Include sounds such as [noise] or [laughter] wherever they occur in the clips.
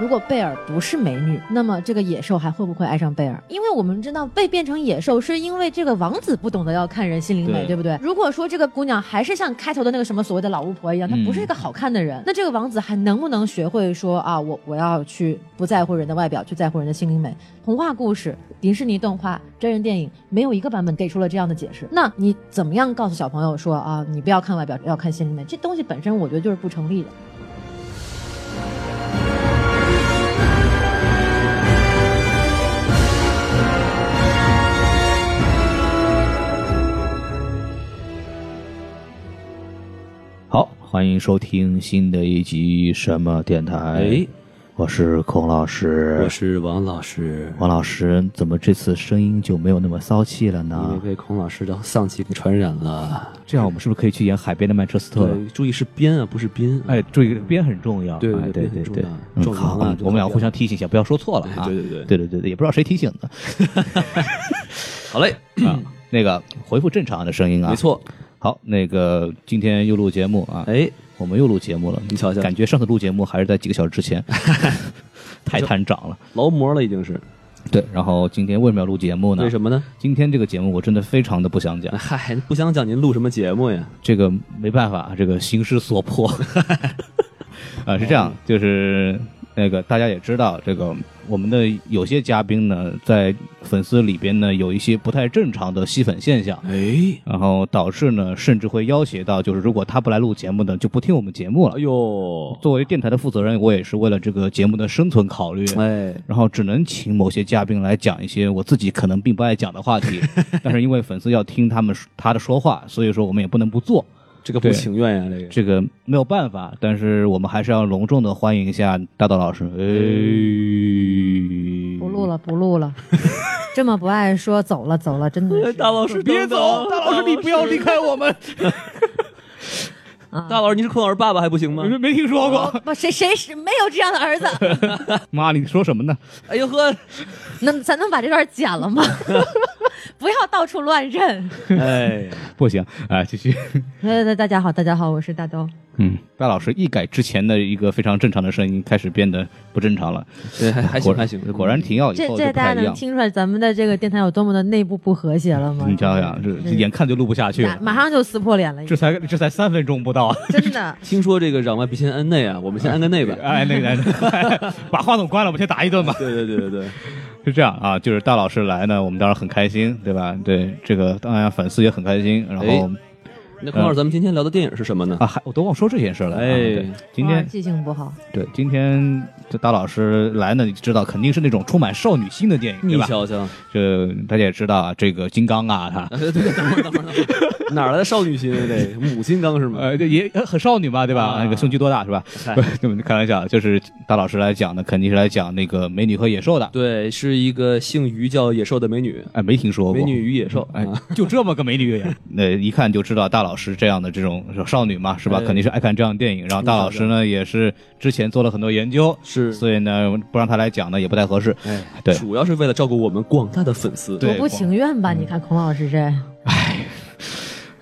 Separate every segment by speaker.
Speaker 1: 如果贝尔不是美女，那么这个野兽还会不会爱上贝尔？因为我们知道被变成野兽是因为这个王子不懂得要看人心灵美，
Speaker 2: 对
Speaker 1: 对不对？如果说这个姑娘还是像开头的那个什么所谓的老巫婆一样，她
Speaker 2: 嗯
Speaker 1: 不是一个好看的人，那这个王子还能不能学会说啊，我我要去不在乎人的外表，去在乎人的心灵美？童话故事、迪士尼动画、真人电影，没有一个版本给出了这样的解释。那你怎么样告诉小朋友说啊，你不要看外表，要看心灵美？这东西本身我觉得就是不成立的。
Speaker 2: 好，欢迎收听新的一集什么电台？
Speaker 3: 哎，
Speaker 2: 我是孔老师，
Speaker 3: 我是王老师，
Speaker 2: 王老师，怎么这次声音就没有那么骚气了
Speaker 3: 因为
Speaker 2: 呢？
Speaker 3: 被孔老师的丧气给传染了。
Speaker 2: 这样我们是不是可以去演海边的曼彻斯特了？
Speaker 3: 对，注意是边啊，不是宾。
Speaker 2: 哎，，注意边很重要，
Speaker 3: 对对
Speaker 2: 哎
Speaker 3: 对
Speaker 2: 对
Speaker 3: 边很
Speaker 2: 对
Speaker 3: 重
Speaker 2: 对
Speaker 3: 要，
Speaker 2: 嗯
Speaker 3: 撞
Speaker 2: 好
Speaker 3: 墙了
Speaker 2: 啊
Speaker 3: 就，
Speaker 2: 我们
Speaker 3: 要
Speaker 2: 俩互相提醒一下，不要说错了
Speaker 3: 哎
Speaker 2: 啊！
Speaker 3: 对对对
Speaker 2: 对对对对，也不知道谁提醒的。
Speaker 3: [clears throat]
Speaker 2: 好嘞啊，那个恢复正常的声音啊，
Speaker 3: 没。错。
Speaker 2: 好，那个今天又录节目啊，
Speaker 3: 哎，
Speaker 2: 我们又录节目了，
Speaker 3: 你瞧瞧
Speaker 2: 感觉上次录节目还是在几个小时之
Speaker 3: [laughs]
Speaker 2: 前， [laughs] 太贪长了。
Speaker 3: 劳模了已经
Speaker 2: 啊
Speaker 3: 是，
Speaker 2: 对，然后今天为什么要录节目呢？
Speaker 3: 为什么啊呢？哎
Speaker 2: 今天这个节目我真的非常的不想讲，
Speaker 3: 嗨，不想讲您录什么节目呀？
Speaker 2: 这个没办法，啊这个形势所
Speaker 3: [laughs]
Speaker 2: 迫。啊，是这
Speaker 3: 哎
Speaker 2: 样，就是那个大家也知道，这个我们的有些嘉宾呢，在粉丝里边呢有一些不太正常的吸粉现象。
Speaker 3: 哎，
Speaker 2: 然后导致呢，甚至会要挟到，就是如果他不来录节目呢，就不听我们节目了
Speaker 3: 哎。呦，
Speaker 2: 作为电台的负责人，我也是为了这个节目的生存考虑，
Speaker 3: 哎，
Speaker 2: 然后只能请某些嘉宾来讲一些我自己可能并不爱讲的话 [laughs] 题，但是因为粉丝要听他们他的说话，所以说我们也不能不做，
Speaker 3: 这个不
Speaker 2: 对
Speaker 3: 情愿呀，这个。
Speaker 2: 这个没有办法。但是我们还是要隆重的欢迎一下大道老师。哎，
Speaker 1: 不录了，不录了， [laughs] 这么不爱说，走了，走了，真的是。
Speaker 3: 哎大老师，
Speaker 2: 别走，大老师你不要离开我们，
Speaker 1: 啊
Speaker 3: 大老师，您是孔老师爸爸还不行吗？
Speaker 2: 没没听说过。
Speaker 1: 不，谁谁是没有这样的儿子？
Speaker 2: 妈，你说什么呢？
Speaker 3: 哎呦呵，
Speaker 1: 能咱能把这段剪了吗？ [laughs] 不要到处乱认。
Speaker 2: [laughs]
Speaker 3: 哎，
Speaker 2: 不行，哎，继续。
Speaker 1: 呃，大家好，大家好，我是大东。
Speaker 2: 嗯，大老师一改之前的一个非常正常的声音，开始变得不正常了。
Speaker 3: 对，还还
Speaker 2: 果
Speaker 3: 行还行，
Speaker 2: 果然停药以
Speaker 1: 这
Speaker 2: 后就
Speaker 1: 这
Speaker 2: 不
Speaker 1: 大家
Speaker 2: 太一
Speaker 1: 能
Speaker 2: 样。
Speaker 1: 听出来咱们的这个电台有多么的内部不和谐了吗？
Speaker 2: 你想想，这
Speaker 1: 嗯
Speaker 2: 眼看就录不下去
Speaker 1: 马
Speaker 2: 了，
Speaker 1: 马上就撕破脸了，
Speaker 2: 这才这才三分钟不到， [laughs]
Speaker 1: 真的。
Speaker 3: 听说这个攘外必先安内啊，我们先安个
Speaker 2: [laughs]
Speaker 3: 内吧。
Speaker 2: 哎，那个，哎把话筒关了，我们先打一顿吧。
Speaker 3: 对对对对对，
Speaker 2: 是这样啊，就是大老师来呢，我们当然很开心，对吧？对，这个当然粉丝也很开心。然
Speaker 3: 哎
Speaker 2: 后
Speaker 3: 那孔老师，咱们今天聊的电影是什么呢？
Speaker 2: 啊，还我都忘说这件事了。啊
Speaker 3: 哎
Speaker 2: 对今
Speaker 1: 偶尔
Speaker 2: 天
Speaker 1: 记性不好，
Speaker 2: 对今天这大老师来呢，你知道肯定是那种充满少女心的电影，
Speaker 3: 你
Speaker 2: 对吧？
Speaker 3: 瞧瞧，
Speaker 2: 这大家也知道啊，这个金刚啊，他
Speaker 3: 啊， [laughs] 对对，等会儿等会儿等会 [laughs] 儿，哪儿来的少女心啊？这母金刚是吗？
Speaker 2: 呃，这也呃很少女嘛，对吧？
Speaker 3: 啊
Speaker 2: 那个胸肌多大是吧？
Speaker 3: 嗨
Speaker 2: 不，根本开玩笑， [laughs] 就是大老师来讲呢，肯定是来讲那个美女和野兽的。
Speaker 3: 对，是一个姓于叫野兽的美女，
Speaker 2: 哎，没听说过。
Speaker 3: 美女与野兽。
Speaker 2: 哎
Speaker 3: 啊，
Speaker 2: 就这么个美女， [laughs] 那一看就知道大老师这样的这种少女嘛，是吧？
Speaker 3: 哎
Speaker 2: 肯定是爱看这样的电影。然后大老师呢，也是之前做了很多研究，
Speaker 3: 是
Speaker 2: 所以呢，不让他来讲呢也不太合适。
Speaker 3: 哎，
Speaker 2: 对
Speaker 3: 主要是为了照顾我们广大的粉丝，
Speaker 1: 多
Speaker 2: 对嗯
Speaker 1: 不情愿吧？你看孔老师这，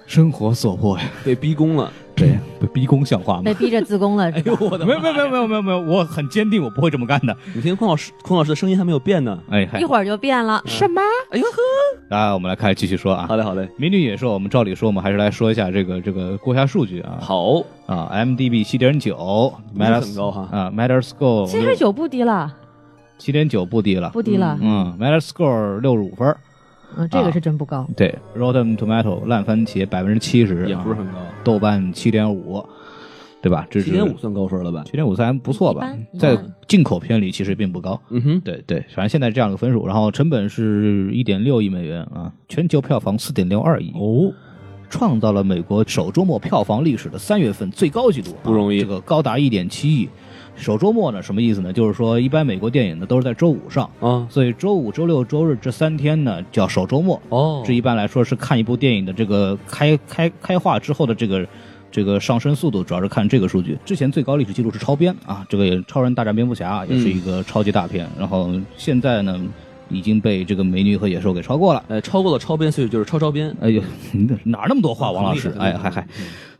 Speaker 2: 生活所迫呀，
Speaker 3: 被逼宫了。
Speaker 2: 对，不逼宫像话吗
Speaker 1: 被？逼着自
Speaker 2: [laughs]
Speaker 1: 宫了是
Speaker 3: 哎呦
Speaker 1: 吧？
Speaker 3: 我的
Speaker 2: 没
Speaker 3: 妈
Speaker 2: 有没有没有没有没有没有，我很坚定，我不会这么干的。
Speaker 3: 你听孔老师，孔老师的声音还没有变呢。
Speaker 2: 哎，嗨
Speaker 1: 一，会儿就变了，什么？
Speaker 3: 哎呦呵，
Speaker 2: 来，我们来开始继续说啊。
Speaker 3: 好嘞好嘞，
Speaker 2: 美女野兽，我们照理说，我们还是来说一下这个这个过一下数据啊。
Speaker 3: 好，
Speaker 2: 啊，MDB 七点九
Speaker 3: 是
Speaker 2: ，Metas
Speaker 3: 很高哈
Speaker 2: 啊，Metascore
Speaker 1: 七十九不低了，
Speaker 2: 七点九不低了，
Speaker 1: 不低了，
Speaker 2: 嗯，Metascore 啊六十五分儿，
Speaker 1: 嗯，这个是真不高。
Speaker 2: 对，Rotten
Speaker 3: 啊
Speaker 2: Tomato 烂番茄百分之七十，
Speaker 3: 也不是很高。
Speaker 2: 豆瓣七点五。对吧？这是
Speaker 3: 七点五算高分了吧？
Speaker 2: 七点五三还不错
Speaker 1: 一
Speaker 2: 吧
Speaker 1: 般一，般
Speaker 2: 在进口片里其实并不高。
Speaker 3: 嗯哼，
Speaker 2: 对对，反正现在这样的分数，然后成本是一点六亿美元啊，全球票房四点六二亿，
Speaker 3: 哦，
Speaker 2: 创造了美国首周末票房历史的三月份最高纪录啊，
Speaker 3: 不容易
Speaker 2: 这个高达一点七亿。首周末呢，什么意思呢？就是说，一般美国电影呢都是在周五上，
Speaker 3: 啊，
Speaker 2: 所以周五、周六、周日这三天呢叫首周末。
Speaker 3: 哦
Speaker 2: 这一般来说是看一部电影的这个开开开画之后的这个这个上升速度，主要是看这个数据。之前最高历史记录是超编啊，这个也超人大战蝙蝠侠啊也是
Speaker 3: 嗯
Speaker 2: 一个超级大片，然后现在呢已经被这个美女和野兽给超过了。
Speaker 3: 呃，超过了超编，所以就是超超编。
Speaker 2: 哎呦， [laughs] 你哪儿那么多话，王老师
Speaker 3: 很？厉害嗯
Speaker 2: 哎，嗨嗨，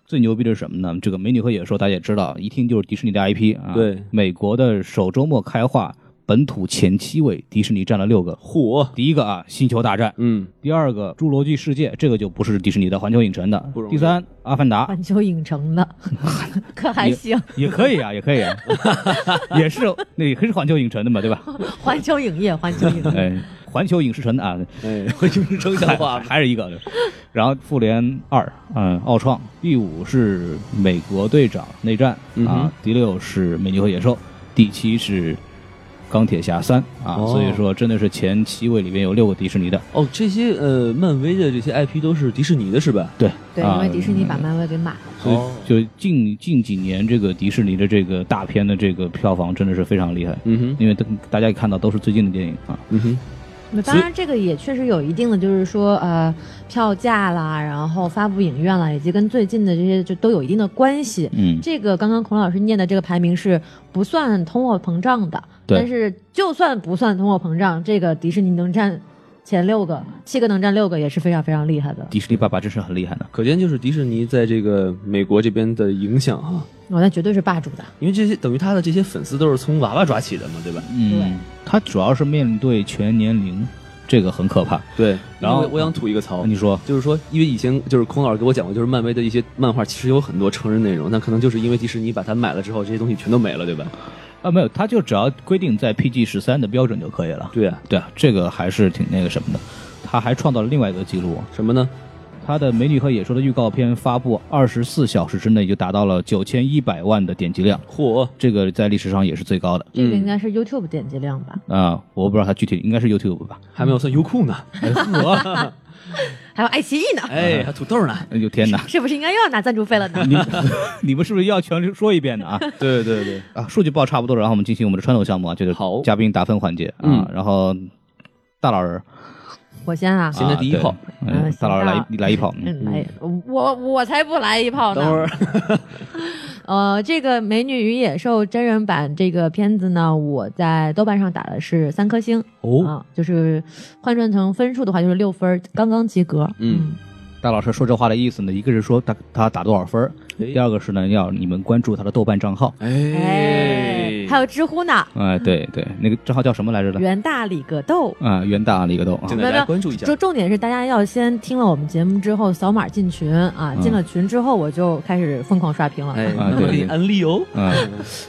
Speaker 2: 最牛逼的是什么呢？这个《美女和野兽》大家也知道，一听就是迪士尼的 IP 啊。
Speaker 3: 对
Speaker 2: 美国的首周末开画，本土前七位，迪士尼占了六个。
Speaker 3: 嚯，
Speaker 2: 第一个啊，《星球大战》
Speaker 3: 嗯，
Speaker 2: 第二个《侏罗纪世界》，这个就不是迪士尼的，环球影城的
Speaker 3: 不容。易
Speaker 2: 第三，《阿凡达》
Speaker 1: 环球影城的， [laughs] 可还行，
Speaker 2: 也可以啊，也可以
Speaker 3: [laughs]
Speaker 2: 啊，也是那也是环球影城的嘛，对吧？
Speaker 1: 环球影业，环球影
Speaker 2: [laughs]
Speaker 1: 业。
Speaker 2: 哎，环球影视城啊，
Speaker 3: 哎，
Speaker 2: 环球影城
Speaker 3: 像话吗
Speaker 2: 还是一个。然后《复联二》嗯，《奥创》第五是《美国队长内战》
Speaker 3: 嗯
Speaker 2: 啊
Speaker 3: 哼，
Speaker 2: 第六是《美女和野兽》，第七是《钢铁侠三》啊，
Speaker 3: 哦
Speaker 2: 所以说真的是前七位里面有六个迪士尼的。
Speaker 3: 哦，这些呃，漫威的这些 IP 都是迪士尼的是吧？
Speaker 2: 对，
Speaker 1: 对，
Speaker 2: 啊
Speaker 1: 因为迪士尼把漫威给买了。
Speaker 2: 所以
Speaker 3: 哦
Speaker 2: 就近近几年这个迪士尼的这个大片的这个票房真的是非常厉害，
Speaker 3: 嗯哼，
Speaker 2: 因为大大家也看到都是最近的电影啊，
Speaker 3: 嗯哼，
Speaker 1: 那当然，这个也确实有一定的，就是说呃，票价啦，然后发布影院啦，以及跟最近的这些就都有一定的关系。
Speaker 2: 嗯，
Speaker 1: 这个刚刚孔老师念的这个排名是不算通货膨胀的，
Speaker 2: 对
Speaker 1: 但是就算不算通货膨胀，这个迪士尼能占前六个，七个能占六个也是非常非常厉害的。
Speaker 2: 迪士尼爸爸真是很厉害的，
Speaker 3: 可见就是迪士尼在这个美国这边的影响哈、
Speaker 1: 我那绝对是霸主的。
Speaker 3: 因为这些等于他的这些粉丝都是从娃娃抓起的嘛，对吧？
Speaker 1: 对
Speaker 2: 嗯，他主要是面对全年龄，这个很可怕。
Speaker 3: 对。
Speaker 2: 然后
Speaker 3: 因为我想吐一个槽，
Speaker 2: 你说，
Speaker 3: 就是说，因为以前就是孔老师给我讲过，就是漫威的一些漫画其实有很多成人内容，那可能就是因为迪士尼把它买了之后，这些东西全都没了，对吧？
Speaker 2: 啊，没有，他就只要规定在 PG 十三的标准就可以了。
Speaker 3: 对啊，
Speaker 2: 对啊，这个还是挺那个什么的。他还创造了另外一个记录，
Speaker 3: 什么呢？
Speaker 2: 他的《美女和野兽》的预告片发布二十四小时之内就达到了九千一百万的点击量，
Speaker 3: 嚯，
Speaker 2: 这个在历史上也是最高的。
Speaker 1: 这个应该是 YouTube 点击量吧，
Speaker 2: 啊、我不知道它具体应该是 YouTube 吧？
Speaker 3: 还没有算优酷 [laughs] 呢，
Speaker 1: 还有爱奇艺呢，
Speaker 3: 哎，还土豆呢，
Speaker 2: 哎呦天 [laughs] 哪！
Speaker 1: 是不是应该又要拿赞助费了呢？
Speaker 2: 你你们是不是要全说一遍呢 [laughs] 啊？
Speaker 3: 对对对，
Speaker 2: 啊，数据报差不多了，然后我们进行我们的传统项目啊，就是
Speaker 3: 好
Speaker 2: 嘉宾打分环节啊。
Speaker 3: 嗯
Speaker 2: 然后大老人
Speaker 1: 我先啊，
Speaker 3: 行现在
Speaker 2: 啊
Speaker 3: 第一
Speaker 2: 对
Speaker 3: 炮
Speaker 2: 嗯
Speaker 1: 嗯，
Speaker 2: 大老人来
Speaker 1: 行
Speaker 2: 一来一炮，嗯
Speaker 1: 嗯，来，我我才不来一炮呢。
Speaker 3: 等会儿，
Speaker 1: 呃，这个《美女与野兽》真人版这个片子呢，我在豆瓣上打的是三颗星
Speaker 3: 哦，
Speaker 1: 啊，就是换算成分数的话，就是六分儿，刚刚及格。
Speaker 3: 嗯，
Speaker 2: 大老师说这话的意思呢，一个是说他他打多少分儿，
Speaker 3: 哎
Speaker 2: 第二个是呢要你们关注他的豆瓣账号。
Speaker 1: 嗯
Speaker 3: 嗯
Speaker 1: 哎，还有知乎呢，
Speaker 2: 哎，对对，那个账号叫什么来着的？
Speaker 1: 袁大李格斗。
Speaker 2: 啊，袁大里个豆啊
Speaker 3: 现。
Speaker 1: 没
Speaker 3: 在
Speaker 1: 有
Speaker 3: 大
Speaker 1: 没
Speaker 3: 家
Speaker 1: 有
Speaker 3: 关注一下
Speaker 1: 就，重点是大家要先听了我们节目之后扫码进群啊，进了群之后我就开始疯狂刷屏了。
Speaker 3: 哎，
Speaker 2: 啊
Speaker 3: 那
Speaker 2: 对
Speaker 3: 我给
Speaker 2: 对
Speaker 3: 你安利哦，
Speaker 2: 嗯，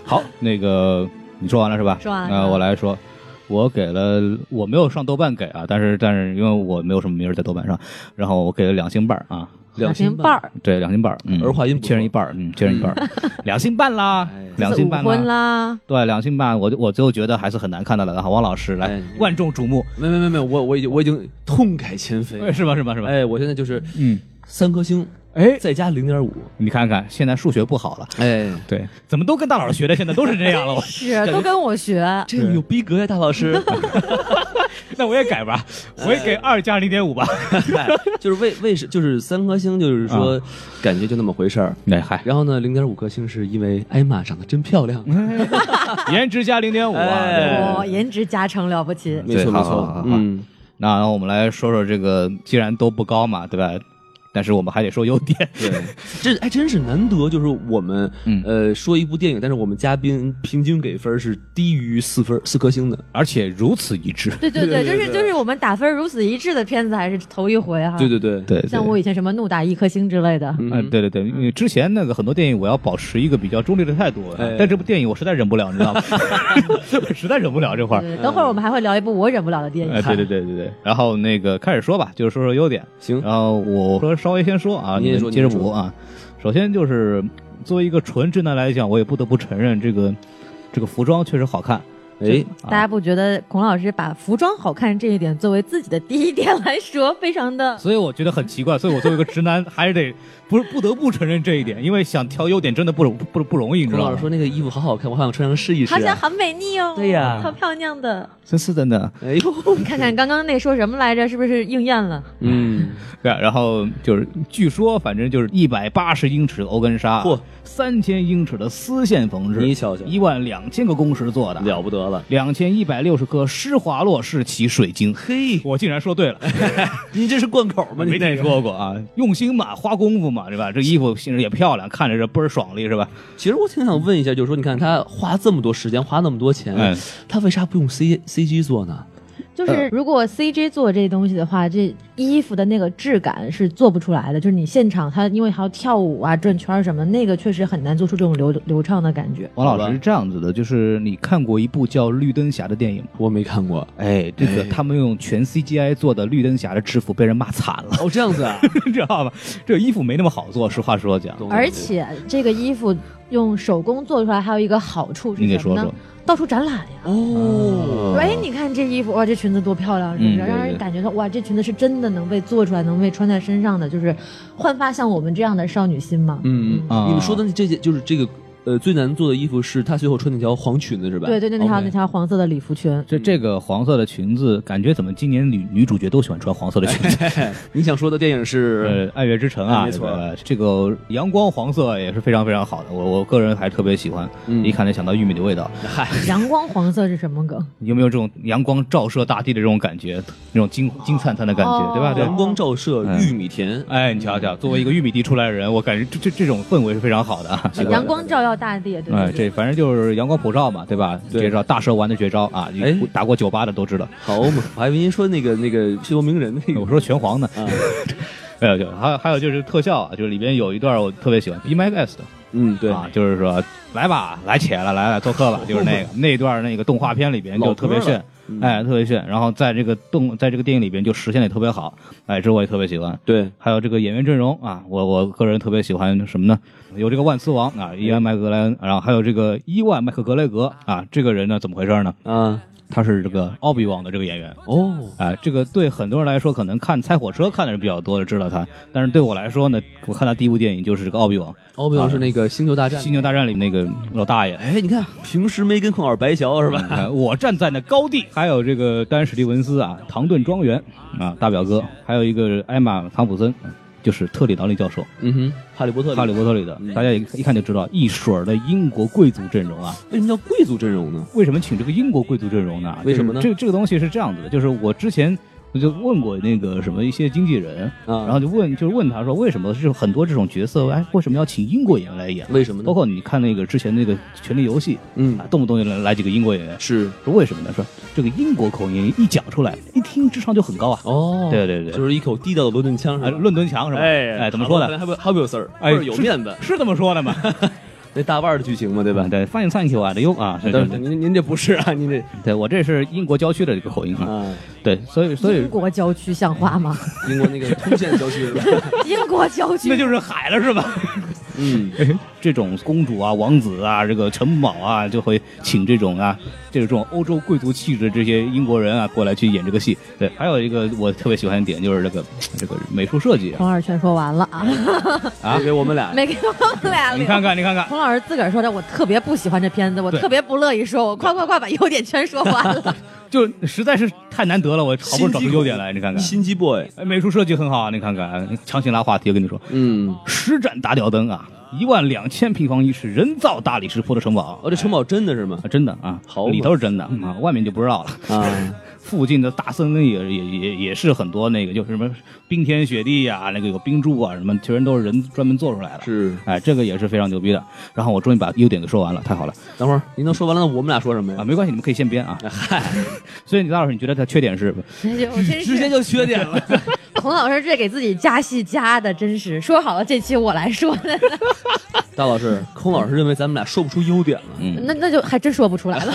Speaker 2: 好，那个你说完了是吧？
Speaker 1: 说完了
Speaker 2: 那、我来说，我给了，我没有上豆瓣给啊，但是但是因为我没有什么名儿在豆瓣上，然后我给了两星半儿啊，
Speaker 1: 小
Speaker 3: 两星
Speaker 1: 半儿，
Speaker 2: 对，两星半儿，嗯，
Speaker 3: 儿化音不错
Speaker 2: 切人一半儿，嗯，切人一半儿，两星半啦
Speaker 3: 哎，
Speaker 2: 两
Speaker 1: 就是
Speaker 2: 星
Speaker 1: 五
Speaker 2: 半
Speaker 1: 婚啦，
Speaker 2: 对，两星半，我就我就觉得还是很难看到的。然后王老师来
Speaker 3: 哎，
Speaker 2: 万众瞩目，
Speaker 3: 没没没没，我我已经我已经痛改前非，
Speaker 2: 是吧？是吧？是吧？
Speaker 3: 哎，我现在就是
Speaker 2: 嗯，
Speaker 3: 三颗星，
Speaker 2: 哎，
Speaker 3: 再加零点五，
Speaker 2: 你看看，现在数学不好了，
Speaker 3: 哎，
Speaker 2: 对，怎么都跟大老师学的，现在都是这样了。我
Speaker 1: 是都跟我学。
Speaker 3: 这有逼格呀，大
Speaker 2: [laughs]
Speaker 3: 老师。 [laughs]
Speaker 2: 那我也改吧，我也给二加零点五吧。
Speaker 3: 嗨，就是为为什就是三颗星，就是
Speaker 2: 啊
Speaker 3: 说感觉就那么回事儿。
Speaker 2: 那嗨，
Speaker 3: 然后呢，零点五颗星是因为艾玛长得真漂亮。
Speaker 2: 嗯 [laughs] 颜值加零点五
Speaker 3: 哎
Speaker 2: 啊。
Speaker 1: 哇，哦颜值加成了不起，
Speaker 3: 没
Speaker 2: 好
Speaker 3: 错没
Speaker 2: 好好好
Speaker 3: 错，嗯，
Speaker 2: 那我们来说说这个，既然都不高嘛，对吧？但是我们还得说优点。
Speaker 3: 对，这还真是难得，就是我们
Speaker 2: 嗯
Speaker 3: 呃说一部电影，但是我们嘉宾平均给分是低于四分四颗星的。
Speaker 2: 而且如此一致。
Speaker 1: 对对对，
Speaker 3: 对对
Speaker 1: 就是
Speaker 3: 对
Speaker 1: 就是我们打分如此一致的片子还是头一回哈。
Speaker 3: 对对对，
Speaker 2: 对，对
Speaker 1: 像我以前什么怒打一颗星之类的，
Speaker 3: 嗯
Speaker 2: 嗯，对对对，因为之前那个很多电影，我要保持一个比较中立的态度，啊
Speaker 3: 哎
Speaker 2: 但这部电影我实在忍不了，你知
Speaker 3: [laughs]
Speaker 2: 道吗？我实在忍不了这块儿。
Speaker 1: 对等会儿我们还会聊一部我忍不了的电
Speaker 2: 哎，
Speaker 1: 影。
Speaker 2: 对对对对对。然后那个开始说吧，就是说说优点。
Speaker 3: 行
Speaker 2: 然后我说稍微先说啊，你
Speaker 3: 你先
Speaker 2: 们
Speaker 3: 说
Speaker 2: 接着
Speaker 3: 你先
Speaker 2: 补
Speaker 3: 说
Speaker 2: 啊。首先就是作为一个纯直男来讲，我也不得不承认，这个这个服装确实好看。
Speaker 3: 哎，
Speaker 1: 大家不觉得孔老师把服装好看这一点作为自己的第一点来说，非常的
Speaker 2: 所以我觉得很奇怪，所以我作为一个直男，还是得不是不得不承认这一点，因为想挑优点真的不容不不容易，你知
Speaker 3: 孔
Speaker 2: 道
Speaker 3: 老
Speaker 2: 吗
Speaker 3: 师？说那个衣服好好看，我好想穿上试一试、
Speaker 1: 好想
Speaker 3: 啊。
Speaker 1: 好美丽哦，
Speaker 3: 对呀
Speaker 1: 超漂亮的。
Speaker 2: 真是真的，
Speaker 3: 哎呦，
Speaker 1: 你看看刚刚那说什么来着，是不是应验了？
Speaker 3: 嗯，
Speaker 2: 对、啊。然后就是据说，反正就是一百八十英尺的欧根纱
Speaker 3: 嚯，
Speaker 2: 三千英尺的丝线缝制，
Speaker 3: 你瞧瞧
Speaker 2: 一万两千个工时做的，
Speaker 3: 了不得了。
Speaker 2: 两千一百六十颗施华洛世奇水晶。
Speaker 3: 嘿，
Speaker 2: 我竟然说
Speaker 3: [laughs]
Speaker 2: 对了，
Speaker 3: 你这是贯口吗？你
Speaker 2: 没
Speaker 3: 这
Speaker 2: 听
Speaker 3: 个。
Speaker 2: 说过啊！用心嘛，花功夫嘛，对吧？这衣服其实也漂亮，看着这倍儿爽利，是吧？
Speaker 3: 其实我挺想问一下，就是说，你看他花这么多时间，花那么多钱，
Speaker 2: 嗯
Speaker 3: 他为啥不用 C C G 做呢？
Speaker 1: 就是如果 CG 做这东西的话，这衣服的那个质感是做不出来的。就是你现场它因为还要跳舞啊、转圈儿什么，那个确实很难做出这种流流畅的感觉。
Speaker 2: 王老师是这样子的，就是你看过一部叫《绿灯侠》的电影吗？
Speaker 3: 我没看过。
Speaker 2: 哎，这个他们用全 CGI 做的绿灯侠的制服被人骂惨了， [laughs]
Speaker 3: 哦，这样子啊，
Speaker 2: 你知道吧？这个衣服没那么好做，实话说讲。
Speaker 3: 懂了
Speaker 1: 而且这个衣服用手工做出来还有一个好处是
Speaker 2: 你给
Speaker 1: 什么
Speaker 2: 说
Speaker 1: 呢？
Speaker 2: 说，
Speaker 1: 到处展览呀。
Speaker 3: 哦，
Speaker 1: 哎，你看这衣服，哇，这裙子多漂亮，是不是？
Speaker 2: 嗯对
Speaker 1: 让人感觉到哇，这裙子是真的能被做出来，能被穿在身上的，就是焕发像我们这样的少女心嘛。
Speaker 3: 嗯，
Speaker 2: 啊
Speaker 3: 你们说的这件就是这个呃最难做的衣服是她最后穿那条黄裙子是吧？
Speaker 1: 对对对，那条
Speaker 3: OK
Speaker 1: 那条黄色的礼服
Speaker 2: [laughs]
Speaker 1: 裙，
Speaker 2: 这这个黄色的裙子，感觉怎么今年女女主角都喜欢穿黄色的裙
Speaker 3: [laughs]
Speaker 2: 子？
Speaker 3: 你想说的电影是？
Speaker 2: 呃，《爱乐之城》啊，
Speaker 3: 哎没错
Speaker 2: 这个这个阳光黄色也是非常非常好的，我我个人还特别喜欢，
Speaker 3: 嗯
Speaker 2: 一看就想到玉米的味道。
Speaker 3: 嗨，
Speaker 1: 阳光黄色是什么梗？
Speaker 2: 有没有这种阳光照射大地的这种感觉，那种
Speaker 3: 啊
Speaker 2: 金金灿灿的感觉，对吧？对
Speaker 3: 阳。光照射玉米田，
Speaker 2: 哎，你瞧瞧，作为一个玉米地出来的人，我感觉这这这种氛围是非常好的啊。
Speaker 3: 是的
Speaker 1: 阳光照耀大地，对
Speaker 2: 哎，
Speaker 1: 对
Speaker 2: 这
Speaker 1: 对。
Speaker 2: 反正就是阳光普照嘛，对吧？
Speaker 3: 对
Speaker 2: 绝招大蛇丸的绝招啊！
Speaker 3: 哎
Speaker 2: 打过酒吧的都知道。
Speaker 3: 好嘛，我还以为您说那个那个西游名人那个
Speaker 2: 我说拳皇呢，
Speaker 3: 啊，
Speaker 2: [laughs] 还有就还有还有就是特效啊，就是里边有一段我特别喜欢，Be My Guest
Speaker 3: 嗯，对，
Speaker 2: 啊，就是说来吧，来起来了，来来做客吧，就是那
Speaker 3: [laughs]
Speaker 2: 个那一段那个动画片里边就
Speaker 3: 老
Speaker 2: 特别
Speaker 3: 歌了嗯
Speaker 2: 炫，哎，特别炫。然后在这个动在这个电影里边就实现的特别好，哎，这我也特别喜欢。
Speaker 3: 对，
Speaker 2: 还有这个演员阵容啊，我我个人特别喜欢什么呢？有这个万磁王啊，伊万麦克格莱恩，然后还有这个伊万麦克格雷格啊，这个人呢怎么回事呢？
Speaker 3: 啊，
Speaker 2: 他是这个奥比王的这个演员
Speaker 3: 哦，
Speaker 2: 啊，这个对很多人来说可能看猜火车看的人比较多，知道他，但是对我来说呢，我看他第一部电影就是这个奥比王，
Speaker 3: 奥比奥是那个星球大战
Speaker 2: 《星。球大战》里那个老大爷。
Speaker 3: 哎，你看，平时没跟空耳白嫖是吧？
Speaker 2: 哎我站在那高地，还有这个丹·史蒂文斯啊，唐顿庄园啊，大表哥，还有一个艾玛·汤普森，啊就是特里劳利教授。
Speaker 3: 嗯哼， [laughs] 哈利波特里，嗯
Speaker 2: 哈利波特里的，大家一一看就知道一水儿的英国贵族阵容啊。
Speaker 3: 为什么叫贵族阵容呢？
Speaker 2: 为什么请这个英国贵族阵容呢？
Speaker 3: 为什么呢
Speaker 2: 就是这这个东西是这样子的，就是我之前我就问过那个什么一些经纪人，
Speaker 3: 啊
Speaker 2: 然后就问就是问他说为什么是很多这种角色，哎，为什么要请英国演员来演？
Speaker 3: 为什么呢
Speaker 2: 包括你看那个之前那个《权力游戏》，
Speaker 3: 嗯
Speaker 2: 啊，动不动就来来几个英国演员，
Speaker 3: 是
Speaker 2: 说为什么呢？说这个英国口音一讲出来，一听智商就很高啊。
Speaker 3: 哦，
Speaker 2: 对对对
Speaker 3: 就是一口地道的伦敦腔是
Speaker 2: 啊，
Speaker 3: 吧？
Speaker 2: 伦敦墙是吧？哎，怎么说呢？
Speaker 3: 还不还不有事儿，
Speaker 2: 哎
Speaker 3: 倍儿有面子，嗯
Speaker 2: 是这么说的
Speaker 3: [laughs]
Speaker 2: 吗？
Speaker 3: 那大腕儿的剧情嘛，
Speaker 2: 对
Speaker 3: 对
Speaker 2: 吧
Speaker 3: 吧？？
Speaker 2: 对，翻译上去啊，这又啊，是
Speaker 3: 但
Speaker 2: 是
Speaker 3: 是您您这不是啊，您这
Speaker 2: 对我这是英国郊区的这个口音啊，
Speaker 3: 啊，
Speaker 2: 对，所以所 [laughs] 以
Speaker 1: 英国郊区像话
Speaker 2: [laughs]
Speaker 1: 吗？
Speaker 3: 英国那个通县郊区 [laughs] 是吧？
Speaker 1: 英国郊区，
Speaker 2: 是海了是吧？
Speaker 3: 嗯，
Speaker 2: [laughs] 这种公主啊、王子啊、这个城堡啊，就会请这种啊，这种欧洲贵族气质的这些英国人啊过来去演这个戏。对，还有一个我特别喜欢的点就是这个这个美术设计啊，
Speaker 1: 孔老师全说完了啊，
Speaker 2: [laughs]
Speaker 3: 啊，给我们俩
Speaker 1: 没给我们俩留
Speaker 2: 你看。看你看看，
Speaker 1: 孔老师自个儿说的，我特别不喜欢这片子，我
Speaker 2: 对
Speaker 1: 特别不乐意说，我快快快把优点全说完
Speaker 2: [laughs]
Speaker 1: 了。
Speaker 2: 就实在是太难得了，我好不容易找出优点来，你看看。
Speaker 3: 心机 boy，
Speaker 2: 哎美术设计很好啊，你看看，强行拉话题，我跟你说，
Speaker 3: 嗯，
Speaker 2: 十盏大吊灯啊，一万两千平方英尺人造大理石铺的城堡，
Speaker 3: 哦，这城堡真的是吗？
Speaker 2: 啊，真的啊，
Speaker 3: 好嘛
Speaker 2: 里头是真的啊，外面就不知道了。
Speaker 3: 啊，
Speaker 2: 附近的大森林也也也也是很多那个，就是什么冰天雪地呀、那个有冰柱啊，什么全都是人专门做出来的。，
Speaker 3: 是，
Speaker 2: 哎，这个也是非常牛逼的。然后我终于把优点给说完了，太好了
Speaker 3: 等会儿您都说完了，那我们俩说什么
Speaker 2: 啊，
Speaker 3: 呀？
Speaker 2: 没关系，你们可以先编啊。嗨，所以你大老师，你觉得它缺点是？
Speaker 1: 哎呦我真
Speaker 3: 直
Speaker 2: [laughs]
Speaker 3: 接
Speaker 1: 是
Speaker 3: 就缺点了，
Speaker 1: 孔老师这给自己加戏加的，真是说好了这期我来说
Speaker 2: [laughs]
Speaker 1: 的，
Speaker 3: 大老
Speaker 1: [laughs]
Speaker 3: 师，孔老师认为咱们俩说不出优点了，
Speaker 2: 嗯
Speaker 1: 那那就还真说不出来了。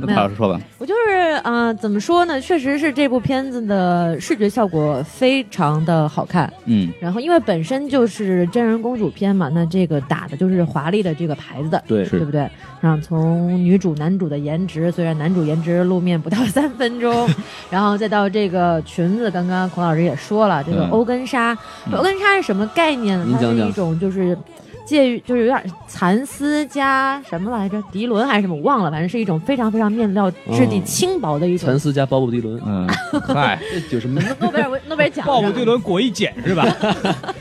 Speaker 1: 没
Speaker 2: 那
Speaker 1: 有
Speaker 2: 老师说吧，
Speaker 1: [laughs] 我就是啊、呃怎么说呢？确实是这部片子的视觉效果非常的好看。
Speaker 2: 嗯，
Speaker 1: 然后因为本身就是真人公主片嘛，那这个打的就是华丽的这个牌子的，
Speaker 3: 对
Speaker 2: 是
Speaker 1: 对不对？然后从女主、男主的颜值，虽然男主颜值露面不到三分
Speaker 3: [laughs]
Speaker 1: 钟，然后再到这个裙子，刚刚孔老师也说了，这个
Speaker 2: 嗯
Speaker 1: 欧根纱，
Speaker 2: 嗯
Speaker 1: 欧根纱是什么概念呢？
Speaker 3: 您
Speaker 1: 它
Speaker 3: 讲
Speaker 1: 是
Speaker 3: 讲
Speaker 1: 一种就是。介于就是有点蚕丝加什么来着，涤纶还是什么，我忘了，反正是一种非常非常面料质地
Speaker 3: 哦
Speaker 1: 轻薄的一种
Speaker 3: 蚕。丝加鲍勃迪伦，
Speaker 2: 嗯，嗨，
Speaker 3: 这有什么？
Speaker 1: 诺贝尔文诺贝尔奖
Speaker 4: 鲍
Speaker 1: 上
Speaker 4: 勃对伦裹一茧是
Speaker 2: [laughs]
Speaker 4: 吧？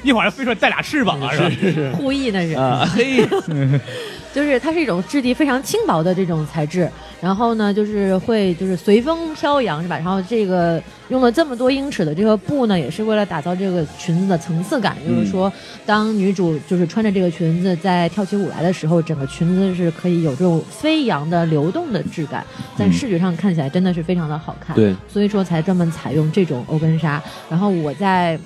Speaker 4: 一会儿飞出来带俩翅膀啊是吧？
Speaker 1: 故意那是。
Speaker 3: [laughs] 啊， [laughs] 嘿，
Speaker 1: 就是它是一种质地非常轻薄的这种材质，然后呢，就是会就是随风飘扬是吧？然后这个用了这么多英尺的这个布呢，也是为了打造这个裙子的层次感，就是说，当女主就是穿着这个裙子在跳起舞来的时候，整个裙子是可以有这种飞扬的流动的质感，在
Speaker 2: 嗯
Speaker 1: 视觉上看起来真的是非常的好看。
Speaker 3: 对，
Speaker 1: 所以说才专门采用这种欧根纱。然后我在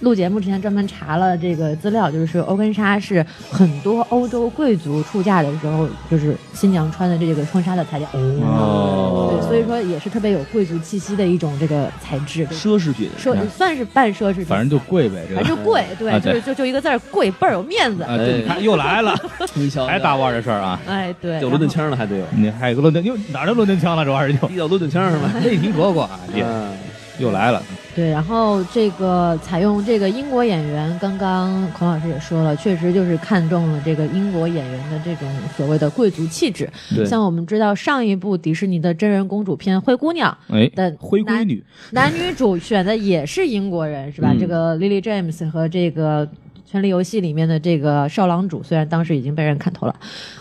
Speaker 1: 录节目之前专门查了这个资料，就是欧根纱是很多欧洲贵族出嫁的时候，就是新娘穿的这个婚纱的材料。
Speaker 2: 哦
Speaker 1: 对，所以说也是特别有贵族气息的一种这个材质，
Speaker 3: 奢侈品，
Speaker 1: 奢算是半奢侈品，
Speaker 2: 反正就，贵呗，这
Speaker 1: 反正
Speaker 2: 个
Speaker 1: 就贵，对，
Speaker 2: 啊
Speaker 1: 就
Speaker 2: 对
Speaker 1: 是就就一个字儿贵，倍儿有面子。
Speaker 2: 啊，对，你看又来了，
Speaker 3: 你瞧瞧，
Speaker 2: 还打腕儿的事儿啊，
Speaker 1: 哎，对，
Speaker 3: 有
Speaker 1: 然
Speaker 3: 伦
Speaker 1: 后
Speaker 3: 敦腔了，还得有，
Speaker 2: 你还有个伦敦，又哪儿的伦敦腔了，主要是 [laughs] 就
Speaker 3: 地道伦敦腔是吧？
Speaker 2: 没听说过啊，也
Speaker 3: 啊
Speaker 2: 又来了，
Speaker 1: 对，然后这个采用这个英国演员，刚刚孔老师也说了，确实就是看中了这个英国演员的这种所谓的贵族气质。
Speaker 3: 对
Speaker 1: 像我们知道上一部迪士尼的真人公主片《灰姑娘
Speaker 2: 哎》，
Speaker 1: 的
Speaker 2: 灰闺
Speaker 1: 男
Speaker 2: 女，
Speaker 1: 男女主选的也是英国人，是吧？
Speaker 3: 嗯
Speaker 1: 这个 Lily James 和这个《权力游戏》里面的这个少郎主，虽然当时已经被人砍头了，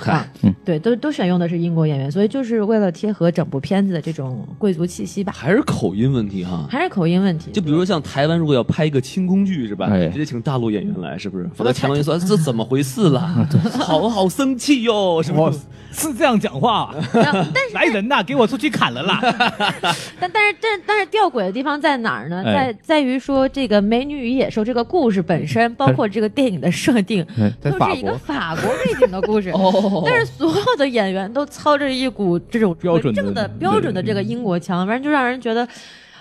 Speaker 1: 啊，
Speaker 2: 嗯
Speaker 1: 对，都都选用的是英国演员，所以就是为了贴合整部片子的这种贵族气息吧，
Speaker 3: 还是口音问题哈。
Speaker 1: 还是口音问题。
Speaker 3: 就比如说像台湾，如果要拍一个清宫剧是吧？
Speaker 2: 哎
Speaker 3: 直接请大陆演员来，是不是？否则乾隆一说这怎么回事啦？ [laughs] 好好生气哟，是不
Speaker 2: 哦
Speaker 4: 我
Speaker 3: 是？
Speaker 4: 是这样讲话啊，
Speaker 1: 然后但
Speaker 4: 来人呐，给我出去砍人
Speaker 2: [laughs]
Speaker 4: 啦！
Speaker 1: 但但是但但是吊诡的地方在哪儿呢？
Speaker 2: 哎
Speaker 1: 在在于说这个《美女与野兽》这个故事本身，包括这个电影的设定，
Speaker 2: 哎在
Speaker 1: 都
Speaker 2: 法
Speaker 1: 是一个
Speaker 2: 国，
Speaker 1: 法国背景的故事。
Speaker 3: 哦
Speaker 1: [laughs] 但是所有的演员都操着一股这种
Speaker 2: 标准的
Speaker 1: 正的标准的这个英国腔，反正就让人觉得，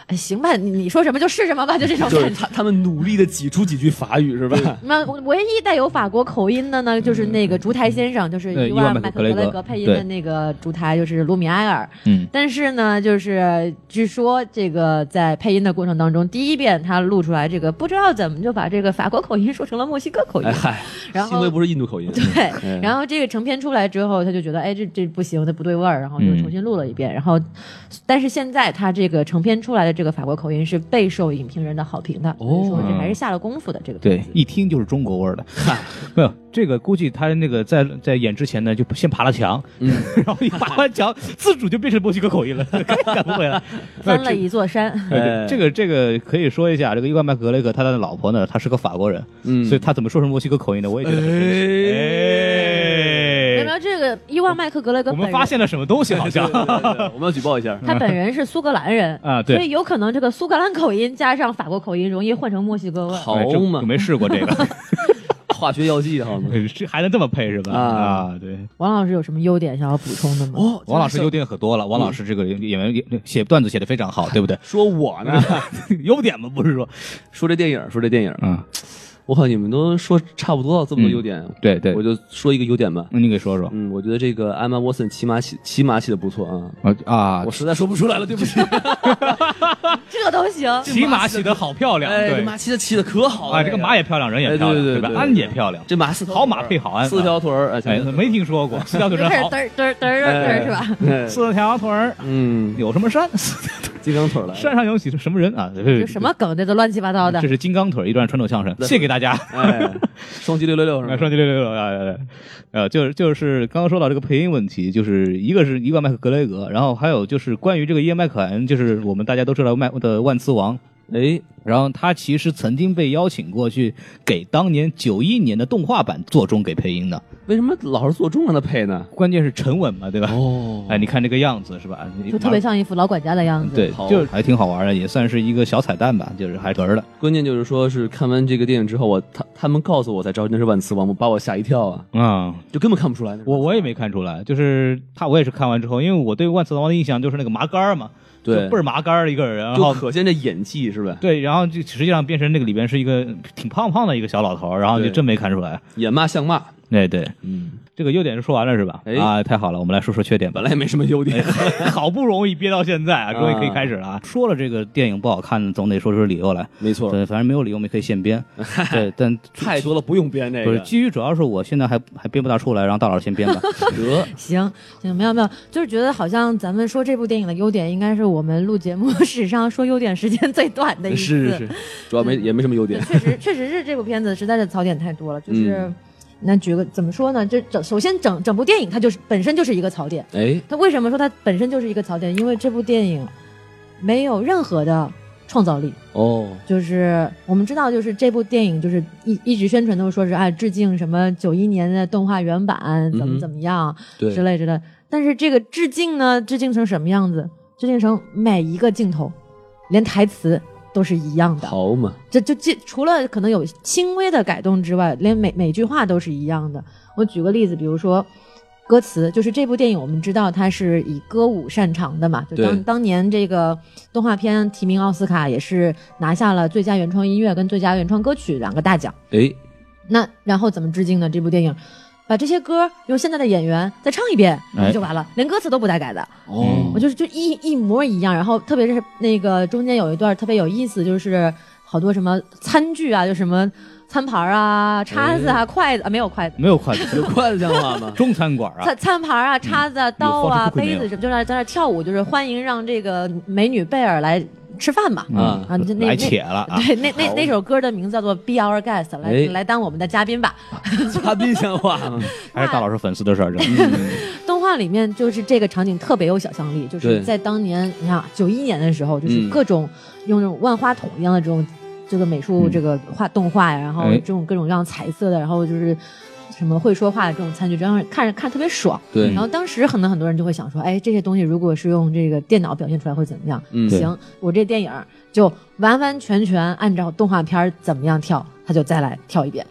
Speaker 1: 哎，行吧，你你说什么就是什么吧，就这种
Speaker 3: 就是
Speaker 1: 感觉。
Speaker 3: 他他们努力的挤出几句法语是吧？
Speaker 1: 那唯一带有法国口音的呢，就是那个烛台先生，就是
Speaker 2: 嗯对
Speaker 1: 伊
Speaker 2: 伊万
Speaker 1: 万
Speaker 2: 麦
Speaker 1: 麦
Speaker 2: 克
Speaker 1: 克
Speaker 2: 格雷
Speaker 1: 格雷
Speaker 2: 格
Speaker 1: 格配音
Speaker 2: 对
Speaker 1: 的那个烛台，就是卢米埃尔。
Speaker 2: 嗯，
Speaker 1: 但是呢，就是据说这个在配音的过程当中，第一遍他录出来这个不知道怎么就把这个法国口音说成了墨西哥口音
Speaker 3: 哎，嗨，
Speaker 1: 然
Speaker 3: 幸亏
Speaker 1: 后。
Speaker 3: 不是印度口音。
Speaker 1: [laughs] 对
Speaker 2: 嗯
Speaker 3: 哎，
Speaker 1: 然后这个成片出来之后，他就觉得，哎，这这不行，这不对味儿，然后就
Speaker 2: 嗯
Speaker 1: 重新录了一遍。然后，但是现在他这个成片出来的这个法国口音是备受影评人的好评的，所以说这还是下了功夫的这个片
Speaker 2: 哦嗯对
Speaker 1: 子，
Speaker 2: 一听就是中国味儿的，没有这个估计他那个在在演之前呢，就先爬了墙，
Speaker 3: 嗯，
Speaker 2: [laughs] 然后一爬完墙，自主就变成墨西哥口 [laughs] 音了，赶不回来，没有
Speaker 1: 翻了一座山。
Speaker 2: 对，
Speaker 3: 哎
Speaker 2: 这个这个可以说一下，这个伊万麦格雷格他的老婆呢，她是个法国人，
Speaker 3: 嗯
Speaker 2: 所以她怎么说成墨西哥口音的，我也觉得很神奇。
Speaker 1: 有没
Speaker 2: 哎
Speaker 1: 有这个伊万麦克格雷格
Speaker 4: 我
Speaker 1: 本人？
Speaker 4: 们发现了什么东西？好像
Speaker 3: 对对 [laughs] 对对我们要举报一下。
Speaker 1: 他本人是苏格兰人
Speaker 2: 啊对
Speaker 1: 所以有可能这个苏格兰口音加上法国口音，容易混成墨西哥味儿。
Speaker 3: 好
Speaker 2: 哎这
Speaker 3: 嘛
Speaker 2: 我，没试过这
Speaker 3: [laughs]
Speaker 2: 个，
Speaker 3: 化学药剂好吗？
Speaker 2: 这还能这么配是吧？
Speaker 3: 啊
Speaker 2: 啊，对，
Speaker 1: 王老师有什么优点想要补充的吗？
Speaker 3: 哦？
Speaker 2: 王老师优点可多了，王老师这个演员写段子写的非常好，对不对 [laughs]
Speaker 3: 说我呢，
Speaker 2: 优点嘛，不是说，
Speaker 3: [laughs] 说这电影，说这电影，
Speaker 2: 嗯，
Speaker 3: 我靠，你们都说差不多了，这么多优点，啊
Speaker 2: 对对
Speaker 3: 我，就说一个优点吧。
Speaker 2: 那你给说说
Speaker 3: 嗯，我觉得这个艾玛沃森骑马骑骑马骑的不错啊，
Speaker 2: 啊
Speaker 3: 我实在说不出来了，对
Speaker 2: [laughs]
Speaker 3: 不起。
Speaker 1: 这都行。
Speaker 4: 骑马骑得好漂亮，
Speaker 3: 哎，这
Speaker 4: 对
Speaker 3: 马骑的骑的可好了
Speaker 2: 啊，这个马也漂亮，人也漂
Speaker 3: 哎对对
Speaker 2: 亮，
Speaker 3: 对
Speaker 2: 吧？
Speaker 3: 对
Speaker 2: 鞍也漂亮，
Speaker 3: 这马四条腿儿
Speaker 2: 好马配好鞍啊
Speaker 3: 四条腿儿，哎，
Speaker 2: 哎，没听说过，四条腿
Speaker 1: 就
Speaker 2: 真
Speaker 1: 开始
Speaker 2: 好
Speaker 1: 嘚，儿嘚儿嘚儿嘚儿是吧？
Speaker 3: 哎
Speaker 2: 四条腿儿
Speaker 3: 嗯，
Speaker 2: 有什么山？ [laughs]
Speaker 3: 金刚腿儿来了
Speaker 2: 山上有几什么人啊？
Speaker 1: 就什么梗，这都乱七八糟的
Speaker 2: 嗯这。是金刚腿一段传统相声，谢给大家。
Speaker 3: 哎，双击六六六是吧？
Speaker 2: 双击六六六啊，对对呃，就是就是刚刚说到这个配音问题，就是一个是伊万麦克格雷格，然后还有就是关于这个伊万麦克恩，就是我们大家都知道麦的万磁王，
Speaker 3: 哎，
Speaker 2: 然后他其实曾经被邀请过去给当年九一年的动画版做中给配音的，
Speaker 3: 为什么老是做中让他配呢？
Speaker 2: 关键是沉稳嘛，对吧？
Speaker 3: 哦
Speaker 2: 哎，你看这个样子是吧？啊
Speaker 1: 就特别像一副老管家的样子。
Speaker 2: 对
Speaker 3: 好，
Speaker 2: 就是还挺好玩的，也算是一个小彩蛋吧，就是还哏儿的。
Speaker 3: 关键就是说是看完这个电影之后，我他他们告诉我才知道那是万磁王，我把我吓一跳啊，
Speaker 2: 啊、
Speaker 3: 就根本看不出来。
Speaker 2: 我我也没看出来，就是他，我也是看完之后，因为我对万磁王的印象就是那个麻杆儿嘛，
Speaker 3: 对
Speaker 2: 就倍，儿麻杆儿的一个人，然
Speaker 3: 就
Speaker 2: 后
Speaker 3: 可见这演技是吧？
Speaker 2: 对，然后就实际上变成那个里边是一个挺胖胖的一个小老头儿，然后就
Speaker 3: 对
Speaker 2: 真没看出来。
Speaker 3: 演骂像骂，
Speaker 2: 对对，
Speaker 3: 嗯，
Speaker 2: 这个优点就说完了是吧？
Speaker 3: 哎
Speaker 2: 啊，太好了，我们来说说缺点吧
Speaker 3: 本。来也没什么优点。
Speaker 2: [laughs]
Speaker 3: [laughs]
Speaker 2: 好不容易憋到现在啊，终于可以开始了啊！说了这个电影不好看，总得说出理由来。
Speaker 3: 没错，
Speaker 2: 对，反正没有理由我们也可以现
Speaker 3: [laughs]
Speaker 2: 编。对，但
Speaker 3: 太多了，不用编这
Speaker 2: 不是
Speaker 3: 个。
Speaker 2: 基于主要是我现在还还编不大出来，让大老师先编
Speaker 3: [laughs]
Speaker 2: 吧。
Speaker 3: 得，
Speaker 1: 行行，没有没有，就是觉得好像咱们说这部电影的优点，应该是我们录节目 [laughs] 史上说优点时间最短的一次。
Speaker 3: 是是是，主要没也没什么优
Speaker 1: 对
Speaker 3: [laughs] 点。
Speaker 1: 确实确实是这部片子实在是槽点太多了，就是。
Speaker 3: 嗯
Speaker 1: 那举个怎么说呢？这整首先整整部电影它就是本身就是一个槽点。
Speaker 3: 哎，
Speaker 1: 它为什么说它本身就是一个槽点？因为这部电影没有任何的创造力。
Speaker 3: 哦，
Speaker 1: 就是我们知道，就是这部电影就是一一直宣传都说是啊，致敬什么九一年的动画原版，怎
Speaker 3: 嗯
Speaker 1: 么
Speaker 3: 哼
Speaker 1: 怎么样、
Speaker 3: 对
Speaker 1: 之类之类。但是这个致敬呢，致敬成什么样子？致敬成每一个镜头，连台词都是一样的。
Speaker 3: 好嘛，
Speaker 1: 这就这除了可能有轻微的改动之外，连每每句话都是一样的。我举个例子，比如说歌词，就是这部电影我们知道它是以歌舞擅长的嘛，就当
Speaker 3: 对
Speaker 1: 当年这个动画片提名奥斯卡也是拿下了最佳原创音乐跟最佳原创歌曲两个大奖。
Speaker 3: 哎，
Speaker 1: 那然后怎么致敬呢？这部电影。把这些歌用现在的演员再唱一遍，
Speaker 2: 哎
Speaker 1: 就完了，连歌词都不带改的。
Speaker 3: 哦
Speaker 2: 嗯
Speaker 1: 我就是就一一模一样。然后特别是那个中间有一段特别有意思，就是好多什么餐具啊，就什么餐盘啊、叉子啊、
Speaker 2: 哎
Speaker 1: 筷子啊，没有筷子。
Speaker 2: 没有筷子，？
Speaker 3: 有筷子像话 [laughs] 吗
Speaker 2: 中餐馆啊
Speaker 1: 餐，餐盘啊、叉子啊、刀啊、
Speaker 2: 有放置柜没
Speaker 1: 杯
Speaker 2: 有
Speaker 1: 子什么，就在在那跳舞，就是欢迎让这个美女贝尔来吃饭嘛。
Speaker 3: 啊
Speaker 1: 啊，就那那
Speaker 2: 来且了
Speaker 1: [laughs]
Speaker 2: 嗯啊！
Speaker 1: 对，那那那首歌的名字叫做《Be Our Guest》，来、
Speaker 3: 哎
Speaker 1: 来当我们的嘉宾吧。
Speaker 3: 嘉宾像话吗？
Speaker 2: 还是大老师粉丝的事儿，真的
Speaker 1: 嗯动画里面就是这个场景特别有想象力，就是
Speaker 3: 对
Speaker 1: 在当年，你看啊九一年的时候，就是
Speaker 3: 嗯
Speaker 1: 各种用那种万花筒一样的这种这个美术
Speaker 2: 嗯
Speaker 1: 这个画动画呀，然后
Speaker 2: 哎
Speaker 1: 这种各种各样彩色的，然后就是什么会说话的这种餐具，这样看着看着特别爽。
Speaker 3: 对
Speaker 1: 然，后当时可能很多人就会想说，哎，这些东西如果是用这个电脑表现出来会怎么样？
Speaker 3: 嗯，
Speaker 2: 对
Speaker 1: 行，我这电影儿就完完全全按照动画片儿怎么样跳，他就再来跳一
Speaker 2: [laughs]
Speaker 1: 遍。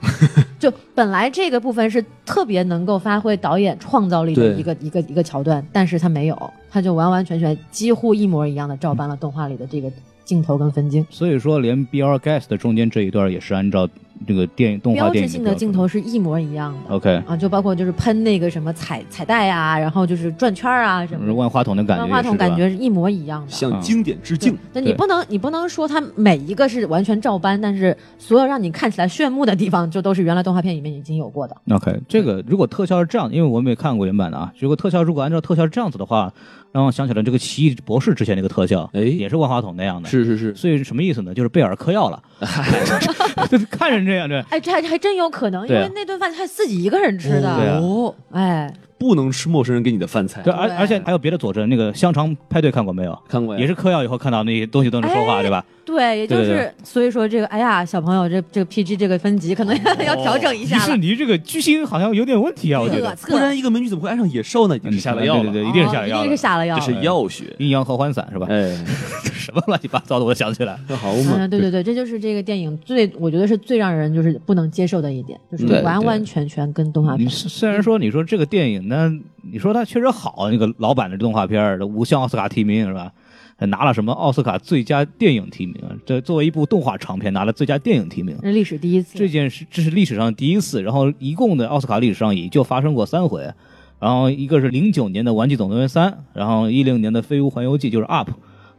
Speaker 1: 就本来这个部分是特别能够发挥导演创造力的
Speaker 3: 对
Speaker 1: 一个一个一个桥段，但是他没有，他就完完全全几乎一模一样的照搬了动画里的这个镜头跟分镜，
Speaker 2: [laughs] 所以说连 B R Guest 的中间这一段也是按照这个电影动画
Speaker 1: 标志
Speaker 2: 电影
Speaker 1: 性的
Speaker 2: 的标准
Speaker 1: 镜。头是一模一样的。
Speaker 2: OK，
Speaker 1: 啊，就包括就是喷那个什么彩彩带啊，然后就是转圈儿啊什么的，
Speaker 2: 万花筒的感觉也
Speaker 1: 万
Speaker 2: 是，
Speaker 1: 花筒
Speaker 2: 是吧
Speaker 1: 感觉是一模一样的。
Speaker 3: 向经典致敬。
Speaker 1: 但你
Speaker 2: 对
Speaker 1: 不能，你不能说它每一个是完全照搬，但是所有让你看起来炫目的地方，就都是原来动画片里面已经有过的。
Speaker 2: OK，这个如果特效是这样，因为我没看过原版的啊。如果特效如果按照特效是这样子的话，让我想起了这个奇异博士之前那个特效，
Speaker 3: 哎
Speaker 2: 也是万花筒那样的。，
Speaker 3: 是是是，
Speaker 2: 所以是什么意思呢？就是贝尔嗑
Speaker 1: [laughs]
Speaker 2: 药了，就是看成这样这。
Speaker 1: 哎，这还还真有可能，因
Speaker 2: 对啊
Speaker 1: 为那顿饭他自己一个人吃的。
Speaker 2: 对啊
Speaker 3: 哦，
Speaker 1: 哎，
Speaker 3: 不能吃陌生人给你的饭菜
Speaker 2: 对，。而
Speaker 1: 对
Speaker 2: 而且还有别的佐证，那个香肠派对看过没有？
Speaker 3: 看过呀，
Speaker 2: 也是嗑药以后看到那些东西都能
Speaker 1: 哎
Speaker 2: 说话，对吧？
Speaker 1: 对，也就
Speaker 2: 对对
Speaker 1: 是所以说这个，哎呀，小朋友，这这个 PG 这个分级可能要调整一
Speaker 2: 哦迪
Speaker 1: 下
Speaker 2: 士
Speaker 1: 了。
Speaker 2: 尼这个巨星好像有点问题啊，我觉得
Speaker 1: 测。测
Speaker 3: 不然一个美女怎么会爱上野兽呢？已经是下了药
Speaker 2: 对
Speaker 3: 了，
Speaker 2: 对对，一定是嗯下了
Speaker 1: 哦
Speaker 2: 药
Speaker 1: 一
Speaker 2: 了。
Speaker 1: 定是下了药
Speaker 3: 这
Speaker 1: 了。
Speaker 3: 是药学。
Speaker 2: 阴阳合欢散是吧？
Speaker 3: 哎， [laughs]
Speaker 2: 什么乱七八糟的，我想起来。
Speaker 3: 那好嘛
Speaker 1: 嗯，，对对对，这就是这个电影最，我觉得是最让人就是不能接受的一点，就是
Speaker 3: 对
Speaker 1: 完
Speaker 2: 对
Speaker 1: 完全全跟动画
Speaker 2: 你
Speaker 1: 片
Speaker 2: 虽虽然说你说这个电影呢，你说它确实好，那个老版的动画片儿无项奥斯卡提名是吧？还拿了什么奥斯卡最佳电影提名？这作为一部动画长片拿了最佳电影提名，
Speaker 1: 这历史第一次。
Speaker 2: 这件事这是历史上第一次。然后一共的奥斯卡历史上也就发生过三回，然后一个是零九年的《玩具总动员三》，然后一零年的《飞屋环游记》就是 Up，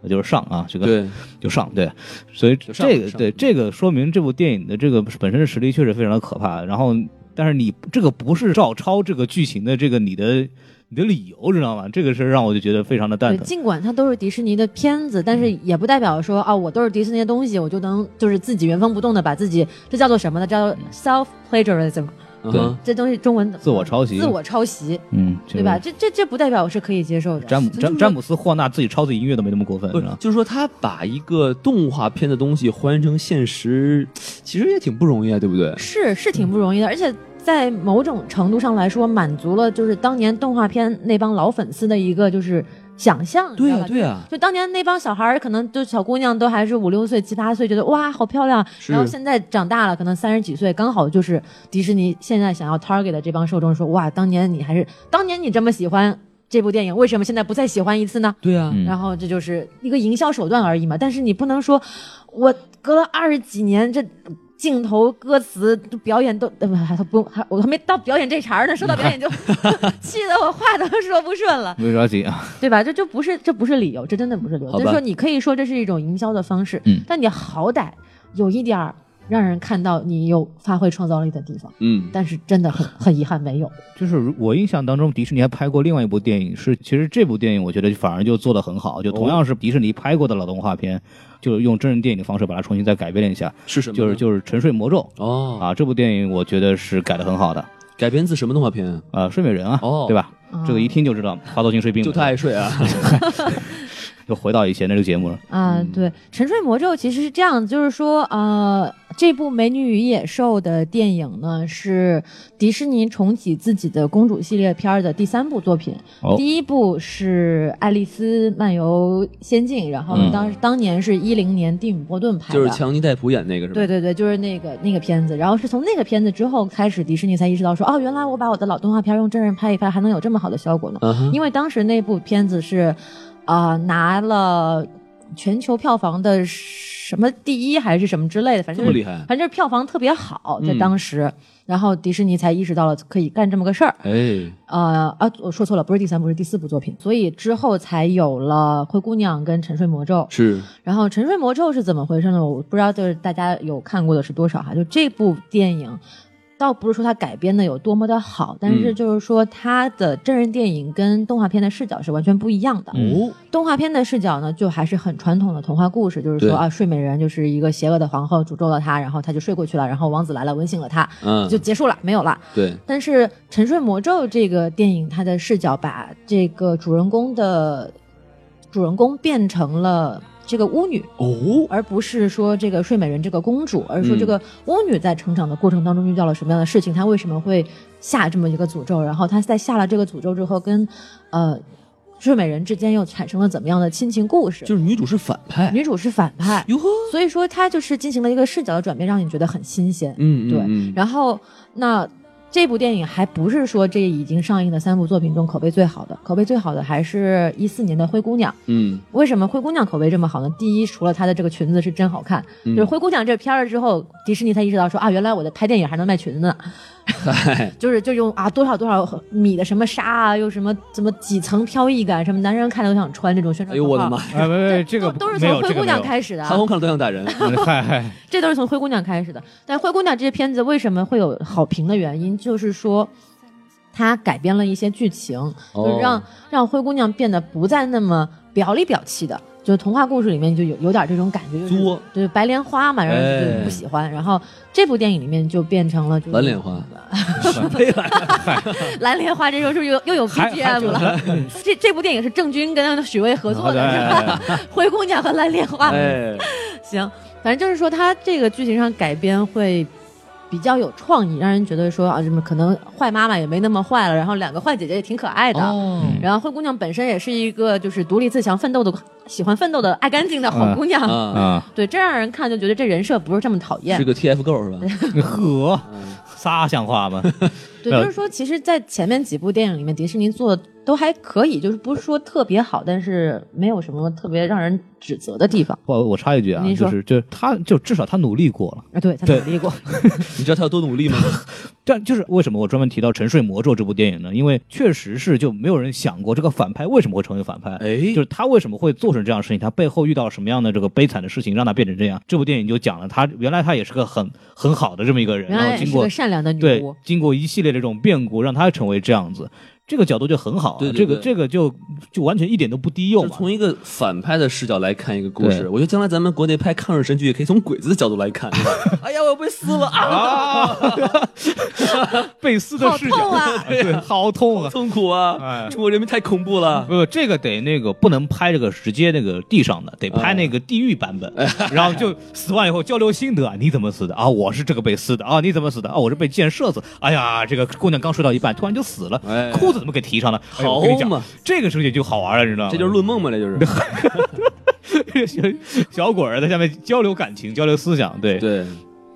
Speaker 2: 就是上啊，这个
Speaker 3: 对，
Speaker 2: 就上对，所以
Speaker 3: 上
Speaker 2: 这个
Speaker 3: 上嗯
Speaker 2: 对这个说明这部电影的这个本身的实力确实非常的可怕。然后，但是你这个不是照抄这个剧情的这个你的你的理由，知道吗？这个是让我就觉得非常的蛋
Speaker 1: 对，
Speaker 2: 疼。
Speaker 1: 尽管它都是迪士尼的片子，但是也不代表
Speaker 2: 嗯
Speaker 1: 说啊，我都是迪士尼的东西，我就能就是自己原封不动的把自己这叫做什么呢？叫 self plagiarism，
Speaker 3: 嗯
Speaker 2: 对
Speaker 3: 哼
Speaker 1: 这东西中文
Speaker 2: 嗯自我抄袭
Speaker 1: 自我抄袭，
Speaker 2: 嗯，这
Speaker 1: 对
Speaker 2: 个
Speaker 1: 吧？？这这这不代表我是可以接受的。
Speaker 2: 詹姆
Speaker 3: 这
Speaker 2: 詹
Speaker 3: 么
Speaker 2: 詹姆斯霍纳自己抄自己音乐都没那么过分，
Speaker 3: 不
Speaker 2: 是
Speaker 3: 是
Speaker 2: 吧？
Speaker 3: 就是说他把一个动画片的东西还原成现实，其实也挺不容易啊，对不对？
Speaker 1: 是是挺不容
Speaker 2: 嗯
Speaker 1: 易的，而且在某种程度上来说，满足了就是当年动画片那帮老粉丝的一个就是想象，你知
Speaker 3: 对
Speaker 1: 道
Speaker 3: 呀、
Speaker 1: 吧？
Speaker 3: 对呀、啊，
Speaker 1: 就当年那帮小孩儿，可能就小姑娘都还是五六岁、七八岁，觉得哇好漂亮。
Speaker 3: 是
Speaker 1: 然后现在长大了，可能三十几岁，刚好就是迪士尼现在想要 target 的这帮受众说，哇，当年你还是当年你这么喜欢这部电影，为什么现在不再喜欢一次呢？
Speaker 3: 对呀、
Speaker 2: 嗯
Speaker 1: 然后这就是一个营销手段而已嘛。但是你不能说，我隔了二十几年，这镜头、歌词、表演都，呃，不还不用，还我还没到表演这茬儿呢。说到表演就 [laughs] 气得我话都说不顺了，
Speaker 2: 没着急啊，
Speaker 1: 对吧？这就不是这不是理由，这真的不是理由。
Speaker 3: 好吧
Speaker 1: 就是说，你可以说这是一种营销的方式，
Speaker 2: 嗯
Speaker 1: 但你好歹有一点儿让人看到你有发挥创造力的地方。
Speaker 3: 嗯，
Speaker 1: 但是真的很很遗憾，没有。
Speaker 2: 就是如我印象当中，迪士尼还拍过另外一部电影，是其实这部电影我觉得反而就做得很好，就
Speaker 3: 哦
Speaker 2: 同样是迪士尼拍过的老动画片，就用真人电影的方式把它重新再改编了一下，
Speaker 3: 是什么呢？
Speaker 2: 就是就是《沉睡魔咒》
Speaker 3: 哦、
Speaker 2: 啊，这部电影我觉得是改得很好的，
Speaker 3: 改编自什么动画片啊？
Speaker 2: 呃，睡美人啊，
Speaker 3: 哦
Speaker 2: 对吧？这个一听就知道发作性睡病，
Speaker 3: 就他爱睡啊，
Speaker 2: 又回到以前那个节目了，
Speaker 1: 啊，对，《沉睡魔咒》其实是这样，就是说，呃，这部《美女与野兽》的电影呢，是迪士尼重启自己的公主系列片儿的第三部作品。
Speaker 2: 哦
Speaker 1: 第一部是《爱丽丝漫游仙境》，然后
Speaker 2: 嗯
Speaker 1: 当、当年是一零年蒂姆·波顿拍的，
Speaker 3: [laughs] 就是强尼戴普演那个是吧？
Speaker 1: 对对对，就是那个那个片子，然后是从那个片子之后开始，迪士尼才意识到说，哦，原来我把我的老动画片儿用真人拍一拍，还能有这么好的效果呢。
Speaker 3: 嗯哼，
Speaker 1: 因为当时那部片子是，呃，拿了全球票房的什么第一还是什么之类的，反
Speaker 3: 这
Speaker 1: 正就
Speaker 3: 么
Speaker 1: 是
Speaker 3: 厉害，
Speaker 1: 反正就是票房特别好，在
Speaker 3: 嗯
Speaker 1: 当时，然后迪士尼才意识到了可以干这么个事儿。
Speaker 3: 哎，
Speaker 1: 呃啊，我说错了，不是第三部，是第四部作品，所以之后才有了《灰姑娘》跟《沉睡魔咒》。
Speaker 3: 是
Speaker 1: 然后《沉睡魔咒》是怎么回事呢？我不知道，就是大家有看过的是多少哈？就这部电影，倒不是说它改编的有多么的好，但是
Speaker 3: 嗯
Speaker 1: 就是说它的真人电影跟动画片的视角是完全不一样的。
Speaker 3: 哦，
Speaker 1: 动画片的视角呢，就还是很传统的童话故事，就是说
Speaker 3: 对
Speaker 1: 啊，睡美人就是一个邪恶的皇后诅咒了她，然后她就睡过去了，然后王子来了吻醒了她，
Speaker 3: 嗯，
Speaker 1: 就结束了，没有了。
Speaker 3: 对，
Speaker 1: 但是《沉睡魔咒》这个电影，它的视角把这个主人公的主人公变成了这个巫女，
Speaker 3: 哦，
Speaker 1: 而不是说这个睡美人这个公主，
Speaker 3: 嗯
Speaker 1: 而是说这个巫女在成长的过程当中遇到了什么样的事情，她为什么会下这么一个诅咒，然后她在下了这个诅咒之后，跟呃睡美人之间又产生了怎么样的亲情故事？
Speaker 3: 就是女主是反派，
Speaker 1: 女主是反派，
Speaker 3: 哟呵，
Speaker 1: 所以说她就是进行了一个视角的转变，让你觉得很新鲜。
Speaker 3: 嗯，嗯
Speaker 1: 对
Speaker 3: 嗯
Speaker 1: 然后那这部电影还不是说这已经上映的三部作品中口碑最好的，口碑最好的还是一四年的《灰姑娘》。
Speaker 3: 嗯，
Speaker 1: 为什么《灰姑娘》口碑这么好呢？第一，除了她的这个裙子是真好看，
Speaker 3: 嗯
Speaker 1: 就是《灰姑娘》这片儿之后，迪士尼才意识到说啊，原来我的拍电影还能卖裙子呢，
Speaker 3: [laughs] 嗨，
Speaker 1: 就是就用啊多少多少米的什么纱啊，又什么什么几层飘逸感，什么男人看了都想穿这种宣传。
Speaker 3: 哎呦我的妈！！
Speaker 2: 哎，喂
Speaker 1: 对，
Speaker 2: 喂，这个
Speaker 1: 都都是
Speaker 2: 没
Speaker 1: 从
Speaker 2: 有
Speaker 1: 灰姑娘。
Speaker 2: 这个没有
Speaker 1: 开始的啊，
Speaker 3: 韩红看了都想打 [laughs] 人，
Speaker 2: 嗨嗨，
Speaker 1: 这都是从灰姑娘开始的。但灰姑娘这些片子为什么会有好评的原因，就是说。它改编了一些剧情，
Speaker 3: 哦
Speaker 1: 就是让让灰姑娘变得不再那么表里表气的，就是童话故事里面就有有点这种感觉，就是
Speaker 3: 作哎
Speaker 1: 就是白莲花嘛，然后就不喜欢。然后这部电影里面就变成了就是
Speaker 3: 蓝莲花，
Speaker 1: 蓝莲花这时候是不是又又有 BGM
Speaker 3: [laughs]
Speaker 1: 了？这这部电影是郑钧跟许巍合作
Speaker 3: 啊
Speaker 1: 的，是吧？灰姑娘和蓝莲花，
Speaker 3: 哎，
Speaker 1: [laughs] 行，反正就是说，它这个剧情上改编会比较有创意，让人觉得说啊，什么可能坏妈妈也没那么坏了，然后两个坏姐姐也挺可爱的。
Speaker 3: 哦，
Speaker 1: 然后灰姑娘本身也是一个就是独立自强、奋斗的、喜欢奋斗的、爱干净的好姑娘，
Speaker 3: 啊，
Speaker 2: 啊，
Speaker 1: 对，这让人看就觉得这人设不是这么讨厌
Speaker 3: 是。个 TF girl 是吧？ [laughs]
Speaker 2: 呵，
Speaker 3: 嗯
Speaker 2: 仨像话吗？ [laughs]
Speaker 1: 对，
Speaker 2: 呃
Speaker 1: 就是说，其实，在前面几部电影里面，迪士尼做的都还可以，就是不是说特别好，但是没有什么特别让人指责的地方
Speaker 2: 我我插一句啊，
Speaker 1: 您
Speaker 2: 就
Speaker 1: 说
Speaker 2: 是就他就至少他努力过了，
Speaker 1: 啊。对，他
Speaker 2: 对
Speaker 1: 努力过，
Speaker 3: 你知道他有多努力吗？
Speaker 2: 但就是为什么我专门提到《沉睡魔咒》这部电影呢？因为确实是就没有人想过这个反派为什么会成为反派，
Speaker 3: [laughs] 哎
Speaker 2: 就是他为什么会做成这样的事情，他背后遇到什么样的这个悲惨的事情让他变成这样。这部电影就讲了他原来他也是个很很好的这么一个人，
Speaker 1: 原来
Speaker 2: 然后
Speaker 1: 也
Speaker 2: 经
Speaker 1: 是
Speaker 2: 过
Speaker 1: 个善良的女
Speaker 2: 对
Speaker 1: 巫。
Speaker 2: 经过一系列的这种变故，让他成为这样子。这个角度就很好啊、
Speaker 3: 对对
Speaker 2: 这个
Speaker 3: 对
Speaker 2: 这个就就完全一点都不低幼
Speaker 3: 就是
Speaker 2: 嘛。
Speaker 3: 从一个反派的视角来看一个故事，
Speaker 2: 对
Speaker 3: 我觉得将来咱们国内拍抗日神剧也可以从鬼子的角度来看。是
Speaker 2: [laughs]
Speaker 3: 吧哎呀，我要被撕了啊！
Speaker 2: 啊， [laughs]
Speaker 1: [laughs]
Speaker 2: 贝斯的
Speaker 1: 好
Speaker 2: 视角，
Speaker 1: 痛啊
Speaker 2: [laughs] 对，好痛啊！
Speaker 3: 痛苦啊！
Speaker 2: 哎，
Speaker 3: 中国人民太恐怖了。
Speaker 2: 不，这个得那个不能拍这个直接那个地上的，得拍那个地狱版本，然后就死完以后交流心得，你怎么死的啊？我是这个被撕的啊，你怎么死的啊？我是被箭射死。哎呀，这个姑娘刚睡到一半，突然就死了，
Speaker 3: 哎
Speaker 2: 裤子怎么给提上了？哎呦
Speaker 3: 好
Speaker 2: 我跟你讲
Speaker 3: 嘛，
Speaker 2: 这个事情就好玩了，你知道吗？
Speaker 3: 这就是论梦嘛，这就是。
Speaker 2: 小小鬼儿在下面交流感情、交流思想，对，
Speaker 3: 对，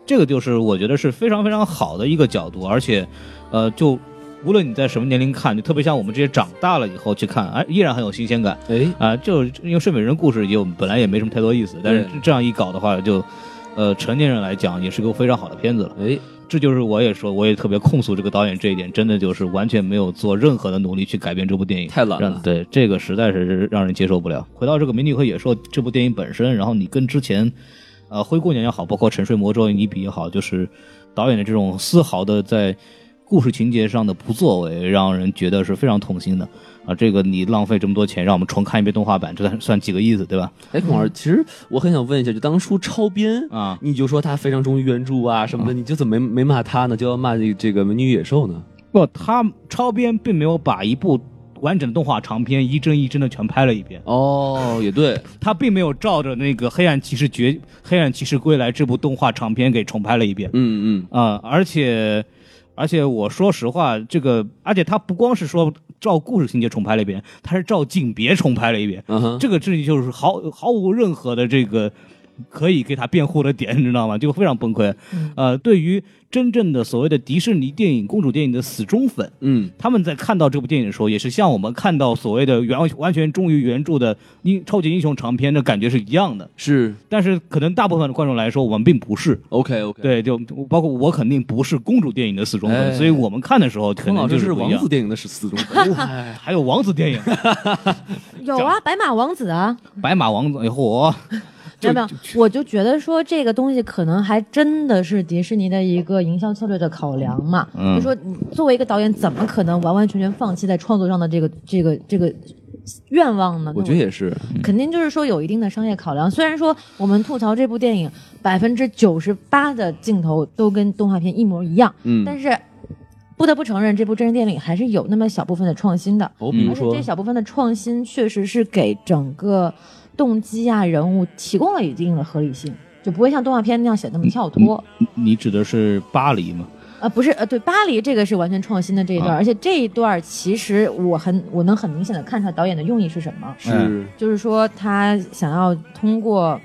Speaker 2: 这个就是我觉得是非常非常好的一个角度，而且，呃，就无论你在什么年龄看，就特别像我们这些长大了以后去看，哎，依然很有新鲜感。
Speaker 3: 哎，
Speaker 2: 啊，就因为睡美人故事也本来也没什么太多意思，但是
Speaker 3: 对
Speaker 2: 这样一搞的话，就，呃，成年人来讲也是个非常好的片子了。
Speaker 3: 哎，
Speaker 2: 这就是我也说，我也特别控诉这个导演这一点，真的就是完全没有做任何的努力去改变这部电影，
Speaker 3: 太懒
Speaker 2: 让
Speaker 3: 了
Speaker 2: 对，这个实在是让人接受不了。回到这个《美女和野兽》这部电影本身，然后你跟之前，呃，《灰姑娘》也好，包括《沉睡魔咒》你比也好，就是导演的这种丝毫的在故事情节上的不作为，让人觉得是非常痛心的。啊，这个你浪费这么多钱让我们重看一遍动画版，这算算几个意思，对吧？
Speaker 3: 哎，孔老师，其实我很想问一下，就当初超编
Speaker 2: 啊
Speaker 3: 你就说他非常忠于原著啊什么的，你就怎么没没骂他呢？就要骂这这个《美女与野兽》呢？
Speaker 2: 不，他超编并没有把一部完整的动画长片一帧一帧的全拍了一遍。
Speaker 3: 哦，也对，
Speaker 2: 他并没有照着那个《黑暗骑士崛黑暗骑士归来》这部动画长片给重拍了一遍
Speaker 3: 嗯嗯，
Speaker 2: 啊、而且而且我说实话，这个而且他不光是说照故事情节重拍了一遍，他是照景别重拍了一遍，
Speaker 3: 嗯哼，
Speaker 2: 这个事情就是毫毫无任何的这个可以给他辩护的点，你知道吗？就非常崩溃。
Speaker 3: 嗯
Speaker 2: 呃，对于真正的所谓的迪士尼电影、公主电影的死忠粉，
Speaker 3: 嗯，
Speaker 2: 他们在看到这部电影的时候，也是像我们看到所谓的原完全忠于原著的英超级英雄长篇的感觉是一样的。
Speaker 3: 是
Speaker 2: 但是可能大部分的观众来说，我们并不是。
Speaker 3: OK OK。，
Speaker 2: 对，就包括我肯定不是公主电影的死忠粉，
Speaker 3: 哎
Speaker 2: 所以我们看的时候可
Speaker 3: 孔
Speaker 2: 能
Speaker 3: 老
Speaker 2: 就
Speaker 3: 师是
Speaker 2: 不一
Speaker 3: 王
Speaker 2: 样
Speaker 3: 子。电影的始
Speaker 2: [laughs]
Speaker 3: 死忠粉，哎
Speaker 2: 还有王子电影，
Speaker 1: 有啊，白马王子啊，
Speaker 2: 白马王子，哎嚯，
Speaker 1: 没有没有，我就觉得说这个东西可能还真的是迪士尼的一个营销策略的考量嘛。
Speaker 2: 嗯
Speaker 1: 就说你作为一个导演，怎么可能完完全全放弃在创作上的这个这个这个愿望呢？
Speaker 3: 我觉得也是，
Speaker 2: 嗯
Speaker 1: 那我肯定就是说有一定的商业考量。虽然说我们吐槽这部电影百分之九十八的镜头都跟动画片一模一样，
Speaker 3: 嗯，
Speaker 1: 但是不得不承认，这部真人电影还是有那么小部分的创新的。
Speaker 3: 我比
Speaker 1: 而
Speaker 2: 嗯
Speaker 3: 如
Speaker 1: 且
Speaker 3: 嗯说
Speaker 1: 这，小部分的创新确实是给整个动机啊、人物提供了一定的合理性，就不会像动画片那样显得那么跳脱。
Speaker 3: 嗯
Speaker 2: 你指的是巴黎吗？
Speaker 1: 呃，不是，呃，对，巴黎这个是完全创新的这一段，
Speaker 2: 啊
Speaker 1: 而且这一段其实我很我能很明显的看出来导演的用意是什么，
Speaker 2: 哎
Speaker 3: 是
Speaker 1: 就是说他想要通过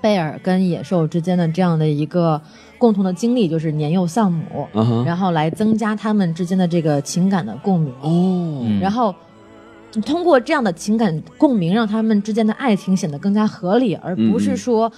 Speaker 1: 贝尔跟野兽之间的这样的一个共同的经历，就是年幼丧母，
Speaker 3: 啊哈，
Speaker 1: 然后来增加他们之间的这个情感的共鸣。
Speaker 3: 哦，
Speaker 2: 嗯
Speaker 1: 然后通过这样的情感共鸣，让他们之间的爱情显得更加合理，而不
Speaker 3: 嗯嗯
Speaker 1: 是说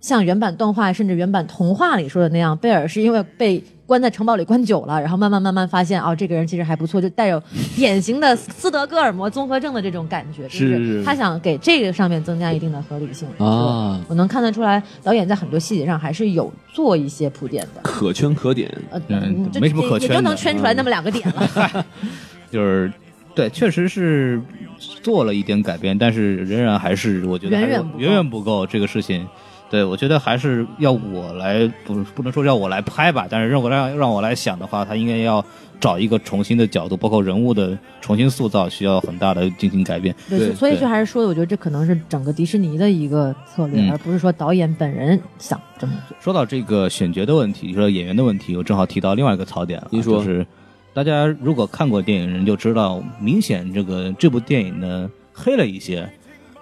Speaker 1: 像原版动画甚至原版童话里说的那样，贝尔是因为被。关在城堡里关久了，然后慢慢慢慢发现哦，这个人其实还不错，就
Speaker 2: [laughs]
Speaker 1: 带有典型的斯德哥尔摩综合症的这种感觉，就是
Speaker 3: 是
Speaker 1: 他想给这个上面增加一定的合理性
Speaker 3: 啊
Speaker 1: 对我能看得出来，导演在很多细节上还是有做一些铺垫的，
Speaker 3: 可圈可点，
Speaker 1: 呃，
Speaker 2: 嗯
Speaker 1: 就
Speaker 2: 没什么可
Speaker 1: 也
Speaker 2: 圈
Speaker 1: 就
Speaker 2: 的嗯
Speaker 1: 能圈出来那么两个点了。
Speaker 2: 就是，对，确实是做了一点改变，但是仍然还是我觉得还是
Speaker 1: 远远不够
Speaker 2: 远远不够这个事情。对，我觉得还是要我来，不不能说要我来拍吧，但是让我让让我来想的话，他应该要找一个重新的角度，包括人物的重新塑造，需要很大的进行改变。
Speaker 1: 对，
Speaker 3: 对
Speaker 1: 所以
Speaker 2: 对
Speaker 1: 就还是说，我觉得这可能是整个迪士尼的一个策略，
Speaker 2: 嗯
Speaker 1: 而不是说导演本人想这么做。
Speaker 2: 说到这个选角的问题，你说演员的问题，我正好提到另外一个槽点了，
Speaker 3: 您说
Speaker 2: 就是大家如果看过电影的人就知道，明显这个这部电影呢黑了一些，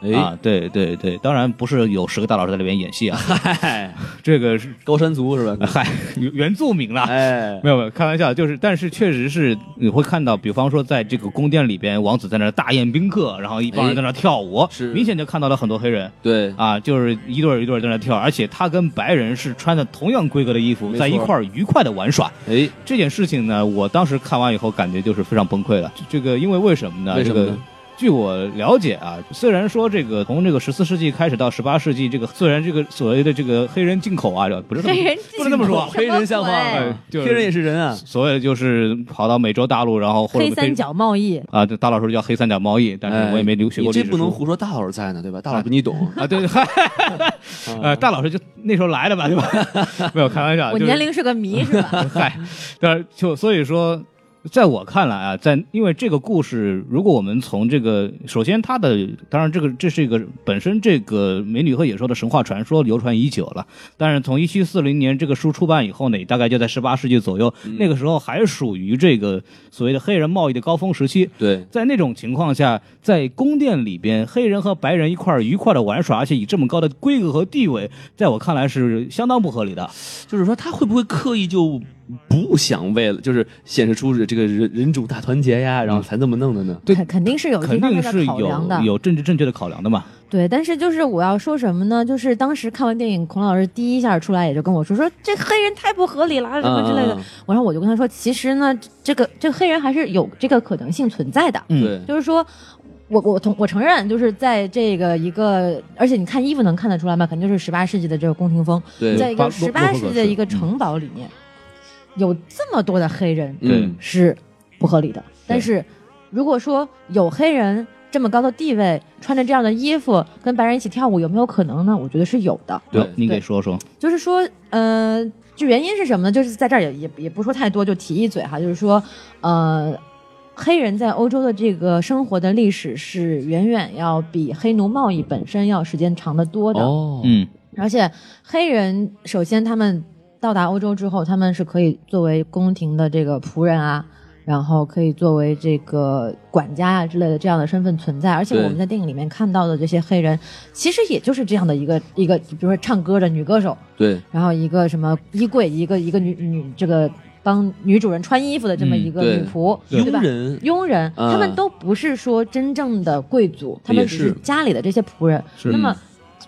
Speaker 3: 哎，
Speaker 2: 啊，对对对，当然不是有十个大老师在里边演戏啊，
Speaker 3: [laughs] 嗨，
Speaker 2: 这个是
Speaker 3: 高山族是吧？
Speaker 2: 嗨原原住民啦。
Speaker 3: [laughs] 哎，
Speaker 2: 没有没有，开玩笑，就是，但是确实是你会看到，比方说在这个宫殿里边，王子在那儿大宴宾客，然后一帮人在那儿跳舞，
Speaker 3: 哎是
Speaker 2: 明显就看到了很多黑人
Speaker 3: 对，
Speaker 2: 啊，就是一对儿一对儿在那儿跳，而且他跟白人是穿的同样规格的衣服，
Speaker 3: 没
Speaker 2: 在一
Speaker 3: 错
Speaker 2: 块儿愉快的玩耍。
Speaker 3: 哎，
Speaker 2: 这件事情呢，我当时看完以后感觉就是非常崩溃了。这这个因为为什么呢？
Speaker 3: 为什么呢
Speaker 2: 这个据我了解啊，虽然说这个从这个十四世纪开始到十八世纪，这个虽然这个所谓的这个黑人进口啊，这不是这么
Speaker 1: 黑人
Speaker 2: 不能这么说，
Speaker 3: 黑人像话吗
Speaker 1: 什么
Speaker 2: 哎就是
Speaker 3: 黑人也是人啊，
Speaker 2: 所谓的就是跑到美洲大陆，然后或者
Speaker 1: 黑三角贸易，
Speaker 2: 啊，这大老师叫黑三角贸易，但是我也没留学过
Speaker 3: 哎
Speaker 2: 历
Speaker 3: 你
Speaker 2: 史
Speaker 3: 这不能
Speaker 2: 书
Speaker 3: 胡说，大佬在呢，对吧？大佬比你懂。
Speaker 2: 啊，对， [laughs] 嗨，
Speaker 3: 啊
Speaker 2: 呃，大老师就那时候来的吧，对
Speaker 3: [laughs]
Speaker 2: 吧？没有开玩
Speaker 1: 我
Speaker 2: 笑，啊就是
Speaker 1: 年龄是个
Speaker 2: [laughs]
Speaker 1: 谜，是吧？
Speaker 2: 嗨，但是哎就所以说，在我看来啊，在因为这个故事，如果我们从这个首先它的，当然这个这是一个本身这个美女和野兽的神话传说流传已久了，但是从一七四零年这个书出版以后呢，也大概就在十八世纪左右，那个时候还属于这个所谓的黑人贸易的高峰时期。
Speaker 3: 对，
Speaker 2: 在那种情况下，在宫殿里边，黑人和白人一块儿愉快的玩耍，而且以这么高的规格和地位，在我看来是相当不合理的。
Speaker 3: 就是说他会不会刻意就不想为了，就是显示出这个人人种大团结呀，然后才这么弄的呢？
Speaker 2: 对
Speaker 1: 肯肯定是有这
Speaker 2: 肯
Speaker 1: 方
Speaker 2: 定
Speaker 1: 面的
Speaker 2: 是
Speaker 1: 考量的
Speaker 2: 有，有政治正确的考量的嘛。
Speaker 1: 对。但是就是我要说什么呢？就是当时看完电影，孔老师第一下出来也就跟我说说这黑人太不合理了啊什么之类的
Speaker 3: 嗯嗯。
Speaker 1: 我然后我就跟他说，其实呢，这个这个黑人还是有这个可能性存在的，
Speaker 3: 嗯，对，
Speaker 1: 就是说。我我同我承认，就是在这个一个，而且你看衣服能看得出来吗？肯定就是十八世纪的这个宫廷风，
Speaker 3: 对
Speaker 1: 在一个
Speaker 2: 巴
Speaker 1: 十
Speaker 2: 洛
Speaker 1: 八
Speaker 2: 洛
Speaker 1: 世
Speaker 2: 夫
Speaker 1: 纪
Speaker 2: 格
Speaker 1: 的
Speaker 2: 式
Speaker 1: 一个城堡里面，有这么多的黑人
Speaker 3: 对
Speaker 2: 嗯
Speaker 1: 是不合理的。但是如果说有黑人这么高的地位，穿着这样的衣服跟白人一起跳舞，有没有可能呢？我觉得是有的。
Speaker 3: 对
Speaker 2: 啊你
Speaker 1: 对
Speaker 2: 给说说。
Speaker 1: 就是说，呃，就原因是什么呢？就是在这儿也也也不说太多，就提一嘴哈，就是说，呃，黑人在欧洲的这个生活的历史是远远要比黑奴贸易本身要时间长得多的。
Speaker 3: 哦，
Speaker 2: 嗯，
Speaker 1: 而且黑人首先他们到达欧洲之后，他们是可以作为宫廷的这个仆人啊，然后可以作为这个管家啊之类的这样的身份存在。而且
Speaker 3: 对
Speaker 1: 我们在电影里面看到的这些黑人，其实也就是这样的一个一个，比如说唱歌的女歌手，
Speaker 3: 对，
Speaker 1: 然后一个什么衣柜，一个一个女女这个帮女主人穿衣服的这么
Speaker 2: 嗯
Speaker 1: 一个
Speaker 3: 对
Speaker 1: 女仆，对吧
Speaker 3: 庸？人
Speaker 1: 佣人，
Speaker 3: 啊
Speaker 1: 他们都不是说真正的贵族，他们
Speaker 3: 也
Speaker 1: 只
Speaker 3: 是
Speaker 1: 是家里的这些仆人。
Speaker 2: 是
Speaker 1: 那么，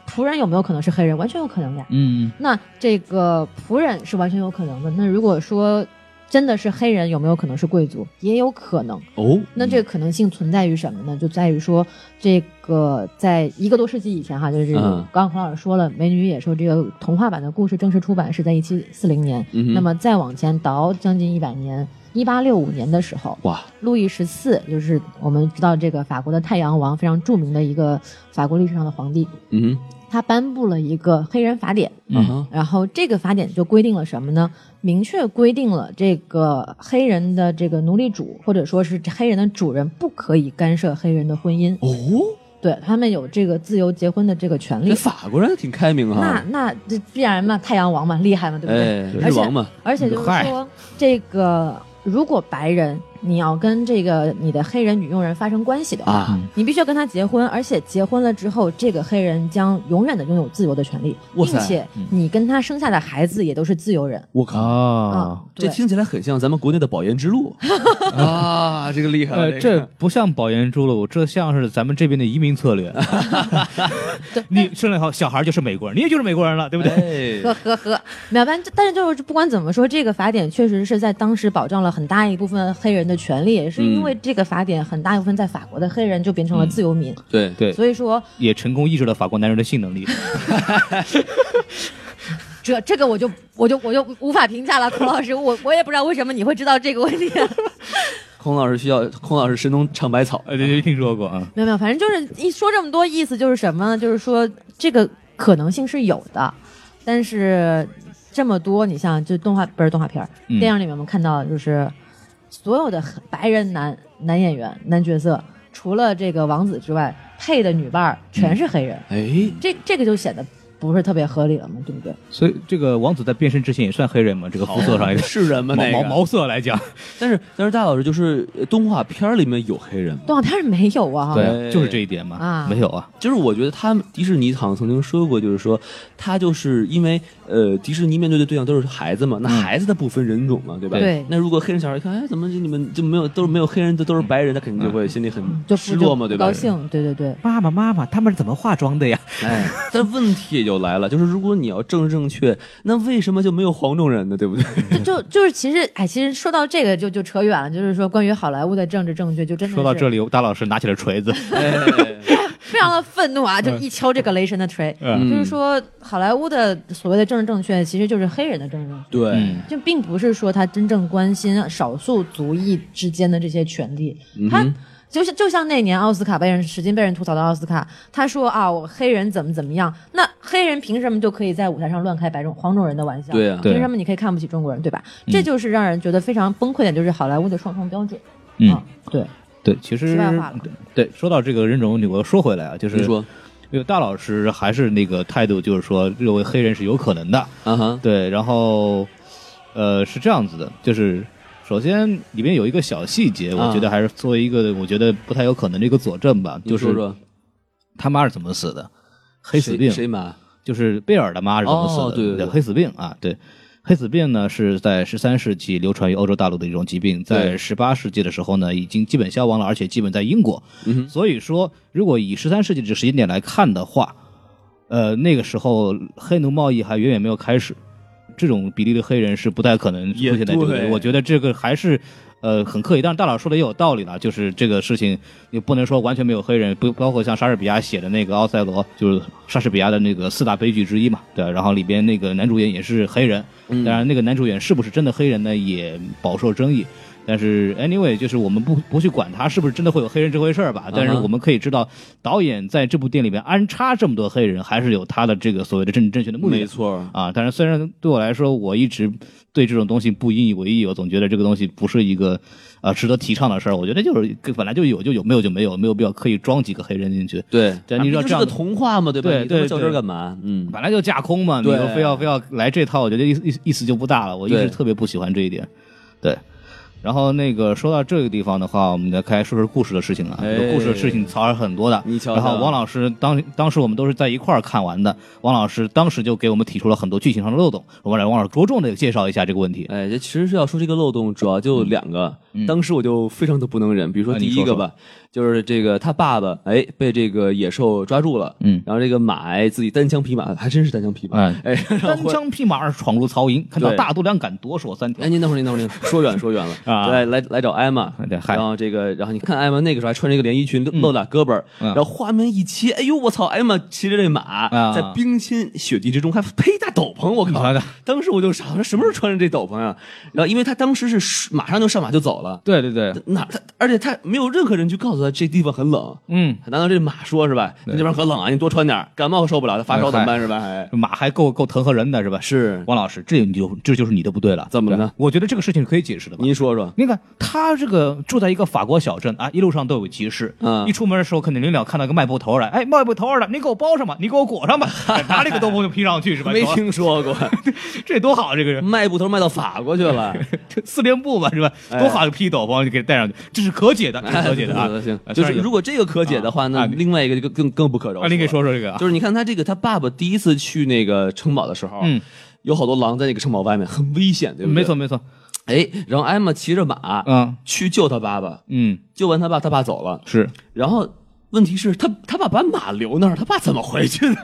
Speaker 1: 仆人有没有可能是黑人？完全有可能的呀。
Speaker 2: 嗯，
Speaker 1: 那这个仆人是完全有可能的。那如果说真的是黑人，有没有可能是贵族？也有可能。
Speaker 3: 哦，
Speaker 1: 那这个可能性存在于什么呢？就在于说，这个在一个多世纪以前哈，就是
Speaker 3: 嗯
Speaker 1: 刚刚孔老师说了，《美女与野兽》这个童话版的故事正式出版是在一七四零年，
Speaker 3: 嗯哼
Speaker 1: 那么再往前倒将近一百年，一八六五年的时候，
Speaker 3: 哇，
Speaker 1: 路易十四就是我们知道这个法国的太阳王，非常著名的一个法国历史上的皇帝，
Speaker 3: 嗯
Speaker 1: 他颁布了一个黑人法典，
Speaker 3: 哼，啊哈，
Speaker 1: 然后这个法典就规定了什么呢？明确规定了这个黑人的这个奴隶主或者说是黑人的主人不可以干涉黑人的婚姻，
Speaker 3: 哦，
Speaker 1: 对他们有这个自由结婚的这个权利
Speaker 3: 这。法国人挺开明
Speaker 1: 那
Speaker 3: 啊，
Speaker 1: 那这必然嘛，太阳王嘛，厉害嘛，对不对？
Speaker 3: 哎，
Speaker 1: 而
Speaker 3: 日
Speaker 1: 且
Speaker 3: 王嘛，
Speaker 1: 而且就是说，这个如果白人你要跟这个你的黑人女佣人发生关系的话，
Speaker 3: 啊，
Speaker 1: 你必须要跟他结婚，而且结婚了之后，这个黑人将永远的拥有自由的权利，并
Speaker 3: 哇塞嗯
Speaker 1: 且你跟他生下的孩子也都是自由人
Speaker 3: 我
Speaker 2: 嗯
Speaker 3: 靠，
Speaker 1: 啊
Speaker 2: 啊，。
Speaker 3: 这
Speaker 1: 对
Speaker 3: 听起来很像咱们国内的保研之
Speaker 1: [laughs]
Speaker 3: 路啊，这个厉害了，
Speaker 2: 呃，这不像保研之路，这像是咱们这边的移民策略。 [laughs] 你生了以后，小孩就是美国人，你也就是美国人了，对不对？
Speaker 3: 个
Speaker 1: 呵
Speaker 3: 哎，
Speaker 1: 呵 [laughs] 呵，秒班。但是就是不管怎么说，这个法典确实是在当时保障了很大一部分黑人的权利，也是因为这个法典很大一部分在法国的黑人就变成了自由民，
Speaker 3: 对嗯对，
Speaker 2: 对，
Speaker 1: 所以说
Speaker 2: 也成功抑制了法国男人的性能力。
Speaker 1: 这这个我就我就我就无法评价了，孔老师，我我也不知道为什么你会知道这个问题。
Speaker 3: 孔老师需要孔老师神农尝百草，
Speaker 2: [laughs] 呃，对对，听说过啊。
Speaker 1: 没有没有，反正就是一说这么多，意思就是什么呢？就是说这个可能性是有的，但是这么多，你像就动画不是动画片儿，
Speaker 2: 嗯
Speaker 1: 电影里面我们看到就是所有的白人男男演员男角色，除了这个王子之外，配的女伴儿全是黑人，
Speaker 3: 哎，
Speaker 1: 这这个就显得不是特别合理了嘛，对不对？
Speaker 2: 所以这个王子在变身之前也算黑人嘛？这个肤色上也是
Speaker 3: 是人
Speaker 1: 啊
Speaker 3: 吗？
Speaker 2: 毛
Speaker 3: 那
Speaker 2: 毛
Speaker 3: 个
Speaker 2: 毛色来讲，
Speaker 3: 但是但是大老师就是呃动画片儿里面有黑人吗？
Speaker 1: 动画片儿没有啊，
Speaker 2: 对，就是这一点嘛
Speaker 1: 啊，
Speaker 2: 没有啊。
Speaker 3: 就是我觉得他们迪士尼好像曾经说过，就是说他就是因为呃迪士尼面对的对象都是孩子嘛，那孩子他不分人种嘛，对
Speaker 1: 嗯
Speaker 3: 吧？
Speaker 1: 对
Speaker 3: 那如果黑人小孩一看，哎，怎么你们就没有都是没有黑人的都是白人，他肯定就会心里很
Speaker 1: 嗯就不
Speaker 3: 失落嘛，
Speaker 1: 就
Speaker 3: 对
Speaker 1: 不高
Speaker 3: 吧？
Speaker 1: 兴，对对对。
Speaker 2: 妈妈，妈妈，他们是怎么化妆的呀？
Speaker 3: 哎，但问题也题就来了，就是如果你要政治正确，那为什么就没有黄种人呢？对不对？
Speaker 1: 就就就是其实哎，其实说到这个就就扯远了，就是说关于好莱坞的政治正确，就真的
Speaker 2: 说到
Speaker 1: 是哎
Speaker 2: 这里，大老师拿起了锤子，
Speaker 1: 非常的愤怒啊，就一敲这个雷神的锤，
Speaker 3: [laughs]
Speaker 2: 嗯
Speaker 1: 就是说好莱坞的所谓的政治正确，其实就是黑人的政治正确。
Speaker 3: 对，
Speaker 2: 嗯
Speaker 1: 就并不是说他真正关心少数族裔之间的这些权利，他就是就像那年奥斯卡被人使劲被人吐槽的奥斯卡，他说啊，我黑人怎么怎么样，那黑人凭什么就可以在舞台上乱开白种黄种人的玩笑？
Speaker 3: 对啊
Speaker 2: 对
Speaker 1: 凭什么你可以看不起中国人，对吧？这就是让人觉得非常崩溃的，就是好莱坞的双重标准。
Speaker 2: 嗯
Speaker 1: 啊，对，
Speaker 2: 对，其实
Speaker 1: 题外话了
Speaker 2: 对，说到这个人种问题，我说回来啊，就是
Speaker 3: 你说
Speaker 2: 因为大老师还是那个态度，就是说认为黑人是有可能的，
Speaker 3: 啊哈，
Speaker 2: 对，然后呃是这样子的，就是首先里面有一个小细节，
Speaker 3: 啊
Speaker 2: 我觉得还是作为一个我觉得不太有可能的一个佐证吧，
Speaker 3: 你
Speaker 2: 就是
Speaker 3: 说说
Speaker 2: 他妈是怎么死的，黑死
Speaker 3: 谁
Speaker 2: 病，
Speaker 3: 谁买？
Speaker 2: 就是贝尔的妈是怎么死的？
Speaker 3: 哦对对对
Speaker 2: 黑死病啊，对。黑死病呢是在十三世纪流传于欧洲大陆的一种疾病，在
Speaker 3: 对
Speaker 2: 十八世纪的时候呢已经基本消亡了，而且基本在英国。
Speaker 3: 嗯哼
Speaker 2: 所以说，如果以十三世纪这时间点来看的话，呃，那个时候黑奴贸易还远远没有开始，这种比例的黑人是不太可能出
Speaker 3: 也
Speaker 2: 现在这
Speaker 3: 对
Speaker 2: 个。我觉得这个还是。呃，很刻意，但是大佬说的也有道理了，就是这个事情你不能说完全没有黑人，不包括像莎士比亚写的那个《奥赛罗》，就是莎士比亚的那个四大悲剧之一嘛，对吧，然后里边那个男主演也是黑人，当然那个男主演是不是真的黑人呢，也饱受争议。但是 anyway，就是我们不不去管他是不是真的会有黑人这回事儿吧，但是
Speaker 3: 嗯哼
Speaker 2: 我们可以知道，导演在这部电影里面安插这么多黑人，还是有他的这个所谓的政治正确的目的的。
Speaker 3: 没错，
Speaker 2: 啊，但是虽然对我来说，我一直对这种东西不引以为意，我总觉得这个东西不是一个呃值得提倡的事儿。我觉得就是跟本来就有就有，没有就没有，没有必要刻意装几个黑人进去。
Speaker 3: 对，啊
Speaker 2: 对你知道
Speaker 3: 这
Speaker 2: 这样
Speaker 3: 是个童话嘛，对吧？
Speaker 2: 对
Speaker 3: 你他妈
Speaker 2: 对
Speaker 3: 较真儿干嘛？嗯，
Speaker 2: 本来就架空嘛，你
Speaker 3: 对
Speaker 2: 说非要非要来这套，我觉得意思意思意思就不大了。我一
Speaker 3: 对
Speaker 2: 直特别不喜欢这一点，对。然后那个说到这个地方的话，我们再开始说说故事的事情啊。
Speaker 3: 哎
Speaker 2: 有故事的事情槽是很多的，
Speaker 3: 你瞧瞧
Speaker 2: 然后王老师当当时我们都是在一块儿看完的，王老师当时就给我们提出了很多剧情上的漏洞，我们来王老师着重的介绍一下这个问题。啊
Speaker 3: 哎，这其实是要说这个漏洞，主要就两个。当时我就非常的不能忍，比如嗯说
Speaker 2: 啊
Speaker 3: 第
Speaker 2: 你
Speaker 3: 一
Speaker 2: 说
Speaker 3: 个
Speaker 2: 说
Speaker 3: 吧，就是这个他爸爸哎被这个野兽抓住了，
Speaker 2: 嗯
Speaker 3: 然后这个马哎自己单枪匹马，还真是单枪匹马，
Speaker 2: 哎
Speaker 3: 哎，然后
Speaker 2: 单
Speaker 3: 回。
Speaker 2: 枪匹马闯入曹营，看到
Speaker 3: 对
Speaker 2: 大肚量敢夺是我三条
Speaker 3: 哎，。您等会儿，您等会儿，您说远说远了
Speaker 2: 啊哎
Speaker 3: 来来来找艾玛
Speaker 2: 对，嗨
Speaker 3: 然后这个，然后你看艾玛那个时候还穿着一个连衣裙，露俩胳膊儿，
Speaker 2: 嗯
Speaker 3: 然后画面一切，哎呦我操，艾玛骑着这马
Speaker 2: 啊，嗯
Speaker 3: 在冰天雪地之中还披一大斗篷，我靠
Speaker 2: 好的！
Speaker 3: 当时我就傻了，我说什么时候穿着这斗篷呀？然后因为他当时是马上就上马就走了，
Speaker 2: 对对对，
Speaker 3: 哪他，而且他没有任何人去告诉他这地方很冷。
Speaker 2: 嗯，
Speaker 3: 难道这马说是吧？那边很冷啊，你多穿点儿，感冒受不了，发烧怎么办是吧？哎，
Speaker 2: 马还够够疼和人的是吧？
Speaker 3: 是，
Speaker 2: 王老师，这你就这就是你的不对了。
Speaker 3: 怎么了呢
Speaker 2: 对我觉得这个事情是可以解释的吧。
Speaker 3: 您说
Speaker 2: [laughs]
Speaker 3: 说，
Speaker 2: 你看他这个住在一个法国小镇啊，一路上都有集市。
Speaker 3: 嗯
Speaker 2: 一出门的时候，肯定领导看到一个卖布头儿的，哎，卖布头儿的，你给我包上吧，你给我裹 [laughs] 上吧，哎拿了一个斗篷就披上去是吧？
Speaker 3: 没
Speaker 2: 多
Speaker 3: 听说过，
Speaker 2: 这多好，这个人
Speaker 3: [laughs] 卖布头卖到法国去了。
Speaker 2: 这四连布嘛是吧？多好，披斗篷就给戴上去，这是可解哎的，
Speaker 3: [laughs]
Speaker 2: 这是可解的啊。
Speaker 3: 行，
Speaker 2: 啊
Speaker 3: 就是
Speaker 2: 虽然有
Speaker 3: 如果这个可解的话，那
Speaker 2: 啊
Speaker 3: 另外一个就更更不可饶恕了。
Speaker 2: 啊，您给说说这个啊，
Speaker 3: 就是你看他这个，他爸爸第一次去那个城堡的时候，啊
Speaker 2: 嗯，
Speaker 3: 有好多狼在那个城堡外面，很危险，对不对？
Speaker 2: 没错。没错，
Speaker 3: 哎，然后艾玛骑着马，
Speaker 2: 嗯
Speaker 3: 去救他爸爸，
Speaker 2: 嗯，
Speaker 3: 救完他爸，他爸走了。
Speaker 2: 是
Speaker 3: 然后问题是，他他爸把马留那儿，他爸怎么回去 [laughs] 呢？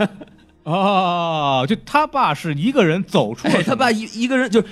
Speaker 2: 哦，就他爸是一个人走出
Speaker 3: 哎，
Speaker 2: 了
Speaker 3: 他爸一一个人就是，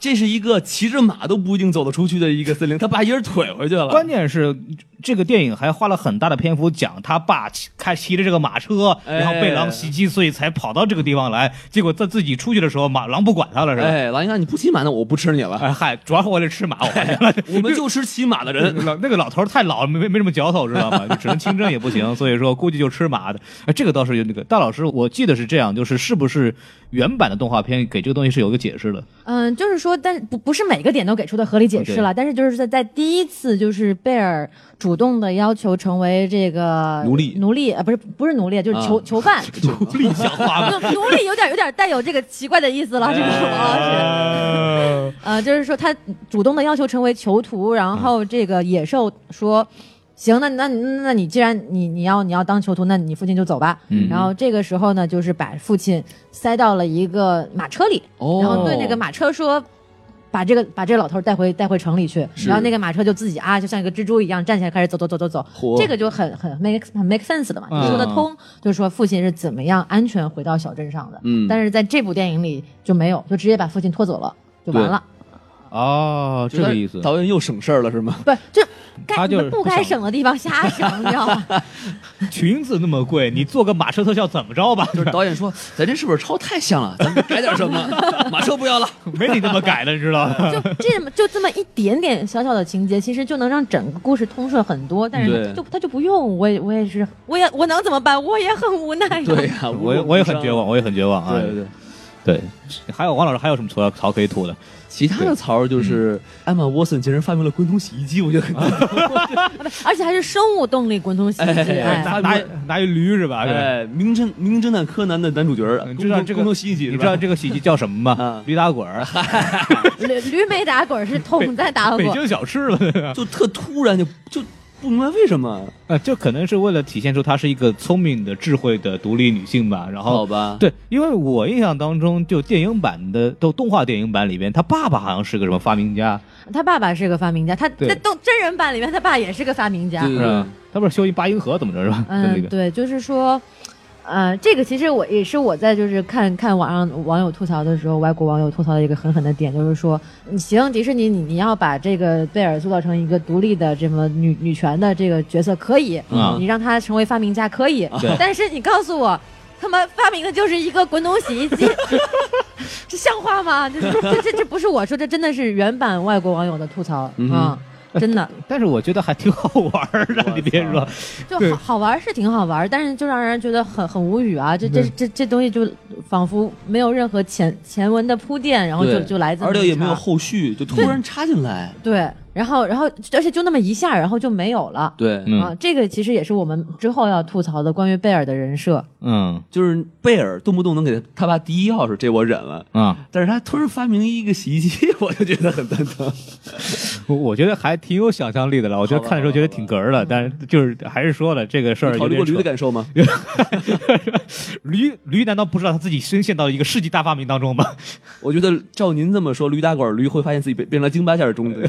Speaker 3: 这是一个骑着马都不一定走得出去的一个森林，他爸一人腿回去了。
Speaker 2: 关键是这个电影还花了很大的篇幅讲他爸骑开骑着这个马车，
Speaker 3: 哎
Speaker 2: 然后被狼袭击，所以才跑到这个地方来。结果在自己出去的时候，马狼不管他了，是吧？
Speaker 3: 哎，狼一看你不骑马，那我不吃你了，
Speaker 2: 哎嗨，主要是为了吃马，我发现了。
Speaker 3: 我们就吃骑马的哎人。
Speaker 2: 老 [laughs] 那个老头儿太老了，没没没什么嚼头，知道
Speaker 3: [laughs]
Speaker 2: 吗？就只能清蒸也不行，所以说估计就吃马的。哎，这个倒是有那个大老师，我记得是这样，就是是不是原版的动画片给这个东西是有一个解释的？
Speaker 1: 嗯，就是说，但不不是每个点都给出的合理解释了，但是就是在在第一次，就是贝尔主动的要求成为这个
Speaker 3: 奴隶啊
Speaker 1: 奴隶啊、呃不是不是奴隶，就是囚、囚
Speaker 3: [laughs]
Speaker 1: 犯，
Speaker 2: 独立讲话 [laughs] 吗？
Speaker 1: 奴 [laughs] 奴隶有点有点带有这个奇怪的意思了，这个
Speaker 3: 哎
Speaker 1: 王老师，
Speaker 2: 呃
Speaker 1: 呃，就是说他主动的要求成为囚徒，然后这个野兽说。行，那那那那你既然你你要你要当囚徒，那你父亲就走吧。
Speaker 3: 嗯
Speaker 1: 然后这个时候呢，就是把父亲塞到了一个马车里，
Speaker 3: 哦
Speaker 1: 然后对那个马车说：“把这个把这个老头带回带回城里去，
Speaker 3: 是
Speaker 1: 然后那个马车就自己啊，就像一个蜘蛛一样站起来开始走走走走走
Speaker 3: 嚯，
Speaker 1: [laughs] 这个就很很 make 很 make sense 的嘛，
Speaker 2: 嗯
Speaker 1: 你说得通，就是说父亲是怎么样安全回到小镇上的，
Speaker 3: 嗯
Speaker 1: 但是在这部电影里就没有，就直接把父亲拖走了。就完了，
Speaker 2: 哦，这个意思。
Speaker 3: 导演又省事儿了是吗？
Speaker 1: 不是就
Speaker 2: 他
Speaker 1: 该
Speaker 2: 就是
Speaker 1: 不
Speaker 2: 不
Speaker 1: 该
Speaker 2: 想
Speaker 1: 省的地方瞎省，你知道吗？
Speaker 4: 裙子那么贵，你做个马车特效怎么着吧？
Speaker 3: [laughs] 就是导演说，咱这是不是抄太像了？咱们改点什 [laughs] 么？马车不要了，
Speaker 4: 没你那么改的，你知道吗？
Speaker 1: 就这么就这么一点点小小的情节，其实就能让整个故事通顺很多。但是
Speaker 3: 对
Speaker 1: 他就他就不用，我也我也是，我也我能怎么办？我也很无奈啊呀。
Speaker 3: 对呀、 [laughs]
Speaker 2: [laughs]
Speaker 3: 无
Speaker 2: 我也
Speaker 3: 功
Speaker 2: 我也
Speaker 3: 无
Speaker 2: 很
Speaker 3: 赏
Speaker 2: 绝。望，我也很绝望啊！
Speaker 3: 对对对，
Speaker 2: 对还有王老师还有什么槽槽可以吐的？
Speaker 3: 其他的槽儿就是艾玛沃森竟然发明了滚筒洗衣机，我觉得很
Speaker 1: [laughs] 而且还是生物动力滚
Speaker 3: [laughs]
Speaker 1: 筒洗衣机。
Speaker 3: 哎
Speaker 1: 哎
Speaker 4: 拿拿拿一驴是吧？对。
Speaker 3: [laughs] 哎，名侦名侦探柯南的男主角儿，
Speaker 2: 你知道
Speaker 3: 公
Speaker 2: 这个
Speaker 3: 公头洗衣机
Speaker 2: 你
Speaker 3: 是
Speaker 2: 知道
Speaker 3: 吧？
Speaker 2: 这个喜剧叫什么 [laughs] 吗
Speaker 3: 嗯？
Speaker 2: 驴打滚儿，
Speaker 1: 驴驴没打滚是桶在打
Speaker 4: 北
Speaker 1: 滚。
Speaker 4: 京小吃了，对吧？
Speaker 3: 就特突然就就不明白为什么，
Speaker 2: [laughs] 呃，就可能是为了体现出她是一个聪明的、智慧的独立女性吧。然后
Speaker 3: 好吧？
Speaker 2: 对，因为我印象当中，就电影版的，都动画电影版里边，他爸爸好像是个什么发明家，
Speaker 1: 他爸爸是个发明家，他
Speaker 2: 对
Speaker 1: 在动真人版里面他爸也是个发明家
Speaker 3: 对。
Speaker 2: 是吧？他不是修一八音盒怎么着是吧？那
Speaker 1: 嗯，
Speaker 2: 个
Speaker 1: 对，就是说。呃，这个其实我也是我在就是看看网上网友吐槽的时候，外国网友吐槽的一个狠狠的点，就是说，嗯行，迪士尼你你要把这个贝尔塑造成一个独立的这么女女权的这个角色可以，
Speaker 2: 啊
Speaker 1: 你让她成为发明家可以，
Speaker 2: 对
Speaker 1: 但是你告诉我，他们发明的就是一个滚筒洗衣机， [laughs] 这像话吗？这这这这这不是我说，这真的是原版外国网友的吐槽
Speaker 3: 嗯哼
Speaker 1: 啊、真的。
Speaker 2: 但是我觉得还挺好玩儿
Speaker 3: [laughs]
Speaker 2: 的，你别说，
Speaker 1: 就
Speaker 2: 对
Speaker 1: 好好玩儿是挺好玩儿，但是就让人觉得很很无语啊！这这
Speaker 2: 对
Speaker 1: 这这东西就仿佛没有任何前 [laughs] 前文的铺垫，然后就
Speaker 3: 对
Speaker 1: 就来这么
Speaker 3: 而
Speaker 1: 一
Speaker 3: 且也没有
Speaker 1: 茬
Speaker 3: 后续，就突然插进来，
Speaker 1: 对，然后然后而且就那么一下，然后就没有了。
Speaker 3: 对，
Speaker 1: 啊
Speaker 2: 嗯，
Speaker 1: 这个其实也是我们之后要吐槽的关于贝尔的人设。
Speaker 2: 嗯
Speaker 3: 就是贝尔动不动能给他爸第一钥匙，这我忍了。
Speaker 2: 啊，
Speaker 3: 但是他突然发明一个洗衣机， [laughs] 我就觉得很蛋疼。
Speaker 2: 我我觉得还挺有想象力的了。我觉得看的时候觉得挺哏儿的，但是就是还是说了这个事儿有
Speaker 3: 考虑过
Speaker 2: 点
Speaker 3: 驴的
Speaker 2: 扯。
Speaker 3: 感受吗？ [laughs]
Speaker 2: [laughs] 驴驴难道不知道他自己深陷到一个世纪大发明当中
Speaker 3: [laughs]
Speaker 2: 吗？
Speaker 3: 我觉得照您这么说，驴打滚儿驴会发现自己变变成京八件儿
Speaker 2: [laughs]
Speaker 3: 中的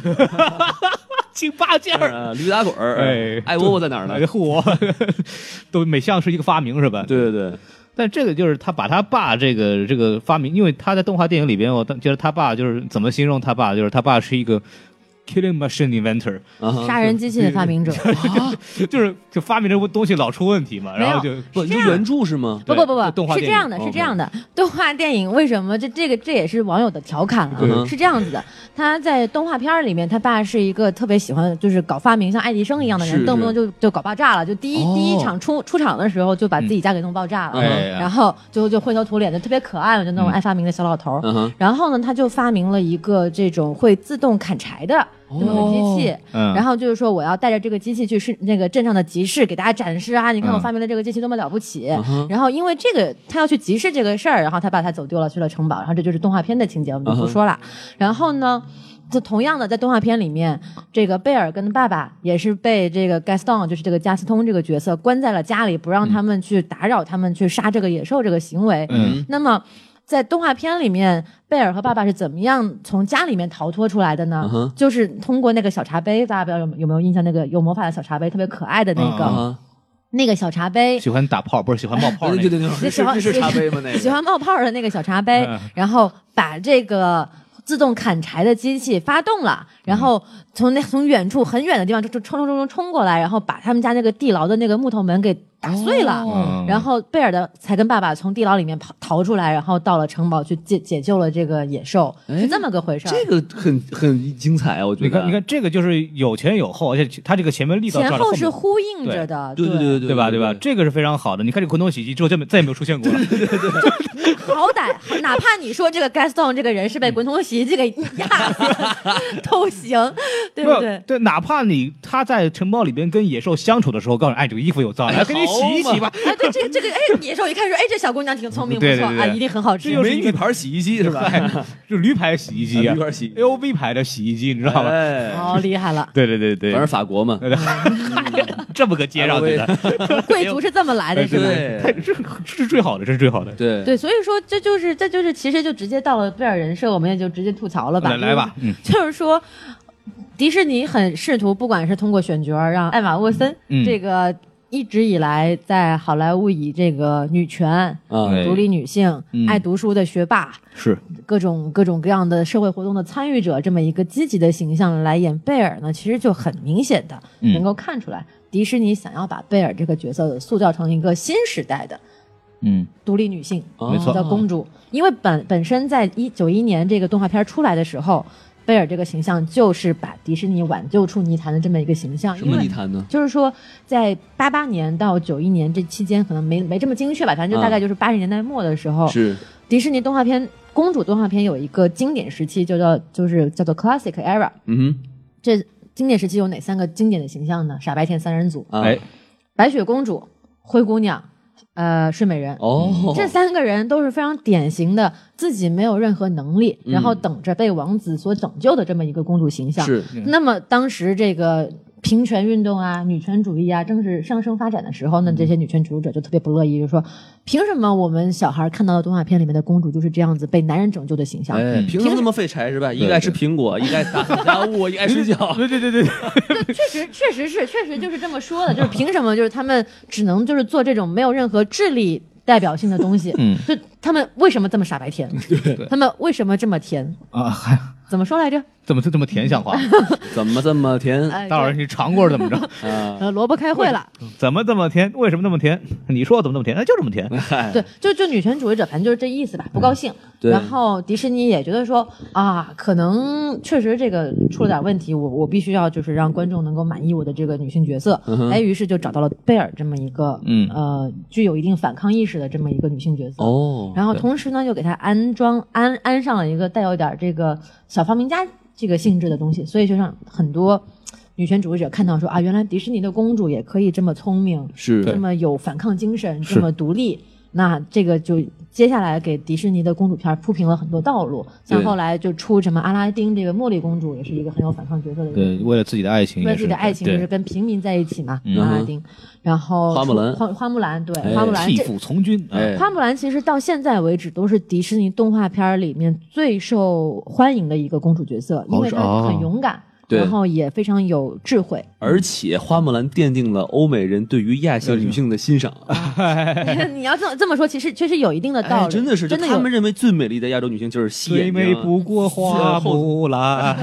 Speaker 2: 请八件儿，
Speaker 3: 呃驴打滚儿，
Speaker 2: 哎
Speaker 3: 爱窝窝在哪儿呢
Speaker 2: 哎？
Speaker 3: [laughs]
Speaker 2: 护我，都每项是一个发明是吧？
Speaker 3: 对对对，
Speaker 2: 但这个就是他把他爸这个这个发明，因为他在动画电影里边，我当觉得他爸就是怎么形容他爸，就是他爸是一个 killing machine inventor，
Speaker 3: 啊哈
Speaker 1: 杀人机器的发明者，
Speaker 2: 就是就发明这东西老出问题嘛，
Speaker 1: 没有
Speaker 2: 然后就
Speaker 3: 不，你原著是吗？
Speaker 1: 不
Speaker 2: 对
Speaker 1: 不不
Speaker 2: 就动
Speaker 1: 不，
Speaker 2: 画
Speaker 1: 是
Speaker 2: 电
Speaker 1: 这样
Speaker 2: 影嗯
Speaker 1: 的，是这样的。动画电影为什么这这个这也是网友的调侃
Speaker 2: 嗯
Speaker 3: 对
Speaker 1: 啊？是这样子的，他在动画片儿里面，他爸是一个特别喜欢就是搞发明，像爱迪生一样的
Speaker 3: 是
Speaker 1: 人，
Speaker 3: 是
Speaker 1: 动不动就就搞爆炸了。就第一
Speaker 3: 哦
Speaker 1: 第一场出出场的时候，就把自己家给弄爆炸
Speaker 3: 嗯
Speaker 1: 了，
Speaker 2: 哎
Speaker 1: 然后就就灰头土脸的，特别可爱，就那种
Speaker 2: 嗯
Speaker 1: 爱发明的小老头儿。
Speaker 3: 嗯哼，
Speaker 1: 然后呢，他就发明了一个这种会自动砍柴的这么个机器，
Speaker 2: 嗯，
Speaker 1: 然后就是说，我要带着这个机器去市那个镇上的集市给大家展示啊！你看我
Speaker 2: 嗯
Speaker 1: 发明的这个机器多么了不起。
Speaker 3: 哼
Speaker 1: 然后因为这个他要去集市这个事儿，然后他把他走丢了，去了城堡。然后这就是动画片的情节，我们就不说了。然后呢，就同样的在动画片里面，这个贝尔跟爸爸也是被这个 Gaston，就是这个加斯通这个角色关在了家里，不让他们去打扰他们去杀这个野兽这个行为。
Speaker 2: 嗯
Speaker 1: 那么。在动画片里面，贝尔和爸爸是怎么样从家里面逃脱出来的呢
Speaker 3: 嗯哼
Speaker 1: 就是通过那个小茶杯，大家不知道有有没有印象？那个有魔法的小茶杯，特别可爱的那个、
Speaker 3: 啊哈，
Speaker 1: 那个小茶杯，
Speaker 2: 喜欢打炮，不是喜欢冒泡那
Speaker 3: 对
Speaker 2: 个，
Speaker 3: 对对，
Speaker 1: 喜
Speaker 3: 对
Speaker 1: 欢
Speaker 3: 是是是茶杯吗？那
Speaker 1: 喜
Speaker 3: 个
Speaker 1: 欢冒泡的那个小茶杯
Speaker 2: 嗯，
Speaker 1: 然后把这个自动砍柴的机器发动
Speaker 3: 嗯
Speaker 1: 了，然后从那从远处很远的地方就就冲冲冲冲冲过来，然后把他们家那个地牢的那个木头门给打碎
Speaker 3: 哦
Speaker 1: 了。
Speaker 2: 嗯
Speaker 1: 然后贝尔的才跟爸爸从地牢里面跑逃出来，然后到了城堡去解解救了这个野兽，
Speaker 3: 哎
Speaker 1: 是这么个回事儿。
Speaker 3: 这个很很精彩啊，我觉
Speaker 2: 你
Speaker 3: 得。
Speaker 2: 看你看这个就是有前有后，而且他这个前面力道
Speaker 1: 前
Speaker 2: 照着
Speaker 1: 后
Speaker 2: 后
Speaker 1: 是
Speaker 2: 面。
Speaker 1: 呼应着的，
Speaker 3: 对，对对对
Speaker 2: 对吧？对吧？这个是非常好的。你看这滚筒洗衣机之后，就没再也没有出现过了。
Speaker 1: 好歹哪怕你说这个 Gaston 这个人是被滚筒洗衣机给压死都行，对不对？
Speaker 2: 对，哪怕你他在城堡里边跟野兽相处的时候，告诉你，哎，这个衣服有脏，来给你洗一洗吧。
Speaker 1: 哎，对，这个这个，哎，野兽一看说，哎，这小姑娘挺聪明，不
Speaker 2: 对
Speaker 1: 错
Speaker 2: 对
Speaker 1: 啊，
Speaker 2: 对
Speaker 1: 一定很好
Speaker 2: 这
Speaker 1: 吃
Speaker 2: 就。
Speaker 3: 美女牌洗衣机是吧？ [laughs]
Speaker 2: 哎就驴牌洗衣机、啊
Speaker 3: 啊，驴牌洗衣机
Speaker 2: l v 牌的洗衣机，你知道吗？
Speaker 3: 哎，
Speaker 1: 哦
Speaker 2: [laughs]
Speaker 1: 好厉害了，
Speaker 2: 对对对对，
Speaker 3: 反正法国嘛，
Speaker 2: 对对
Speaker 4: 这么个接上去的，
Speaker 1: 贵族是这么
Speaker 2: 哎
Speaker 1: 来的，是吧？
Speaker 4: 太这这是最好的，这是最好的。
Speaker 3: 对
Speaker 1: 对，所以说这就是这就是其实就直接到了贝尔人设，我们也就直接吐槽了吧。
Speaker 2: 来来吧，嗯，
Speaker 1: [laughs] 就是说。迪士尼很试图，不管是通过选角儿让艾玛沃森、
Speaker 2: 嗯
Speaker 1: 这个一直以来在好莱坞以这个女权、
Speaker 3: 啊，
Speaker 2: 对
Speaker 1: 独立女性、
Speaker 2: 嗯
Speaker 1: 爱读书的学霸、
Speaker 3: 是
Speaker 1: 各种各种各样的社会活动的参与者这么一个积极的形象来演贝尔呢，其实就很明显的
Speaker 2: 嗯
Speaker 1: 能够看出来，迪士尼想要把贝尔这个角色塑造成一个新时代的
Speaker 2: 嗯，
Speaker 1: 独立女性
Speaker 3: 哦
Speaker 2: 没错
Speaker 1: 的公主，因为本本身在一九一年这个动画片出来的时候，贝尔这个形象就是把迪士尼挽救出泥潭的这么一个形象，
Speaker 3: 什
Speaker 1: 因
Speaker 3: 么
Speaker 1: 为
Speaker 3: 泥潭呢？
Speaker 1: 就是说，在八八年到九一年这期间，可能没没这么精确吧，反正就大概就是八十年代末的时候，
Speaker 3: 嗯是
Speaker 1: 迪士尼动画片公主动画片有一个经典时期，就叫就是叫做 Classic Era。
Speaker 3: 嗯
Speaker 1: 这经典时期有哪三个经典的形象呢？傻白甜三人组、
Speaker 3: 哼啊
Speaker 2: 哎，
Speaker 1: 白雪公主、灰姑娘、呃睡美人。
Speaker 3: 哦，
Speaker 1: 这三个人都是非常典型的自己没有任何能力，
Speaker 3: 嗯
Speaker 1: 然后等着被王子所拯救的这么一个公主形象。
Speaker 3: 是
Speaker 1: 那么当时这个平权运动啊、女权主义啊，正是上升发展的时候呢，这些女权主义者就特别不乐意，就说：凭什么我们小孩看到的动画片里面的公主就是这样子被男人拯救的形
Speaker 3: [laughs]
Speaker 1: 象？
Speaker 3: 哎，
Speaker 2: 嗯
Speaker 3: 凭什么那么废柴是吧？一个爱吃苹果，一个爱打家 [laughs] 务，一个爱睡觉。
Speaker 4: 对对对对，
Speaker 1: 确实，确实是，确实就是这么说的，就是凭什么就是他们只能就是做这种没有任何智力代表性的东西？
Speaker 2: 嗯
Speaker 1: 就他们为什么这么傻白
Speaker 3: [laughs]
Speaker 1: 甜？他们为什么这么甜？
Speaker 2: 啊，还 [laughs]
Speaker 1: 怎么说来着？
Speaker 2: 怎么这么甜？像
Speaker 1: [laughs]
Speaker 2: 话，
Speaker 3: 怎么这么甜
Speaker 1: 哎，
Speaker 2: 大老师你尝过是怎么着？
Speaker 3: 啊？
Speaker 1: 呃，萝卜开会了，
Speaker 2: 怎么这么甜？为什么那么甜？你说怎么那么甜？哎，就这么甜。
Speaker 3: 嗨，
Speaker 1: 对，就就女权主义者，反正就是这意思吧，不高兴。
Speaker 3: 嗯对
Speaker 1: 然后迪士尼也觉得说啊，可能确实这个出了点问题，我我必须要就是让观众能够满意我的这个女性角色。
Speaker 3: 嗯哼
Speaker 1: 哎，于是就找到了贝尔这么一个，
Speaker 2: 嗯
Speaker 1: 呃，具有一定反抗意识的这么一个女性角色。
Speaker 3: 哦，
Speaker 1: 然后同时呢，又给他安装安安上了一个带有点这个小发明家这个性质的东西，所以就让很多女权主义者看到说啊，原来迪士尼的公主也可以这么聪明，这
Speaker 3: 是
Speaker 1: 么有反抗精神，这么独立。那这个就接下来给迪士尼的公主片铺平了很多道路，像
Speaker 3: 对
Speaker 1: 后来就出什么阿拉丁这个茉莉公主，也是一个很有反抗角色的人。
Speaker 2: 对，为了自己的爱情也是，
Speaker 1: 为了自己的爱情，就是
Speaker 2: 对，
Speaker 1: 跟平民在一起嘛，
Speaker 2: 嗯
Speaker 1: 阿拉丁，然后
Speaker 3: 花木兰
Speaker 1: 出花花木兰，对，
Speaker 3: 哎
Speaker 1: 花木兰
Speaker 2: 弃
Speaker 1: 这
Speaker 2: 妇从军啊，
Speaker 3: 哎
Speaker 1: 花木兰其实到现在为止都是迪士尼动画片儿里面最受欢迎的一个公主角色，因为她很勇敢，
Speaker 3: 哦对
Speaker 1: 然后也非常有智
Speaker 3: [laughs]
Speaker 1: 慧。
Speaker 3: 而且花木兰奠定了欧美人对于亚裔女性的欣赏，
Speaker 1: 你要这么这么说，其实确实有一定的道理，
Speaker 3: 哎，真的是，就
Speaker 1: 真的
Speaker 3: 他
Speaker 1: 有
Speaker 3: 们。认为最美丽的亚洲女性就是细
Speaker 4: 最
Speaker 3: 眼
Speaker 4: 美
Speaker 3: 睛啊，
Speaker 4: 不过花木兰。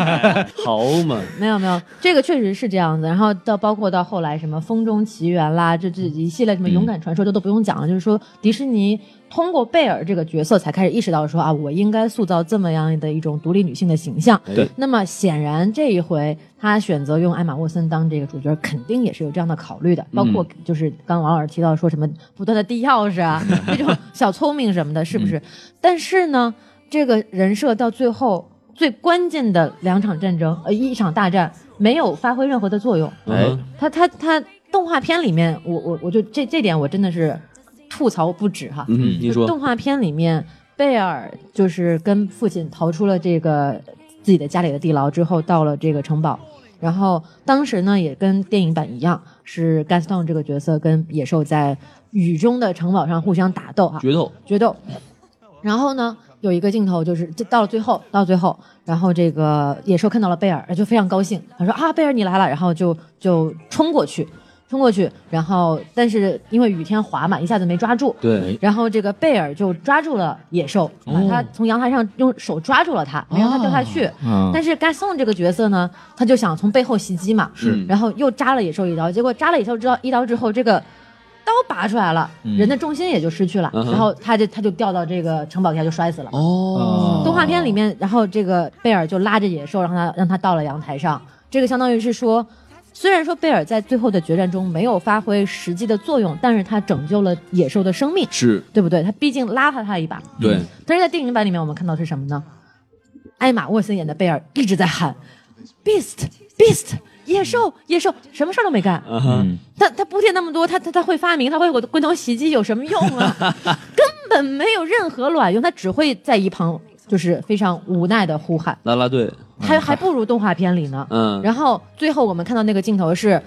Speaker 3: 好嘛，
Speaker 1: 没有没有，这个确实是这样子。然后到包括到后来什么《风中奇缘》啦，这这一系列什么勇敢传说，这都不用讲了。就是说，迪士尼通过贝尔这个角色才开始意识到说啊，我应该塑造这么样的一种独立女性的形象。
Speaker 3: 对
Speaker 1: 那么显然这一回他选择用艾玛沃森当这个主角，肯定也是有这样的考虑的，包括就是刚王老师提到说什么不断的递钥匙啊，这种小聪明什么的，是不是？但是呢，这个人设到最后最关键的两场战争，呃，一场大战没有发挥任何的作用。
Speaker 3: 哎
Speaker 2: 哎，
Speaker 1: 他他他动画片里面，我我我就这这点我真的是吐槽不止哈。
Speaker 3: 嗯，您
Speaker 1: 就
Speaker 3: 说
Speaker 1: 动画片里面，贝尔就是跟父亲逃出了这个自己的家里的地牢之后，到了这个城堡。然后当时呢，也跟电影版一样，是 Gaston 这个角色跟野兽在雨中的城堡上互相打斗哈、
Speaker 3: 决斗，
Speaker 1: 决斗。然后呢，有一个镜头就是这到了最后，到最后，然后这个野兽看到了贝尔，就非常高兴，他说啊，贝尔你来了，然后就就冲过去，冲过去，然后但是因为雨天滑嘛，一下子没抓住。
Speaker 3: 对，
Speaker 1: 然后这个贝尔就抓住了野兽，把他从阳台上用手抓住了他，没让他掉下去。
Speaker 2: 嗯，
Speaker 1: 但是 Gaston 这个角色呢，他就想从背后袭击嘛，
Speaker 3: 是
Speaker 1: 然后又扎了野兽一刀，结果扎了野兽之后一刀之后，这个刀拔出来了，人的重心也就失去了，
Speaker 3: 嗯嗯哼
Speaker 1: 然后他就他就掉到这个城堡底下就摔死了。
Speaker 3: 哦，
Speaker 1: 动画片里面，然后这个贝尔就拉着野兽，让他让他到了阳台上，这个相当于是说。虽然说贝尔在最后的决战中没有发挥实际的作用，但是他拯救了野兽的生命，
Speaker 3: 是
Speaker 1: 对不对？他毕竟拉了他一把。
Speaker 3: 嗯对，
Speaker 1: 但是在电影版里面，我们看到是什么呢？艾玛沃森演的贝尔一直在喊 “beast beast” 野兽野兽，什么事儿都没干。
Speaker 3: 啊哈，
Speaker 1: 他他补贴那么多，他他他会发明，他会滚筒洗衣机有什么用啊？根本没有任何卵用，他只会在一旁就是非常无奈的呼喊，
Speaker 3: 啦啦队，
Speaker 1: 还还不如动画片里呢。
Speaker 3: 嗯，
Speaker 1: 然后最后我们看到那个镜头是。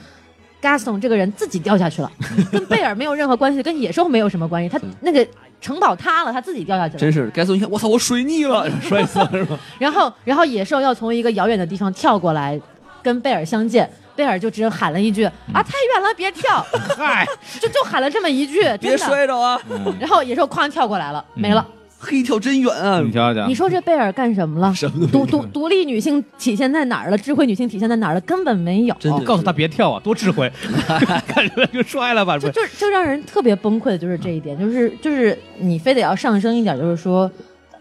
Speaker 1: Gaston 这个人自己掉下去了，跟贝尔没有任何关系，跟野兽没有什么关系，他那个城堡塌了，他自己掉下去了。
Speaker 3: 真是该松一看，我操，我水逆
Speaker 1: [laughs]
Speaker 3: 了，摔死了是吧？
Speaker 1: 然后，然后野兽要从一个遥远的地方跳过来，跟贝尔相见。贝尔就只喊了一句：“
Speaker 3: 嗯
Speaker 1: 啊，太远了，别跳！”
Speaker 4: 嗨，
Speaker 1: [laughs] 就就喊了这么一
Speaker 3: [laughs]
Speaker 1: 句，
Speaker 3: 别嗯
Speaker 1: 真的。嗯
Speaker 3: 摔着啊！
Speaker 1: 然后野兽哐跳过来了，没了。
Speaker 3: 嘿，跳真远啊！
Speaker 2: 你瞧瞧
Speaker 1: 你，说这贝尔干什么了？
Speaker 3: 什么都
Speaker 1: 独独独立女性体现在哪儿了？智慧女性体现在哪儿了？根本没有。
Speaker 3: 真的是
Speaker 2: 告诉他别跳啊，多智
Speaker 3: [laughs]
Speaker 2: 慧，看出来就摔了吧，不
Speaker 1: 就是就就让人特别崩溃的就是这一点，就是就是你非得要上升一点，就是说，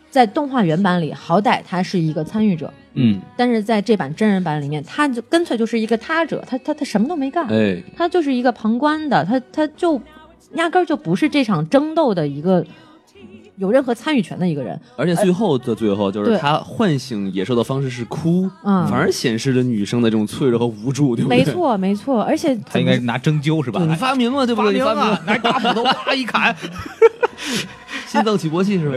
Speaker 1: 在动画原版里，好歹他是一个参与者，
Speaker 2: 嗯，
Speaker 1: 但是在这版真人版里面，他就干脆就是一个他者，他他他什么都没干，
Speaker 3: 哎，
Speaker 1: 他就是一个旁观的，他他就压根儿就不是这场争斗的一个有任何参与权的一个人。
Speaker 3: 而且最后的最后，就是
Speaker 1: 对
Speaker 3: 他唤醒野兽的方式是哭，
Speaker 1: 嗯
Speaker 3: 反而显示了女生的这种脆弱和无助，对不对？
Speaker 1: 没，错，没错，而且
Speaker 2: 他应该拿针灸是吧？哎
Speaker 3: 你 [laughs] 发明了，对不
Speaker 2: 发
Speaker 3: 对？你
Speaker 2: 明
Speaker 3: 发明
Speaker 2: 啊
Speaker 3: 了，
Speaker 2: 拿大斧头哇一
Speaker 3: [laughs]
Speaker 2: 砍，
Speaker 3: 心脏起搏器是吧？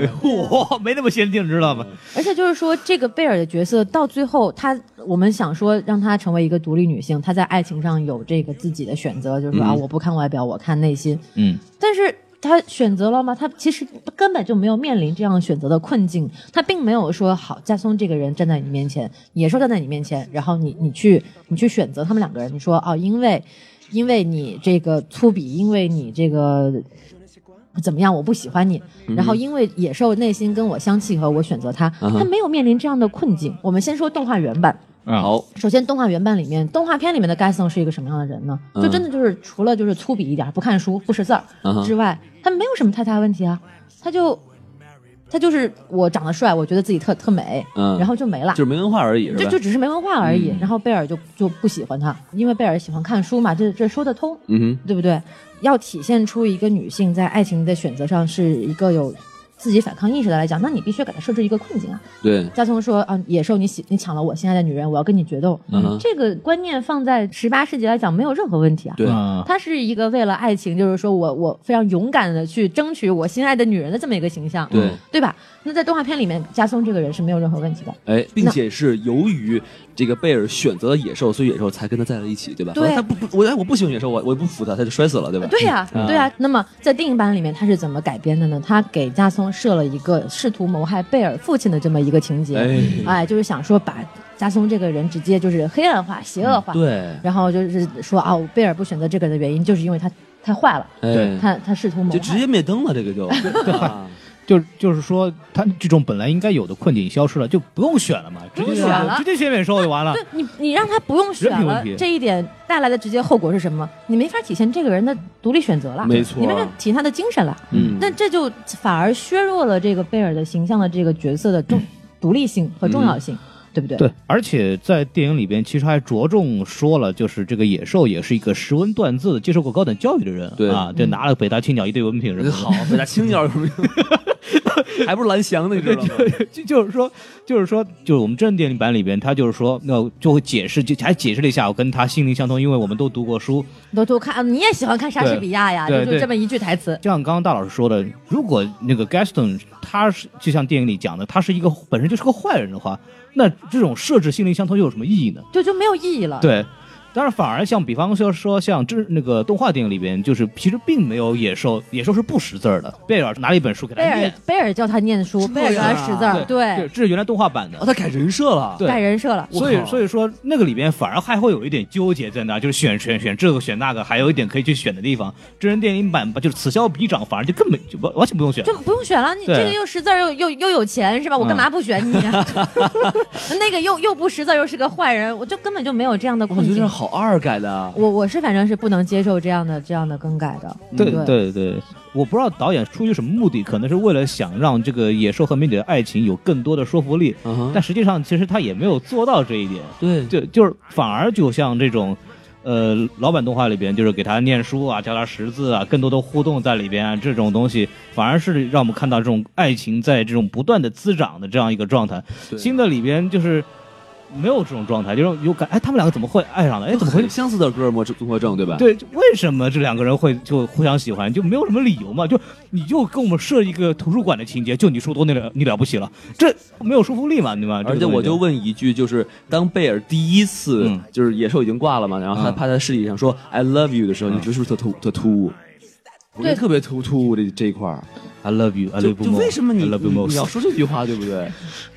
Speaker 2: 哇，没那么先进，知道吗？
Speaker 1: 而且就是说，这个贝尔的角色到最后，她我们想说让她成为一个独立女性，她在爱情上有这个自己的选择，就是说、啊，我不看外表，我看内心。
Speaker 2: 嗯，
Speaker 1: 但是她选择了吗？她其实根本就没有面临这样选择的困境，她并没有说好，加松这个人站在你面前，野兽站在你面前，然后你你去你去选择他们两个人，你说哦，因为因为你这个粗鄙，因为你这个怎么样，我不喜欢你。然后因为野兽内心跟我相契合，我选择他，
Speaker 3: 嗯嗯哼
Speaker 1: 他没有面临这样的困境。我们先说动画原版。
Speaker 2: 啊，
Speaker 3: 好，
Speaker 1: 首先，动画原版里面，动画片里面的 Gaston 是一个什么样的人呢？
Speaker 3: 嗯
Speaker 1: 就真的就是除了就是粗鄙一点，不看书、不识字儿
Speaker 3: 嗯哼
Speaker 1: 之外，他没有什么太大问题啊。他就他就是我长得帅，我觉得自己特特美，
Speaker 3: 嗯
Speaker 1: 然后就没了
Speaker 3: 就。是嗯没文化而已，是
Speaker 1: 就
Speaker 3: 吧
Speaker 1: 就？只是没文化而已，然后贝尔就就不喜欢他，因为贝尔喜欢看书嘛，这这说得通。
Speaker 3: 嗯
Speaker 1: 对不对？要体现出一个女性在爱情的选择上是一个有自己反抗意识的来讲，那你必须给她设置一个困境啊。
Speaker 3: 哼，对，
Speaker 1: 加聪说啊，野兽你喜你抢了我心爱的女人，我要跟你决斗。
Speaker 3: 嗯哼
Speaker 1: 这个观念放在十八世纪来讲没有任何问题啊。
Speaker 3: 对
Speaker 2: 啊，
Speaker 1: 他是一个为了爱情，就是说我我非常勇敢的去争取我心爱的女人的这么一个形象，
Speaker 3: 对
Speaker 1: 对吧？那在动画片里面，加松这个人是没有任何问题的。
Speaker 3: 哎，并且是由于这个贝尔选择了野兽，所以野兽才跟他在了一起，对吧？
Speaker 1: 对
Speaker 3: 他不不，我哎我不喜欢野兽，我我不服他，他就摔死了，对吧？
Speaker 1: 对呀、对呀、那么在电影版里面，他是怎么改编的呢？他给加松设了一个试图谋害贝尔父亲的这么一个情节，
Speaker 3: 哎
Speaker 1: 哎，就是想说把加松这个人直接就是黑暗化、邪恶化，
Speaker 3: 嗯对，
Speaker 1: 然后就是说啊，贝尔不选择这个的原因就是因为他太坏了，
Speaker 3: 哎，
Speaker 1: 他他试图谋害，
Speaker 3: 就直接灭灯了，这个就，啊
Speaker 2: 就是就是说，他这种本来应该有的困境消失了，就不用选了嘛，直
Speaker 1: 用
Speaker 2: 接
Speaker 1: 选了
Speaker 2: 直接选免收就完了。
Speaker 1: 对你，你让他不用选
Speaker 2: 人品
Speaker 1: 了
Speaker 2: 问题，
Speaker 1: 这一点带来的直接后果是什么？你没法体现这个人的独立选择了，
Speaker 3: 没错
Speaker 1: 你没法体现他的精神了。
Speaker 3: 嗯
Speaker 1: 那这就反而削弱了这个贝尔的形象的这个角色的重、
Speaker 2: 嗯
Speaker 1: 独立性和重要性，对不对？
Speaker 2: 对，而且在电影里边，其实还着重说了，就是这个野兽也是一个识文断字、接受过高等教育的人，
Speaker 3: 对
Speaker 2: 啊，这拿了北大青鸟一堆文凭什么
Speaker 3: [laughs]
Speaker 2: 的。
Speaker 3: 好，北大青鸟有什么 [laughs] 用？还不是蓝翔呢，你知道吗？
Speaker 2: 就就是说，就是说，就是我们真人电影版里边，他就是说，那就会解释，就还解释了一下，我跟他心灵相通，因为我们都读过书。
Speaker 1: 都都看，啊你也喜欢看莎士比亚呀，
Speaker 2: 对
Speaker 1: 就
Speaker 2: 对
Speaker 1: 就
Speaker 2: 对
Speaker 1: 这么一句台词。
Speaker 2: 就像刚刚大老师说的，如果那个 Gaston 他是就像电影里讲的，他是一个本身就是个坏人的话，那这种设置心灵相通又有什么意义呢？
Speaker 1: 就就没有意义了。
Speaker 2: 对。但是反而像比方说说像这那个动画电影里边，就是其实并没有野兽，野兽是不识字儿的。贝尔拿了一本书给他
Speaker 1: 贝尔
Speaker 2: 念，
Speaker 1: 贝尔教他念书，贝尔教他识字儿，
Speaker 2: 对，，这是原来动画版
Speaker 3: 哦，
Speaker 2: 的。
Speaker 3: 他改人设了，
Speaker 2: 对
Speaker 1: 改人设了。
Speaker 2: 所以
Speaker 3: 靠
Speaker 2: 所以说那个里边反而还会有一点纠结在那儿，就是选选选这个选那个，还有一点可以去选的地方。真人电影版吧，就是此消彼长，反而就根本就完完全不用选。
Speaker 1: 就不用选了，你
Speaker 2: 对
Speaker 1: 这个又识字儿又又又有钱是吧？我干嘛不选你、啊？ [laughs] 那个又又不识字儿又是个坏人，我就根本就没有这样的
Speaker 3: 我
Speaker 1: 困
Speaker 3: 觉得这
Speaker 1: 境。
Speaker 3: 好二改的啊，
Speaker 1: 我我是反正是不能接受这样的这样的更改的。
Speaker 2: 对
Speaker 1: 对
Speaker 2: 对对，我不知道导演出于什么目的，可能是为了想让这个野兽和美女的爱情有更多的说服力，
Speaker 3: 嗯哼
Speaker 2: 但实际上其实他也没有做到这一点，
Speaker 3: 对，
Speaker 2: 就就是反而就像这种。呃，老版动画里边就是给他念书啊，教他识字啊，更多的互动在里边啊，这种东西反而是让我们看到这种爱情在这种不断的滋长的这样一个状态。
Speaker 3: 对啊
Speaker 2: 新的里边就是没有这种状态，就是有感哎，他们两个怎么会爱上了？哎，
Speaker 3: 哎，
Speaker 2: 怎
Speaker 3: 怎
Speaker 2: 么
Speaker 3: 么
Speaker 2: 会
Speaker 3: [laughs] 会？相似的歌嘛？这综合症对吧？，
Speaker 2: 对，就为什么这两个人会就互相喜欢，就没有什么理由嘛？就你就跟我们设一个图书馆的情节，就你书多那了，你了不起了，这没有说服力嘛，对吧？这
Speaker 3: 而且
Speaker 2: 个东西
Speaker 3: 我就问一句，就是当贝尔第一次
Speaker 2: 嗯
Speaker 3: 就是野兽已经挂了嘛，然后他
Speaker 2: 嗯
Speaker 3: 趴在尸体上说 “I love you” 的时候，你觉得是不是特突特突兀？我
Speaker 1: 对
Speaker 3: 觉得特别突突兀这这一块儿，
Speaker 2: I love you, I
Speaker 3: 就
Speaker 2: love
Speaker 3: 就
Speaker 2: you more,
Speaker 3: 为什么你
Speaker 2: I love you
Speaker 3: 你
Speaker 2: most
Speaker 3: 你要说这句话对不对？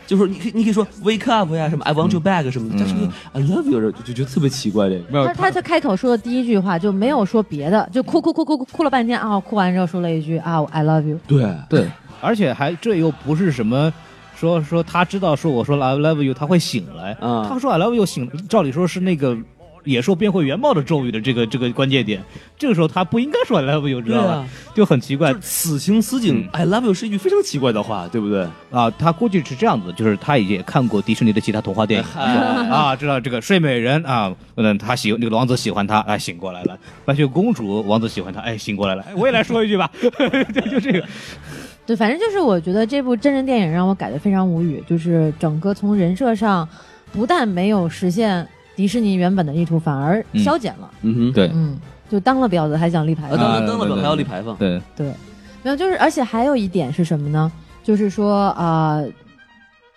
Speaker 3: 就是你可以你可以说 “wake up” 呀，什么 “I want you back” 什么的，但是 “I love you” 的时候就就觉得特别奇怪这个。
Speaker 2: 没有
Speaker 1: 他他他开口说的第一句话就没有说别的，就哭哭哭哭哭哭了半天啊，哭完之后说了一句啊，I love you。
Speaker 3: 对，
Speaker 2: [laughs] 对，而且还这又不是什么。说说他知道说我说 I love you 他会醒来，
Speaker 3: 嗯
Speaker 2: 他说 I love you 醒，照理说是那个野兽变回原貌的咒语的这个这个关键点，这个时候他不应该说 I love you 知道吧？
Speaker 3: 对啊
Speaker 2: 就很奇怪
Speaker 3: 就是，嗯此情此景，“I love you” 是一句非常奇怪的话，对不对？
Speaker 2: 啊，他估计是这样子，就是他也看过迪士尼的其他童话
Speaker 3: [laughs]
Speaker 2: 电影。
Speaker 3: 嗨
Speaker 2: 啊，知道这个睡美人啊，嗯，他喜那个王子喜欢她，哎，醒过来了；白雪公主，王子喜欢她，哎，醒过来了。哎我也来说一句吧，对，就这个，
Speaker 1: 对，反正就是我觉得这部真人电影让我感觉非常无语，就是整个从人设上，不但没有实现迪士尼原本的意图，反而
Speaker 2: 嗯
Speaker 1: 消减了。
Speaker 3: 嗯哼，
Speaker 2: 对
Speaker 1: 嗯就当了婊子还想立牌
Speaker 3: 啊，
Speaker 1: 坊。
Speaker 3: 当然当
Speaker 2: 对
Speaker 3: 了，
Speaker 2: 对
Speaker 3: 还要立牌坊。
Speaker 2: 对，
Speaker 1: 对，没有，就是而且还有一点是什么呢？就是说啊、呃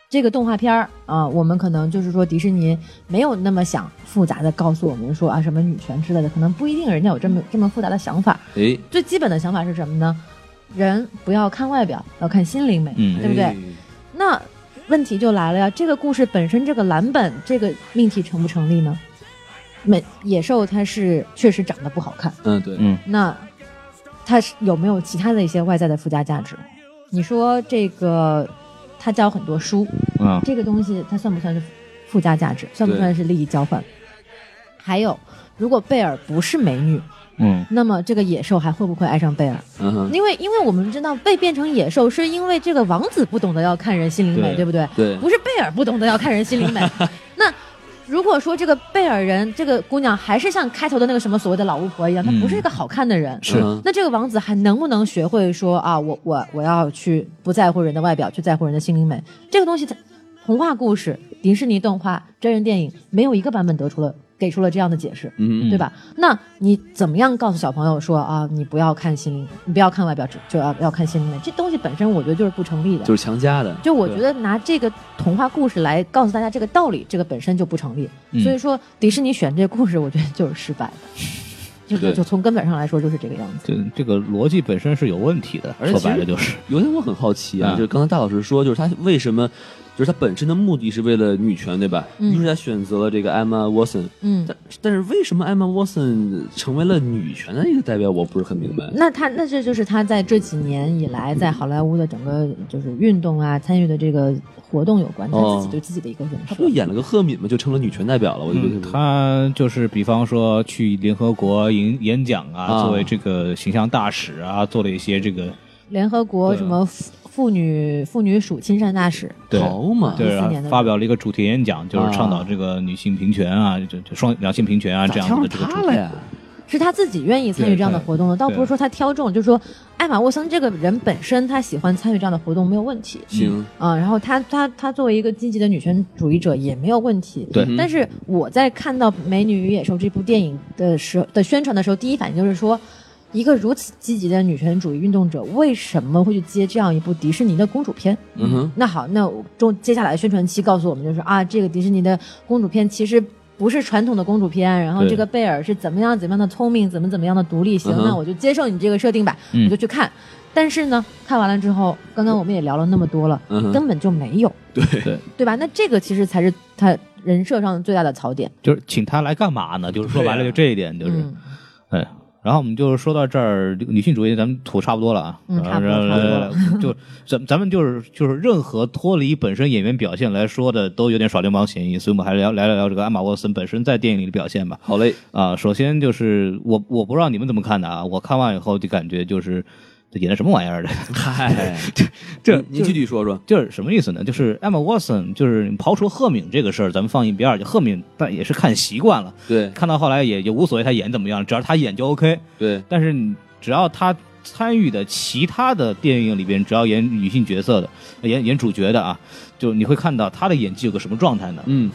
Speaker 1: 这个动画片儿啊、我们可能就是说迪士尼没有那么想复杂的告诉我们说啊什么女权之类的，可能不一定人家有这么这么复杂的想法。
Speaker 3: 哎，
Speaker 1: 最基本的想法是什么呢？人不要看外表，要看心灵美，
Speaker 2: 嗯
Speaker 1: 对不对？
Speaker 3: 哎？
Speaker 1: 那问题就来了呀，这个故事本身这个蓝本这个命题成不成立呢？美野兽它是确实长得不好看，
Speaker 3: 嗯，对，
Speaker 2: 嗯
Speaker 1: 那它是有没有其他的一些外在的附加价值？你说这个它教很多书，
Speaker 2: 啊，
Speaker 1: 这个东西它算不算是附加价值？算不算是利益交换？还有，如果贝尔不是美女，
Speaker 2: 嗯，
Speaker 1: 那么这个野兽还会不会爱上贝尔？
Speaker 3: 嗯哼，
Speaker 1: 因为因为我们知道被变成野兽是因为这个王子不懂得要看人心灵美，
Speaker 2: 对
Speaker 1: 对不对？
Speaker 3: 对，
Speaker 1: 不是贝尔不懂得要看人心灵美。那如果说这个贝尔人这个姑娘还是像开头的那个什么所谓的老巫婆一样，她
Speaker 2: 嗯
Speaker 1: 不是一个好看的人，
Speaker 2: 是
Speaker 3: 嗯
Speaker 1: 那这个王子还能不能学会说啊，我我我要去不在乎人的外表，去在乎人的心灵美？这个东西它，童话故事、迪士尼动画、真人电影没有一个版本得出了给出了这样的解释。
Speaker 3: 嗯
Speaker 1: 对吧？那你怎么样告诉小朋友说啊，你不要看心灵，你不要看外表，只就要要看心灵美？这东西本身我觉得就是不成立的。
Speaker 3: 就是强加的。
Speaker 1: 就我觉得拿这个童话故事来告诉大家这个道理，这个本身就不成立。
Speaker 2: 嗯
Speaker 1: 所以说，迪士尼选这故事，我觉得就是失
Speaker 3: [laughs]
Speaker 1: 败的。就
Speaker 3: 对
Speaker 1: 就就从根本上来说就是这个样子。
Speaker 2: 这这个逻辑本身是有问题的，
Speaker 3: 而且
Speaker 2: 说
Speaker 3: 其
Speaker 2: 白
Speaker 3: 实
Speaker 2: 了就是，
Speaker 3: 有点我很好奇啊，
Speaker 2: 啊
Speaker 3: 就是刚才大老师说，就是他为什么，就是他本身的目的是为了女权，对吧？
Speaker 1: 嗯
Speaker 3: 于是他选择了这个 Emma Watson，
Speaker 1: 嗯，
Speaker 3: 但但是为什么 Emma Watson 成为了女权的一个代表，我不是很明白。
Speaker 1: 那他那这就是他在这几年以来在好莱坞的整个就是运动啊参与的这个活动有关，他
Speaker 3: 哦
Speaker 1: 自己对自己的一个人设。
Speaker 3: 他不就演了个赫敏嘛，就成了女权代表了，我就觉得特别
Speaker 2: 他就是比方说去联合国演演讲啊，
Speaker 3: 啊
Speaker 2: 作为这个形象大使啊，做了一些这个
Speaker 1: 联合国什么妇妇女妇女属亲善大使，
Speaker 2: 对
Speaker 3: 好嘛。
Speaker 2: 对，
Speaker 1: 14
Speaker 2: 然后
Speaker 1: 年的
Speaker 2: 发表了一个主题演讲，就是倡导这个女性平权啊，就就双两性平权啊
Speaker 3: 咋
Speaker 2: 这样
Speaker 3: 挑
Speaker 2: 的
Speaker 3: 上
Speaker 2: 这个
Speaker 3: 他
Speaker 2: 主
Speaker 3: 了
Speaker 2: 题。
Speaker 3: 呀？
Speaker 1: 是他自己愿意参与
Speaker 2: 对
Speaker 1: 这样的
Speaker 2: 对
Speaker 1: 活动的，倒不
Speaker 2: 对
Speaker 1: 是说他挑中，就是说哎艾玛沃森这个人本身他喜欢参与这样的活动没有问题。
Speaker 3: 行，
Speaker 1: 啊、然后她她她作为一个积极的女权主义者也没有问题。
Speaker 2: 对
Speaker 1: 但是我在看到《美女与野兽》这部电影的时候的宣传的时候，第一反应就是说，一个如此积极的女权主义运动者，为什么会去接这样一部迪士尼的公主片？
Speaker 3: 嗯哼，
Speaker 1: 那好，那我中接下来宣传期告诉我们就是啊，这个迪士尼的公主片其实。不是传统的公主片，然后
Speaker 2: 对
Speaker 1: 这个贝尔是怎么样怎么样的聪明，怎么怎么样的独立。行
Speaker 3: 嗯，哼
Speaker 1: 那我就接受你这个设定吧，
Speaker 2: 嗯
Speaker 1: 我就去看。但是呢，看完了之后，刚刚我们也聊了那么多了，
Speaker 3: 嗯哼，
Speaker 1: 根本就没有，
Speaker 2: 对
Speaker 1: 对吧？那这个其实才是他人设上最大的槽点，
Speaker 2: 就是请他来干嘛呢？就是说白了
Speaker 3: 对
Speaker 2: 就
Speaker 3: 啊
Speaker 2: 这一点，就是、
Speaker 1: 嗯
Speaker 2: 哎。然后我们就是说到这儿，这个女性主义咱们吐差不多了啊，
Speaker 1: 嗯差不多
Speaker 2: 然后
Speaker 1: 差不多了
Speaker 2: 然后就 [laughs] 咱咱们就是就是任何脱离本身演员表现来说的，都有点耍流氓嫌疑，所以我们还聊来聊聊这个艾玛沃森本身在电影里的表现吧。
Speaker 3: 好嘞，
Speaker 2: 啊，首先就是我我不知道你们怎么看的啊，我看完以后就感觉就是这演的什么玩意儿的，
Speaker 3: 嗨， [laughs]
Speaker 2: 这
Speaker 3: 哎您具体说说，
Speaker 2: 就是什么意思呢？就是 Emma Watson，就是刨除赫敏这个事儿，咱们放一边儿，就赫敏但也是看习惯了，
Speaker 3: 对
Speaker 2: 看到后来也也无所谓她演怎么样，只要她演就 OK。
Speaker 3: 对，
Speaker 2: 但是你只要她参与的其他的电影里边，只要演女性角色的，演演主角的啊，就你会看到她的演技有个什么状态呢？
Speaker 3: 嗯，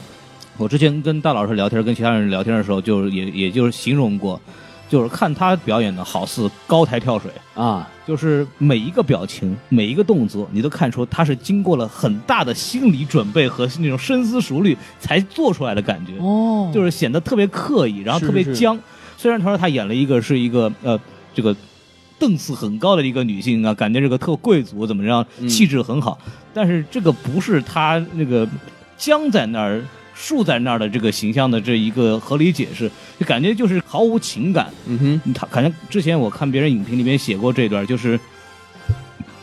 Speaker 2: 我之前跟大老师聊天，跟其他人聊天的时候，就是也也就是形容过，就是看他表演的好似高台跳水，
Speaker 3: 啊，
Speaker 2: 就是每一个表情、每一个动作，你都看出他是经过了很大的心理准备和那种深思熟虑才做出来的感觉，
Speaker 1: 哦，
Speaker 2: 就是显得特别刻意，然后
Speaker 3: 是
Speaker 2: 特别
Speaker 3: 是
Speaker 2: 僵。虽然他说他演了一个是一个呃这个档次很高的一个女性啊，感觉这个特贵族怎么样，
Speaker 3: 嗯
Speaker 2: 气质很好，但是这个不是他那个僵在那儿。竖在那儿的这个形象的这一个合理解释，就感觉就是毫无情感，
Speaker 3: 嗯哼，
Speaker 2: 他好像之前我看别人影评里面写过这段，就是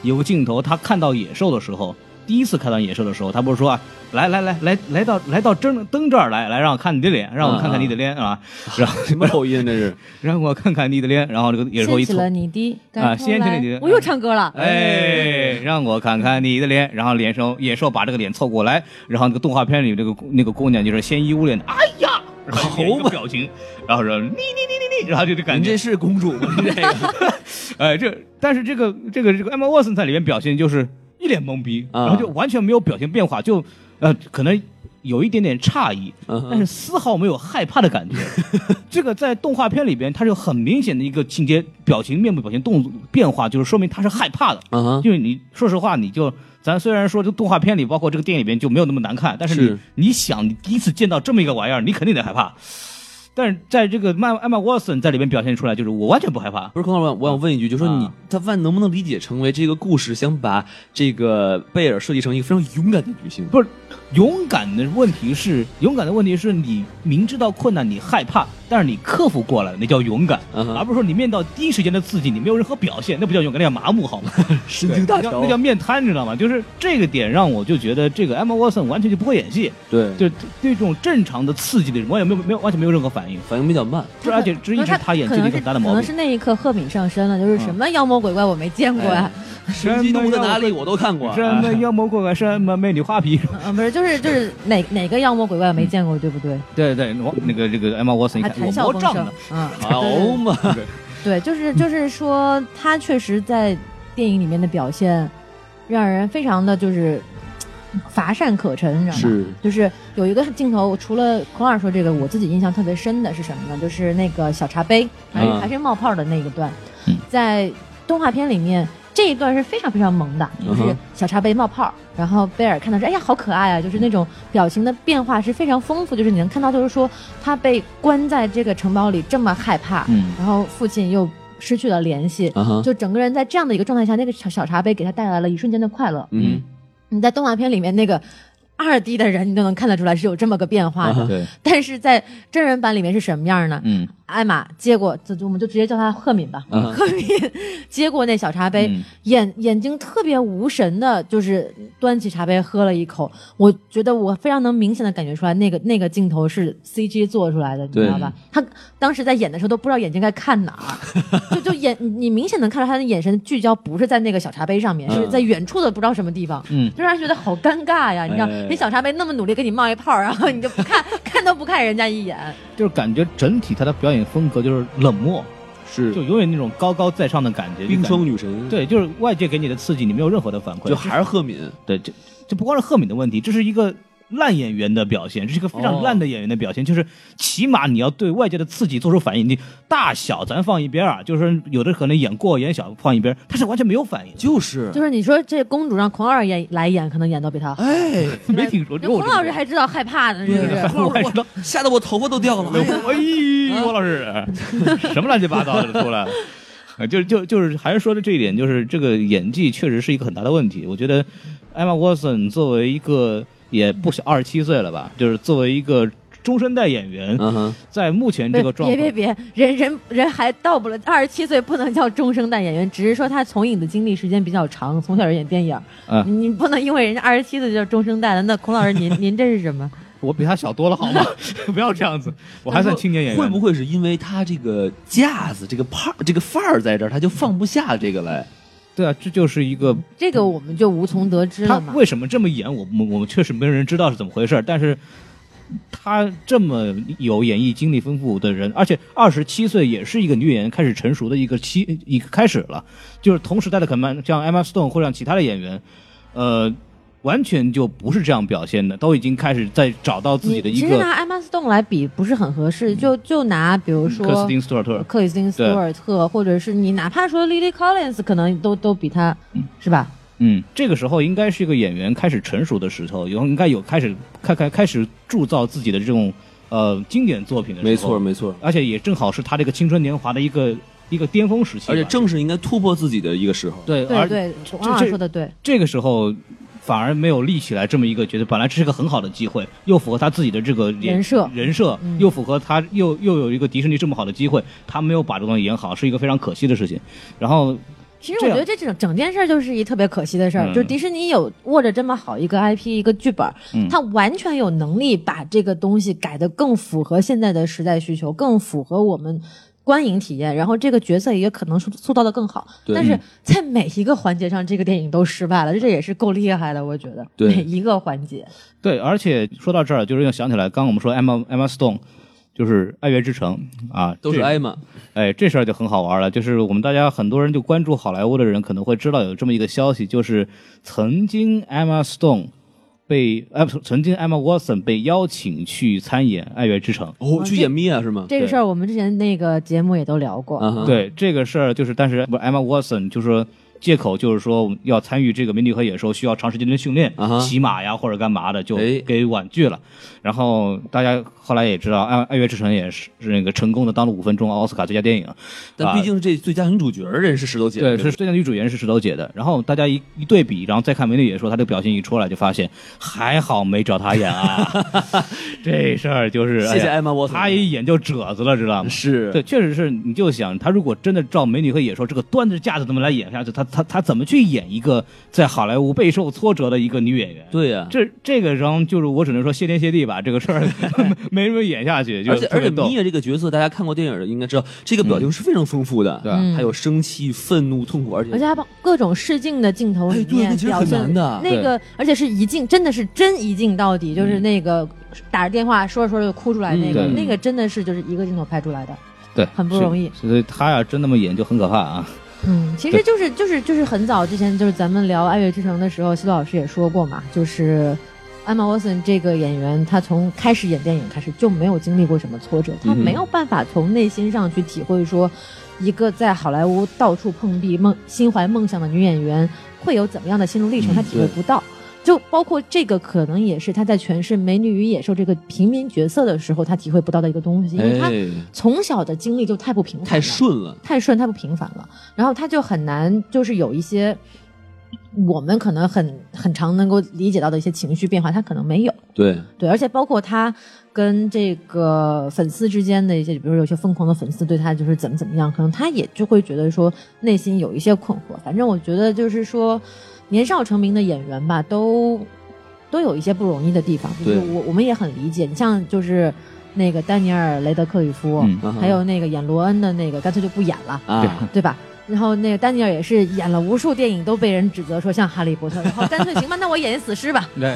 Speaker 2: 有个镜头，他看到野兽的时候，第一次看到野兽的时候，他不是说啊，来来来来来到来到灯灯这儿来来，让我看你的脸，让我看看你的脸啊，然后
Speaker 3: 什么口音这 [laughs] 是？
Speaker 2: 让我看看你的脸，然后这个野兽
Speaker 1: 掀
Speaker 2: 一
Speaker 1: 起
Speaker 2: 瞅，
Speaker 1: 了哦你的
Speaker 2: 啊
Speaker 1: 盖头
Speaker 2: 掀起了
Speaker 1: 来
Speaker 2: 你的
Speaker 1: 我又唱歌了，
Speaker 2: 哎，让我看看你的脸，然后脸兽野兽把这个脸凑过来，然后那个动画片里这个姑那个姑娘就是先一捂脸，哎呀，然后一个表情，然后说你你你你你，然后就这感觉
Speaker 3: 是公主 [laughs] 吗？这个
Speaker 2: 哎，这但是这个这个这个 Emma Watson 在里面表现就是一脸懵逼，
Speaker 3: 啊
Speaker 2: 然后就完全没有表情变化，就呃可能有一点点诧异，
Speaker 3: 嗯哼
Speaker 2: 但是丝毫没有害怕的感觉。这个在动画片里边，它是有很明显的一个情节表情、面部表情、动作变化，就是说明他是害怕的。
Speaker 3: 啊哈，
Speaker 2: 因为你说实话，你就咱虽然说这动画片里，包括这个电影里边就没有那么难看，但是你
Speaker 3: 是
Speaker 2: 你想，你第一次见到这么一个玩意儿，你肯定得害怕。但是在这个麦艾玛沃森在里边表现出来，就是我完全不害怕。
Speaker 3: [laughs] 不是，孔老板，我想问一句，就说你
Speaker 2: 啊
Speaker 3: 他万能不能理解成为这个故事想把这个贝尔设计成一个非常勇敢的女性？
Speaker 2: 不是勇敢的问题是勇敢的问题是你明知道困难你害怕，但是你克服过来了，那叫勇敢，
Speaker 3: 嗯哼
Speaker 2: 而不是说你面到第一时间的刺激，你没有任何表现，那不叫勇敢，那叫麻木，
Speaker 3: [laughs]
Speaker 2: 好吗？
Speaker 3: 神经大
Speaker 2: 那
Speaker 3: 条
Speaker 2: 叫那叫面瘫，你知道吗？就是这个点让我就觉得这个 Emma Watson 完全就不会演戏，
Speaker 3: 对，
Speaker 2: 就是对这种正常的刺激的人完全没有没有完全没有任何反应，
Speaker 3: 反应比较慢。
Speaker 2: 这而且这一直是他演技的一个很大的
Speaker 1: 可
Speaker 2: 毛
Speaker 1: 能
Speaker 2: 病嗯
Speaker 1: 是。那一刻赫敏上身了，就是什么妖魔鬼怪我没见过呀，
Speaker 3: 哎神奇动物在哪里？我都看过。啊
Speaker 2: 什么妖魔鬼怪，什么美女画皮，
Speaker 1: 啊， [laughs] 不是，就是就是哪哪个妖魔鬼怪我没见过，对不对？
Speaker 2: [laughs] 对对，我那个这个 Emma Watson 一
Speaker 1: 还
Speaker 2: 嗯看
Speaker 1: 谈
Speaker 2: 我
Speaker 1: 笑
Speaker 2: 魔
Speaker 1: 风
Speaker 2: 杖
Speaker 1: 生
Speaker 2: 呢，， [laughs]
Speaker 1: 嗯，
Speaker 3: 哦嘛，
Speaker 1: 对，就是就是说，他确实在电影里面的表现，让人非常的就是嘖乏善可陈，你知道吗？
Speaker 3: [laughs] 是
Speaker 1: 就是有一个镜头，除了孔老师说这个，我自己印象特别深的是什么呢？就是那个小茶杯还是、
Speaker 3: 啊
Speaker 1: 还是冒泡的那一段，
Speaker 2: 嗯
Speaker 1: 在动画片里面。这一段是非常非常萌的，就
Speaker 3: 嗯
Speaker 1: 是
Speaker 3: 哼
Speaker 1: 小茶杯冒泡，然后贝尔看到说：“哎呀，好可爱啊！”就是那种表情的变化是非常丰富，就是你能看到，就是说他被关在这个城堡里这么害怕，
Speaker 2: 嗯，
Speaker 1: 然后父亲又失去了联系，
Speaker 3: 啊哈，
Speaker 1: 就整个人在这样的一个状态下，那个小小茶杯给他带来了一瞬间的快乐。
Speaker 3: 嗯
Speaker 1: 你在动画片里面那个二 D 的人，你都能看得出来是有这么个变化
Speaker 3: 啊
Speaker 1: 的，
Speaker 3: 哈
Speaker 2: [laughs] 对，
Speaker 1: 但是在真人版里面是什么样呢？
Speaker 2: 嗯
Speaker 1: 艾玛接过，这我们就直接叫她赫敏吧。
Speaker 3: 啊哈
Speaker 1: 赫敏接过那小茶杯，
Speaker 2: 嗯
Speaker 1: 眼眼睛特别无神的，就是端起茶杯喝了一口。我觉得我非常能明显的感觉出来，那个那个镜头是 CG 做出来的，你知道吧？他当时在演的时候都不知道眼睛该看哪儿，就就眼你你明显能看到他的眼神聚焦不是在那个小茶杯上面，是在远处的不知道什么地方。
Speaker 2: 嗯，
Speaker 1: 就让人觉得好尴尬呀！你知道，
Speaker 3: 哎
Speaker 1: 那小茶杯那么努力给你冒一泡，然后你就不看 [laughs] 看都不看人家一眼。
Speaker 2: 就是感觉整体他的表演风格就是冷漠，
Speaker 3: 是
Speaker 2: 就永远那种高高在上的感觉，就感
Speaker 3: 冰
Speaker 2: 觉
Speaker 3: 霜女神，，
Speaker 2: 对，就是外界给你的刺激，你没有任何的反馈，
Speaker 3: 就还是赫敏。
Speaker 2: 对，这这不光是赫敏的问题，这是一个烂演员的表现，这是一个非常
Speaker 3: 哦
Speaker 2: 烂的演员的表现，就是起码你要对外界的刺激做出反应，你大小咱放一边儿啊，就是有的可能演过演小放一边儿，他是完全没有反应的，
Speaker 3: 就是
Speaker 1: 就是你说这公主让孔二演来演，可能演都比他好。
Speaker 3: 哎，
Speaker 2: 没听说。只
Speaker 1: 人
Speaker 2: 有我
Speaker 1: 孔
Speaker 2: 听
Speaker 1: 老师
Speaker 2: 说
Speaker 1: 还知道害怕呢，是不是？
Speaker 2: 我还知道，
Speaker 3: 吓得我头发都掉了。哎呀
Speaker 1: 嗯
Speaker 2: 哎，郭老师， [laughs] 什么乱七八糟的出来了？呃，就就就是还是说的这一点，就是这个演技确实是一个很大的问题。我觉得艾玛沃森作为一个也不小二十七岁了吧，就是作为一个中生代演员，
Speaker 3: 嗯哼，
Speaker 2: 在目前这个状
Speaker 1: 别别
Speaker 2: 况，
Speaker 1: 别，人人人还到不了二十七岁，不能叫中生代演员，只是说他从影的经历时间比较长，从小就演电影。
Speaker 2: 嗯
Speaker 1: 你不能因为人家二十七岁就叫中生代了。那孔老师，您您这是什么？
Speaker 2: 我比他小多了，好
Speaker 1: [laughs]
Speaker 2: 吗？不要这样子，我还算青年演员。
Speaker 3: 会不会是因为他这个架子、这个派、这个范儿在这儿，他就放不下这个来？
Speaker 2: 对啊，这就是一个
Speaker 1: 这个我们就无从得知
Speaker 2: 他
Speaker 1: 了嘛。
Speaker 2: 为什么这么演？我们我们确实没有人知道是怎么回事儿，但是他这么有演艺经历丰富的人，而且二十七岁也是一个女演员开始成熟的一个期一个开始了，就是同时代的可能像 Emma Stone 或者像其他的演员，呃。完全就不是这样表现的，都已经开始在找到自己的
Speaker 1: 你
Speaker 2: 一
Speaker 1: 其实
Speaker 2: 个
Speaker 1: 拿 Emma Stone 来比不是很合适，就就拿比如说
Speaker 2: 克嗯斯汀·斯图尔特。
Speaker 1: 克里斯汀·斯
Speaker 2: 对
Speaker 1: 图尔特，或者是你哪怕说 Lily Collins，可能都都比她是吧？
Speaker 2: 嗯，这个时候应该是一个演员开始成熟的时候，有应该有开始开开开始铸造自己的这种呃经典作品的时候。
Speaker 3: 没错，没错。
Speaker 2: 而且也正好是他这个青春年华的一个一个巅峰时期吧。
Speaker 3: 而且正是应该突破自己的一个时候。
Speaker 2: 对
Speaker 1: 对
Speaker 2: 而
Speaker 1: 对，王
Speaker 2: 这
Speaker 1: 老师
Speaker 2: 这
Speaker 1: 说的对。
Speaker 2: 这个时候反而没有立起来这么一个角色，本来这是个很好的机会，又符合他自己的这个演
Speaker 1: 人设
Speaker 2: 人设
Speaker 1: 嗯
Speaker 2: 又符合他又又有一个迪士尼这么好的机会，他没有把这个东西演好，是一个非常可惜的事情。然后
Speaker 1: 其实
Speaker 2: 这
Speaker 1: 我觉
Speaker 2: 样
Speaker 1: 得这整整件事儿就是一特别可惜的事儿，
Speaker 2: 嗯
Speaker 1: 就是迪士尼有握着这么好一个 IP 一个剧本，
Speaker 2: 嗯
Speaker 1: 他完全有能力把这个东西改得更符合现在的时代需求，更符合我们。观影体验，然后这个角色也可能塑塑造的更好，
Speaker 3: 对
Speaker 1: 但是在每一个环节上，这个电影都失败了，这也是够厉害的，我觉得。
Speaker 3: 对
Speaker 1: 每一个环节，
Speaker 2: 对，而且说到这儿，就是又想起来，刚刚我们说 Emma Emma Stone。就是《爱乐之城》啊，
Speaker 3: 都是
Speaker 2: 这
Speaker 3: 艾玛，
Speaker 2: 哎，这事儿就很好玩了。就是我们大家很多人就关注好莱坞的人，可能会知道有这么一个消息，就是曾经 Emma Stone 被呃，曾经 Emma Watson 被邀请去参演《爱乐之城》。
Speaker 3: 哦，去演蜜啊，是吗？
Speaker 1: 这个事儿我们之前那个节目也都聊过。
Speaker 2: 嗯
Speaker 3: 啊哈，
Speaker 2: 对这个事儿，就是但是不是 Emma Watson 就是说借口就是说要参与这个《美女和野兽》需要长时间的训练
Speaker 3: 啊哈
Speaker 2: 骑马呀或者干嘛的，就
Speaker 3: 哎
Speaker 2: 给婉拒了。然后大家后来也知道，《爱爱乐之城》也是是那个成功的当了五分钟奥斯卡最佳电影。
Speaker 3: 但毕竟这最佳女主角人啊是石头姐，
Speaker 2: 对，
Speaker 3: 吧
Speaker 2: 是最佳女主演是石头姐的。然后大家一一对比，然后再看美女也说她这个表现一出来，就发现还好没找她演
Speaker 3: [laughs]
Speaker 2: 啊。 [laughs] 这事儿就是，
Speaker 3: 谢谢
Speaker 2: 哎呀
Speaker 3: 艾玛沃特，
Speaker 2: 她一演就褶子了，知道吗？
Speaker 3: 是
Speaker 2: 对，确实是，你就想她如果真的照《美女和野兽》这个端着架子这么来演下去，她她她怎么去演一个在好莱坞备受挫折的一个女演员？
Speaker 3: 对呀、
Speaker 2: 这这个，然后就是我只能说谢天谢地吧，这个事儿没没什么演下去，就
Speaker 3: 而且
Speaker 2: 特
Speaker 3: 而
Speaker 2: 别
Speaker 3: 且
Speaker 2: 逗
Speaker 3: 米娅这个角色，大家看过电影的应该知道，这个表情是非常丰富的，
Speaker 2: 对吧
Speaker 1: 嗯
Speaker 3: 还有生气、愤怒、痛苦，而且
Speaker 1: 而且还把各种试镜的镜头里
Speaker 3: 哎对那
Speaker 1: 面
Speaker 3: 其实
Speaker 1: 表
Speaker 3: 很
Speaker 1: 现、
Speaker 3: 难的
Speaker 1: 那个，而且是一镜，真的是真一镜到底，就是那个打着电话说着说着就哭出来那个，
Speaker 2: 嗯对
Speaker 1: 那个真的是就是一个镜头拍出来的。
Speaker 2: 对，
Speaker 1: 很不容易
Speaker 2: 是所以她要真那么演就很可怕啊。
Speaker 1: 嗯，其实就是就是就是很早之前，就是咱们聊《爱乐之城》的时候，西多老师也说过嘛，就是。艾玛·沃森这个演员，她从开始演电影开始就没有经历过什么挫折，她
Speaker 3: 嗯哼
Speaker 1: 没有办法从内心上去体会说，一个在好莱坞到处碰壁、梦心怀梦想的女演员会有怎么样的心路历程，
Speaker 3: 嗯
Speaker 1: 她体会不到。就包括这个，可能也是她在诠释《美女与野兽》这个平民角色的时候，她体会不到的一个东西，因为她
Speaker 3: 哎，
Speaker 1: 从小的经历就太不平凡了，
Speaker 3: 太顺了，
Speaker 1: 太顺太不平凡了，然后他就很难就是有一些我们可能很很常能够理解到的一些情绪变化，他可能没有。
Speaker 3: 对，
Speaker 1: 对，而且包括他跟这个粉丝之间的一些，比如说有些疯狂的粉丝对他就是怎么怎么样，可能他也就会觉得说内心有一些困惑。反正我觉得就是说，年少成名的演员吧，都都有一些不容易的地方。就是
Speaker 3: 对
Speaker 1: 我我们也很理解，你像就是那个丹尼尔·雷德克里夫，
Speaker 2: 嗯
Speaker 3: 啊哈
Speaker 1: 还有那个演罗恩的那个，干脆就不演了。
Speaker 3: 啊，
Speaker 1: 对吧？然后那个丹尼尔也是演了无数电影，都被人指责说像哈利波特，然后干脆行吧，那我演死尸吧，
Speaker 2: 对，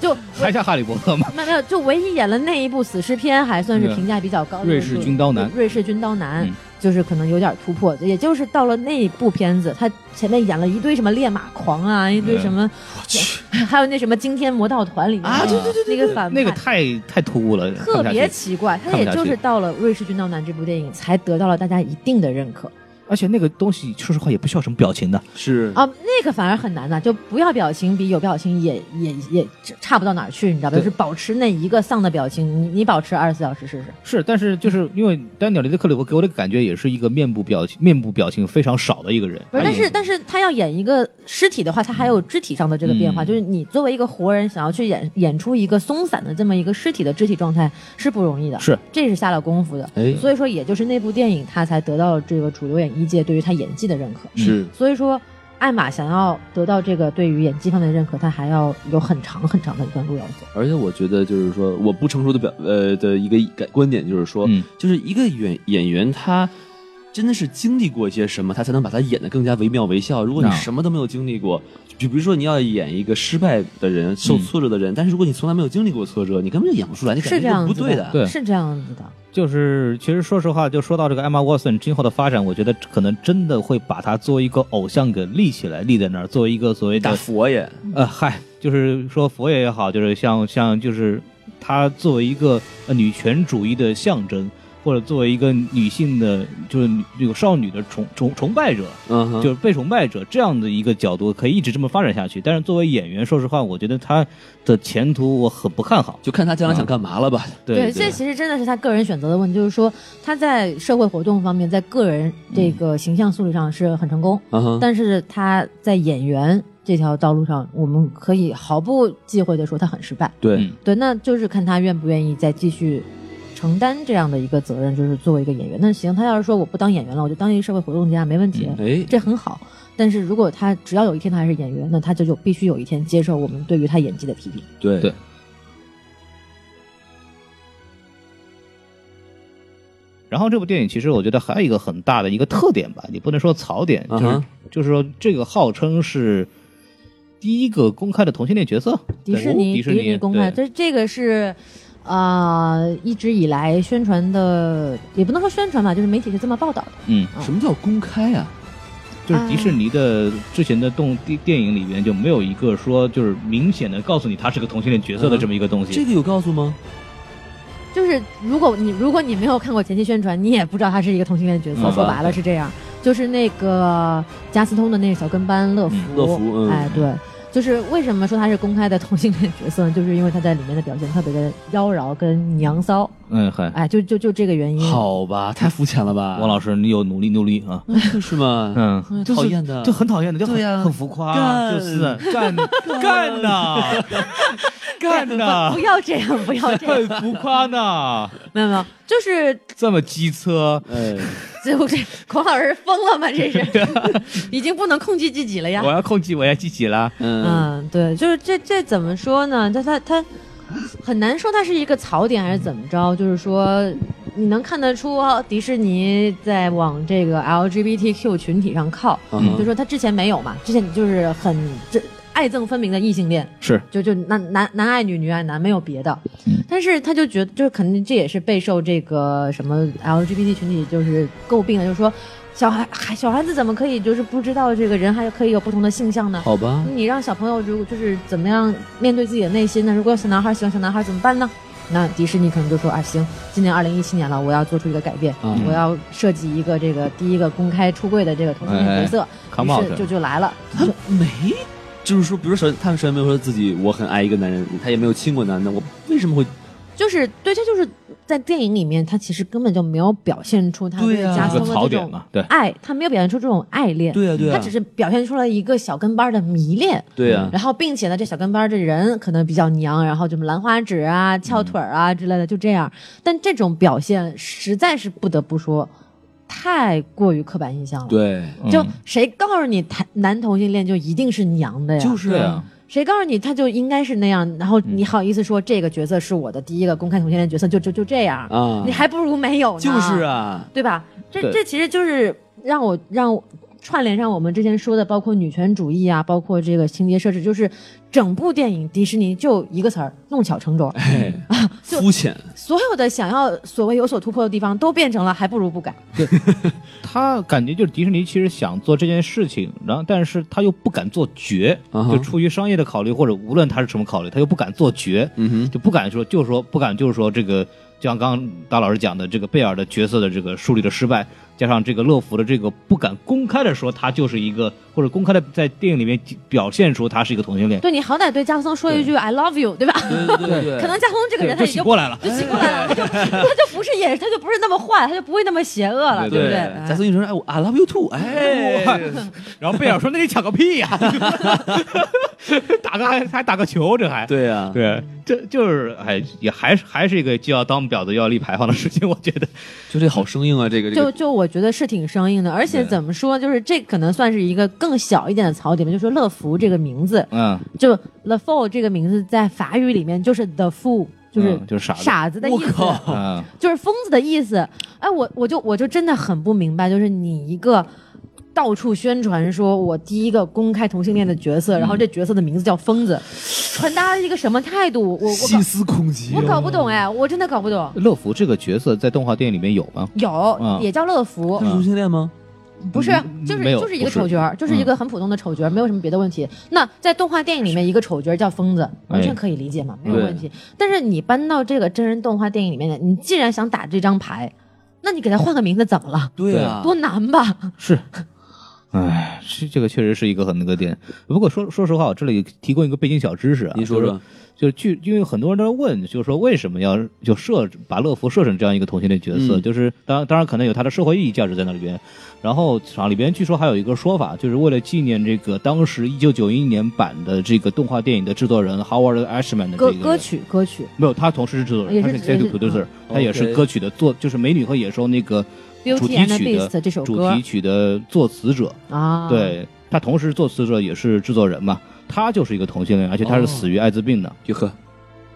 Speaker 1: 就
Speaker 2: [laughs] 还像哈利波特吗？
Speaker 1: 没有没有，就唯一演了那一部死尸片，还算是
Speaker 2: 对
Speaker 1: 评价比较高的
Speaker 2: 瑞
Speaker 1: 一
Speaker 2: 士
Speaker 1: 部
Speaker 2: 军刀男
Speaker 1: 对瑞士军刀男
Speaker 2: 嗯
Speaker 1: 就是可能有点突破，也就是到了那一部片子，他前面演了一堆什么烈马狂啊，一
Speaker 2: 嗯
Speaker 1: 堆什么， [laughs] 还有那什么惊天魔盗团里面
Speaker 2: 啊对对
Speaker 1: 对对，那个反派
Speaker 2: 那个太太突兀了，看
Speaker 1: 特
Speaker 2: 不下去
Speaker 1: 别奇怪，他
Speaker 2: 看不
Speaker 1: 也
Speaker 2: 下
Speaker 1: 就是
Speaker 2: 去
Speaker 1: 到了《瑞士军刀男》这部电影才得到了大家一定的认可。
Speaker 2: 而且那个东西，说实话也不需要什么表情的。
Speaker 3: 是
Speaker 1: 啊，那个反而很难的，就不要表情比有表情也也也差不到哪儿去，你知道吧？
Speaker 2: 对
Speaker 1: 就是保持那一个丧的表情，你你保持二十四小时试试。
Speaker 2: 是，但是就是因为丹尼尔·雷德克里夫给我的感觉也是一个面部表情、面部表情非常少的一个人。
Speaker 1: 不是，
Speaker 2: 他
Speaker 1: 但
Speaker 2: 也
Speaker 1: 是但是他要演一个尸体的话，他还有肢体上的这个变化，
Speaker 2: 嗯
Speaker 1: 就是你作为一个活人，想要去演演出一个松散的这么一个尸体的肢体状态是不容易的，
Speaker 2: 是
Speaker 1: 这是下了功夫的。
Speaker 3: 哎
Speaker 1: 所以说，也就是那部电影，他才得到了这个主流演艺界对于他演技的认可。
Speaker 2: 嗯
Speaker 3: 是
Speaker 1: 所以说，艾玛想要得到这个对于演技方面的认可，他还要有很长很长的一段路要走。
Speaker 3: 而且我觉得就是说，我不成熟的表呃的一个感观点就是说，
Speaker 2: 嗯
Speaker 3: 就是一个演演员他真的是经历过一些什么，他才能把它演得更加惟妙惟肖。如果你
Speaker 2: 啊
Speaker 3: 什么都没有经历过，就比如说你要演一个失败的人、受挫折的人，但是如果你从来没有经历过挫折，你根本就演不出来，你感
Speaker 1: 是这
Speaker 3: 觉就
Speaker 1: 样
Speaker 3: 不
Speaker 1: 子
Speaker 3: 对
Speaker 1: 的，
Speaker 3: 的。
Speaker 2: 对
Speaker 1: 是这样子的。
Speaker 2: 就是其实说实话，就说到这个 Emma Watson 今后的发展，我觉得可能真的会把她作为一个偶像给立起来，立在那儿，作为一个所谓
Speaker 3: 大
Speaker 2: 的
Speaker 3: 佛爷，
Speaker 2: 呃，嗨，就是说佛爷也好，就是像像就是她作为一个呃女权主义的象征，或者作为一个女性的就是女有少女的崇崇崇拜者，
Speaker 3: 嗯哼，
Speaker 2: 就是被崇拜者这样的一个角度，可以一直这么发展下去。但是作为演员，说实话，我觉得她的前途我很不看好。
Speaker 3: 就看他将来想干嘛了吧。
Speaker 2: 对
Speaker 1: 这其实真的是他个人选择的问题，就是说他在社会活动方面，在个人这个形象树立上是很成功，
Speaker 3: 嗯哼，
Speaker 1: 但是他在演员这条道路上，我们可以毫不忌讳的说他很失败。
Speaker 3: 对，
Speaker 2: 嗯
Speaker 1: 对，那就是看他愿不愿意再继续承担这样的一个责任，就是作为一个演员。那行，他要是说我不当演员了，我就当一个社会活动家，没问题，
Speaker 3: 哎，
Speaker 1: 这很好。但是如果他只要有一天他还是演员，那他就有必须有一天接受我们对于他演技的批评。
Speaker 3: 对
Speaker 2: 对然后这部电影其实我觉得还有一个很大的一个特点吧，你不能说槽点，
Speaker 3: 嗯
Speaker 2: 就是、
Speaker 3: 哼
Speaker 2: 就是说这个号称是第一个公开的同性恋角色，
Speaker 1: 迪士
Speaker 2: 对哦
Speaker 1: 尼，
Speaker 2: 迪士
Speaker 1: 迪士尼公开，
Speaker 2: 对
Speaker 1: 这这个是。啊、一直以来宣传的也不能说宣传吧，就是媒体是这么啊报道的。
Speaker 2: 嗯，
Speaker 3: 什么叫公开啊？
Speaker 2: 就是迪士尼的之前的动电电影里面就没有一个说就是明显的告诉你他是个同性恋角色
Speaker 1: 嗯
Speaker 2: 的这么一个东
Speaker 3: 这
Speaker 2: 西，
Speaker 3: 个有告诉吗？
Speaker 1: 就是如果你如果你没有看过前期宣传，你也不知道他是一个同性恋角
Speaker 2: 啊
Speaker 1: 色。
Speaker 3: 嗯
Speaker 1: 说白了是这样，就是那个加斯通的那个小跟班乐福，啊
Speaker 2: 嗯
Speaker 3: 乐福嗯
Speaker 1: 哎，对，就是为什么说他是公开的同性恋角色呢？就是因为他在里面的表现特别的妖娆跟娘骚，
Speaker 2: 嗯，很
Speaker 1: 哎，就就就这个原因。 [laughs]
Speaker 3: 好吧，太肤浅了吧，
Speaker 2: 王老师你有努力努力啊，
Speaker 3: 师是吗？
Speaker 2: 嗯。
Speaker 3: 哎
Speaker 2: 就是
Speaker 3: 讨厌的，
Speaker 2: 就很讨厌的，就很、
Speaker 3: 对呀
Speaker 2: 很浮夸，
Speaker 1: 啊
Speaker 3: 干
Speaker 2: 就是干
Speaker 1: [laughs]
Speaker 2: 干呐，干呐
Speaker 1: 不，要这样，不要这样，
Speaker 2: 很浮夸呐，
Speaker 1: 没有没有，就是
Speaker 2: 这么机车，
Speaker 3: 哎，
Speaker 1: [laughs] 最后这孔老师疯了吗？这是已经不能控制自己了呀
Speaker 2: 我。要控制，我要积极了。
Speaker 3: 啊嗯，
Speaker 1: 嗯，对，就是这这怎么说呢？他他他很难说它是一个槽点还是怎么着，就是说你能看得出哦迪士尼在往这个 LGBTQ 群体上靠，
Speaker 3: 嗯哼
Speaker 1: 就说他之前没有嘛，之前你就是很这爱憎分明的异性恋，
Speaker 3: 是嗯
Speaker 1: 就就男男男爱女，女爱男，没有别的。但是他就觉得，就是肯定这也是备受这个什么 LGBT 群体就是诟病的，就是说小孩孩小孩子怎么可以就是不知道这个人还可以有不同的性向呢？
Speaker 3: 好吧，
Speaker 1: 你让小朋友如果就是怎么样面对自己的内心呢？如果有小男孩喜欢小男孩怎么办呢？那迪士尼可能就说啊，行，今年二零一七年了，我要做出一个改变，
Speaker 3: 嗯
Speaker 1: 我要设计一个这个第一个公开出柜的这个同性恋角色，
Speaker 2: come
Speaker 1: 于
Speaker 2: out
Speaker 1: 是就就来了。
Speaker 3: 他没，就是说，比如说，他们虽然没有说自己我很爱一个男人，他也没有亲过男的，我为什么会
Speaker 1: 就是对，这就是在电影里面，他其实根本就没有表现出他
Speaker 3: 对
Speaker 1: 对
Speaker 3: 啊
Speaker 1: 加
Speaker 2: 有
Speaker 1: 松
Speaker 2: 个
Speaker 1: 的
Speaker 2: 槽
Speaker 1: 这
Speaker 2: 点
Speaker 1: 种
Speaker 2: 嘛，对
Speaker 1: 爱，他没有表现出这种爱恋，
Speaker 3: 对啊对啊
Speaker 1: 他只是表现出了一个小跟班的迷恋。
Speaker 3: 对啊？
Speaker 1: 然后，并且呢，这小跟班这人可能比较娘，然后什么兰花指啊、翘腿儿啊之类的，就这样。但这种表现实在是不得不说，太过于刻板印象了。，
Speaker 3: 对，嗯
Speaker 1: 就谁告诉你谈男同性恋就一定是娘的呀？
Speaker 3: 就是
Speaker 2: 对啊，
Speaker 1: 谁告诉你他就应该是那样？然后你
Speaker 3: 嗯
Speaker 1: 好意思说这个角色是我的第一个公开同性恋角色，就就就这样
Speaker 3: 啊
Speaker 1: 你还不如没有呢，
Speaker 3: 就是，啊，
Speaker 1: 对吧？这
Speaker 2: 对
Speaker 1: 这其实就是让我让我串联上我们之前说的，包括女权主义啊，包括这个情节设置，就是整部电影迪士尼就一个词儿，弄巧成
Speaker 3: [laughs]
Speaker 1: 拙，
Speaker 3: 哎，肤浅，
Speaker 1: 所有的想要所谓有所突破的地方都变成了还不如不改。
Speaker 2: 他感觉就是迪士尼其实想做这件事情，然后但是他又不敢做绝，
Speaker 3: 啊哈
Speaker 2: 就出于商业的考虑或者无论他是什么考虑，他又不敢做绝，
Speaker 3: 嗯哼，
Speaker 2: 就不敢说，就是说不敢，就是说这个，就像刚刚大老师讲的，这个贝尔的角色的这个树立的失败，加上这个乐福的这个不敢公开的说他就是一个，或者公开的在电影里面表现出他是一个同性恋，
Speaker 1: 对你好歹对加藤说一句 I love you，对吧？
Speaker 3: 对对对对，
Speaker 1: 可能加藤这个人他
Speaker 2: 就
Speaker 1: 也
Speaker 2: 醒
Speaker 1: 就
Speaker 2: 过来了。
Speaker 1: 就醒过来了，他就
Speaker 3: 哎
Speaker 1: [laughs] 他就不是也，他就不是那么坏，他就不会那么邪恶了，
Speaker 3: 对
Speaker 1: 不对？
Speaker 3: 贾斯汀说：“哎，我 I love you too。”哎，
Speaker 2: [laughs] 然后贝尔说：“那你抢个屁 [laughs] 呀、打个还还打个球，这还
Speaker 3: 对啊，
Speaker 2: 对，这就是哎，也还是还是一个既要当婊子又要立牌坊的事情，我觉得。
Speaker 3: 就这好生硬啊，这个这
Speaker 1: 就
Speaker 3: 个，
Speaker 1: 就我觉得是挺生硬的，而且怎么说，就是这可能算是一个更小一点的槽点吧，就说乐福这个名字，
Speaker 2: 嗯，
Speaker 1: 就 The Fool 这个名字在法语里面就是 The Fool，就是
Speaker 2: 嗯就是傻子
Speaker 1: 傻子的意思，
Speaker 2: 啊，
Speaker 1: 就是疯子的意思。哎，我我就我就真的很不明白，就是你一个到处宣传说我第一个公开同性恋的角色，
Speaker 2: 嗯
Speaker 1: 然后这角色的名字叫疯子，传达了一个什么态度？我我搞
Speaker 3: 思恐极啊
Speaker 1: 我
Speaker 2: 啊
Speaker 1: 搞不懂哎，我真的搞不懂。
Speaker 2: 乐福这个角色在动画电影里面有吗？
Speaker 1: 有
Speaker 2: 嗯
Speaker 1: 也叫乐福，
Speaker 3: 是同性恋吗？
Speaker 1: 不是，就是
Speaker 2: 没有
Speaker 1: 就是一个
Speaker 2: 不是嗯
Speaker 1: 丑角儿，就是一个很普通的丑角儿，没有什么别的问题。那在动画电影里面，一个丑角儿叫疯子，完全
Speaker 2: 哎
Speaker 1: 可以理解嘛，没有问题。但是你搬到这个真人动画电影里面，你既然想打这张牌，那你给他换个名字怎么了？
Speaker 3: 对啊，
Speaker 1: [laughs] 多难吧？
Speaker 2: 是，哎，是这个确实是一个很那个点。不过说说实话，我这里提供一个背景小知识啊，
Speaker 3: 您说
Speaker 2: 就是
Speaker 3: 说，
Speaker 2: 就是去，因为很多人都问，就是说为什么要就设把乐福设成这样一个同性恋角色？
Speaker 3: 嗯
Speaker 2: 就是当然当然可能有它的社会意义价值在那里边。然后啊厂里边据说还有一个说法，就是为了纪念这个当时一九九一年版的这个动画电影的制作人 Howard Ashman 的这个
Speaker 1: 歌
Speaker 2: 人
Speaker 1: 歌曲歌曲
Speaker 2: 没有，他同时是制作人，
Speaker 1: 也
Speaker 2: 他
Speaker 1: 是
Speaker 2: 是
Speaker 1: 也是
Speaker 2: executive producer，他也是
Speaker 3: 嗯 OK
Speaker 2: 歌曲的作，就是《美女和野兽》那个
Speaker 1: 《
Speaker 2: 主
Speaker 1: Beauty
Speaker 2: 题
Speaker 1: and the
Speaker 2: 曲的
Speaker 1: Beast》这首
Speaker 2: 主
Speaker 1: 歌
Speaker 2: 题曲的作词者。
Speaker 1: 啊，，
Speaker 2: 对他同时作词者也是制作人嘛，他就是一个同性恋，而且
Speaker 3: 哦
Speaker 2: 他是死于艾滋病的。
Speaker 3: 哟呵，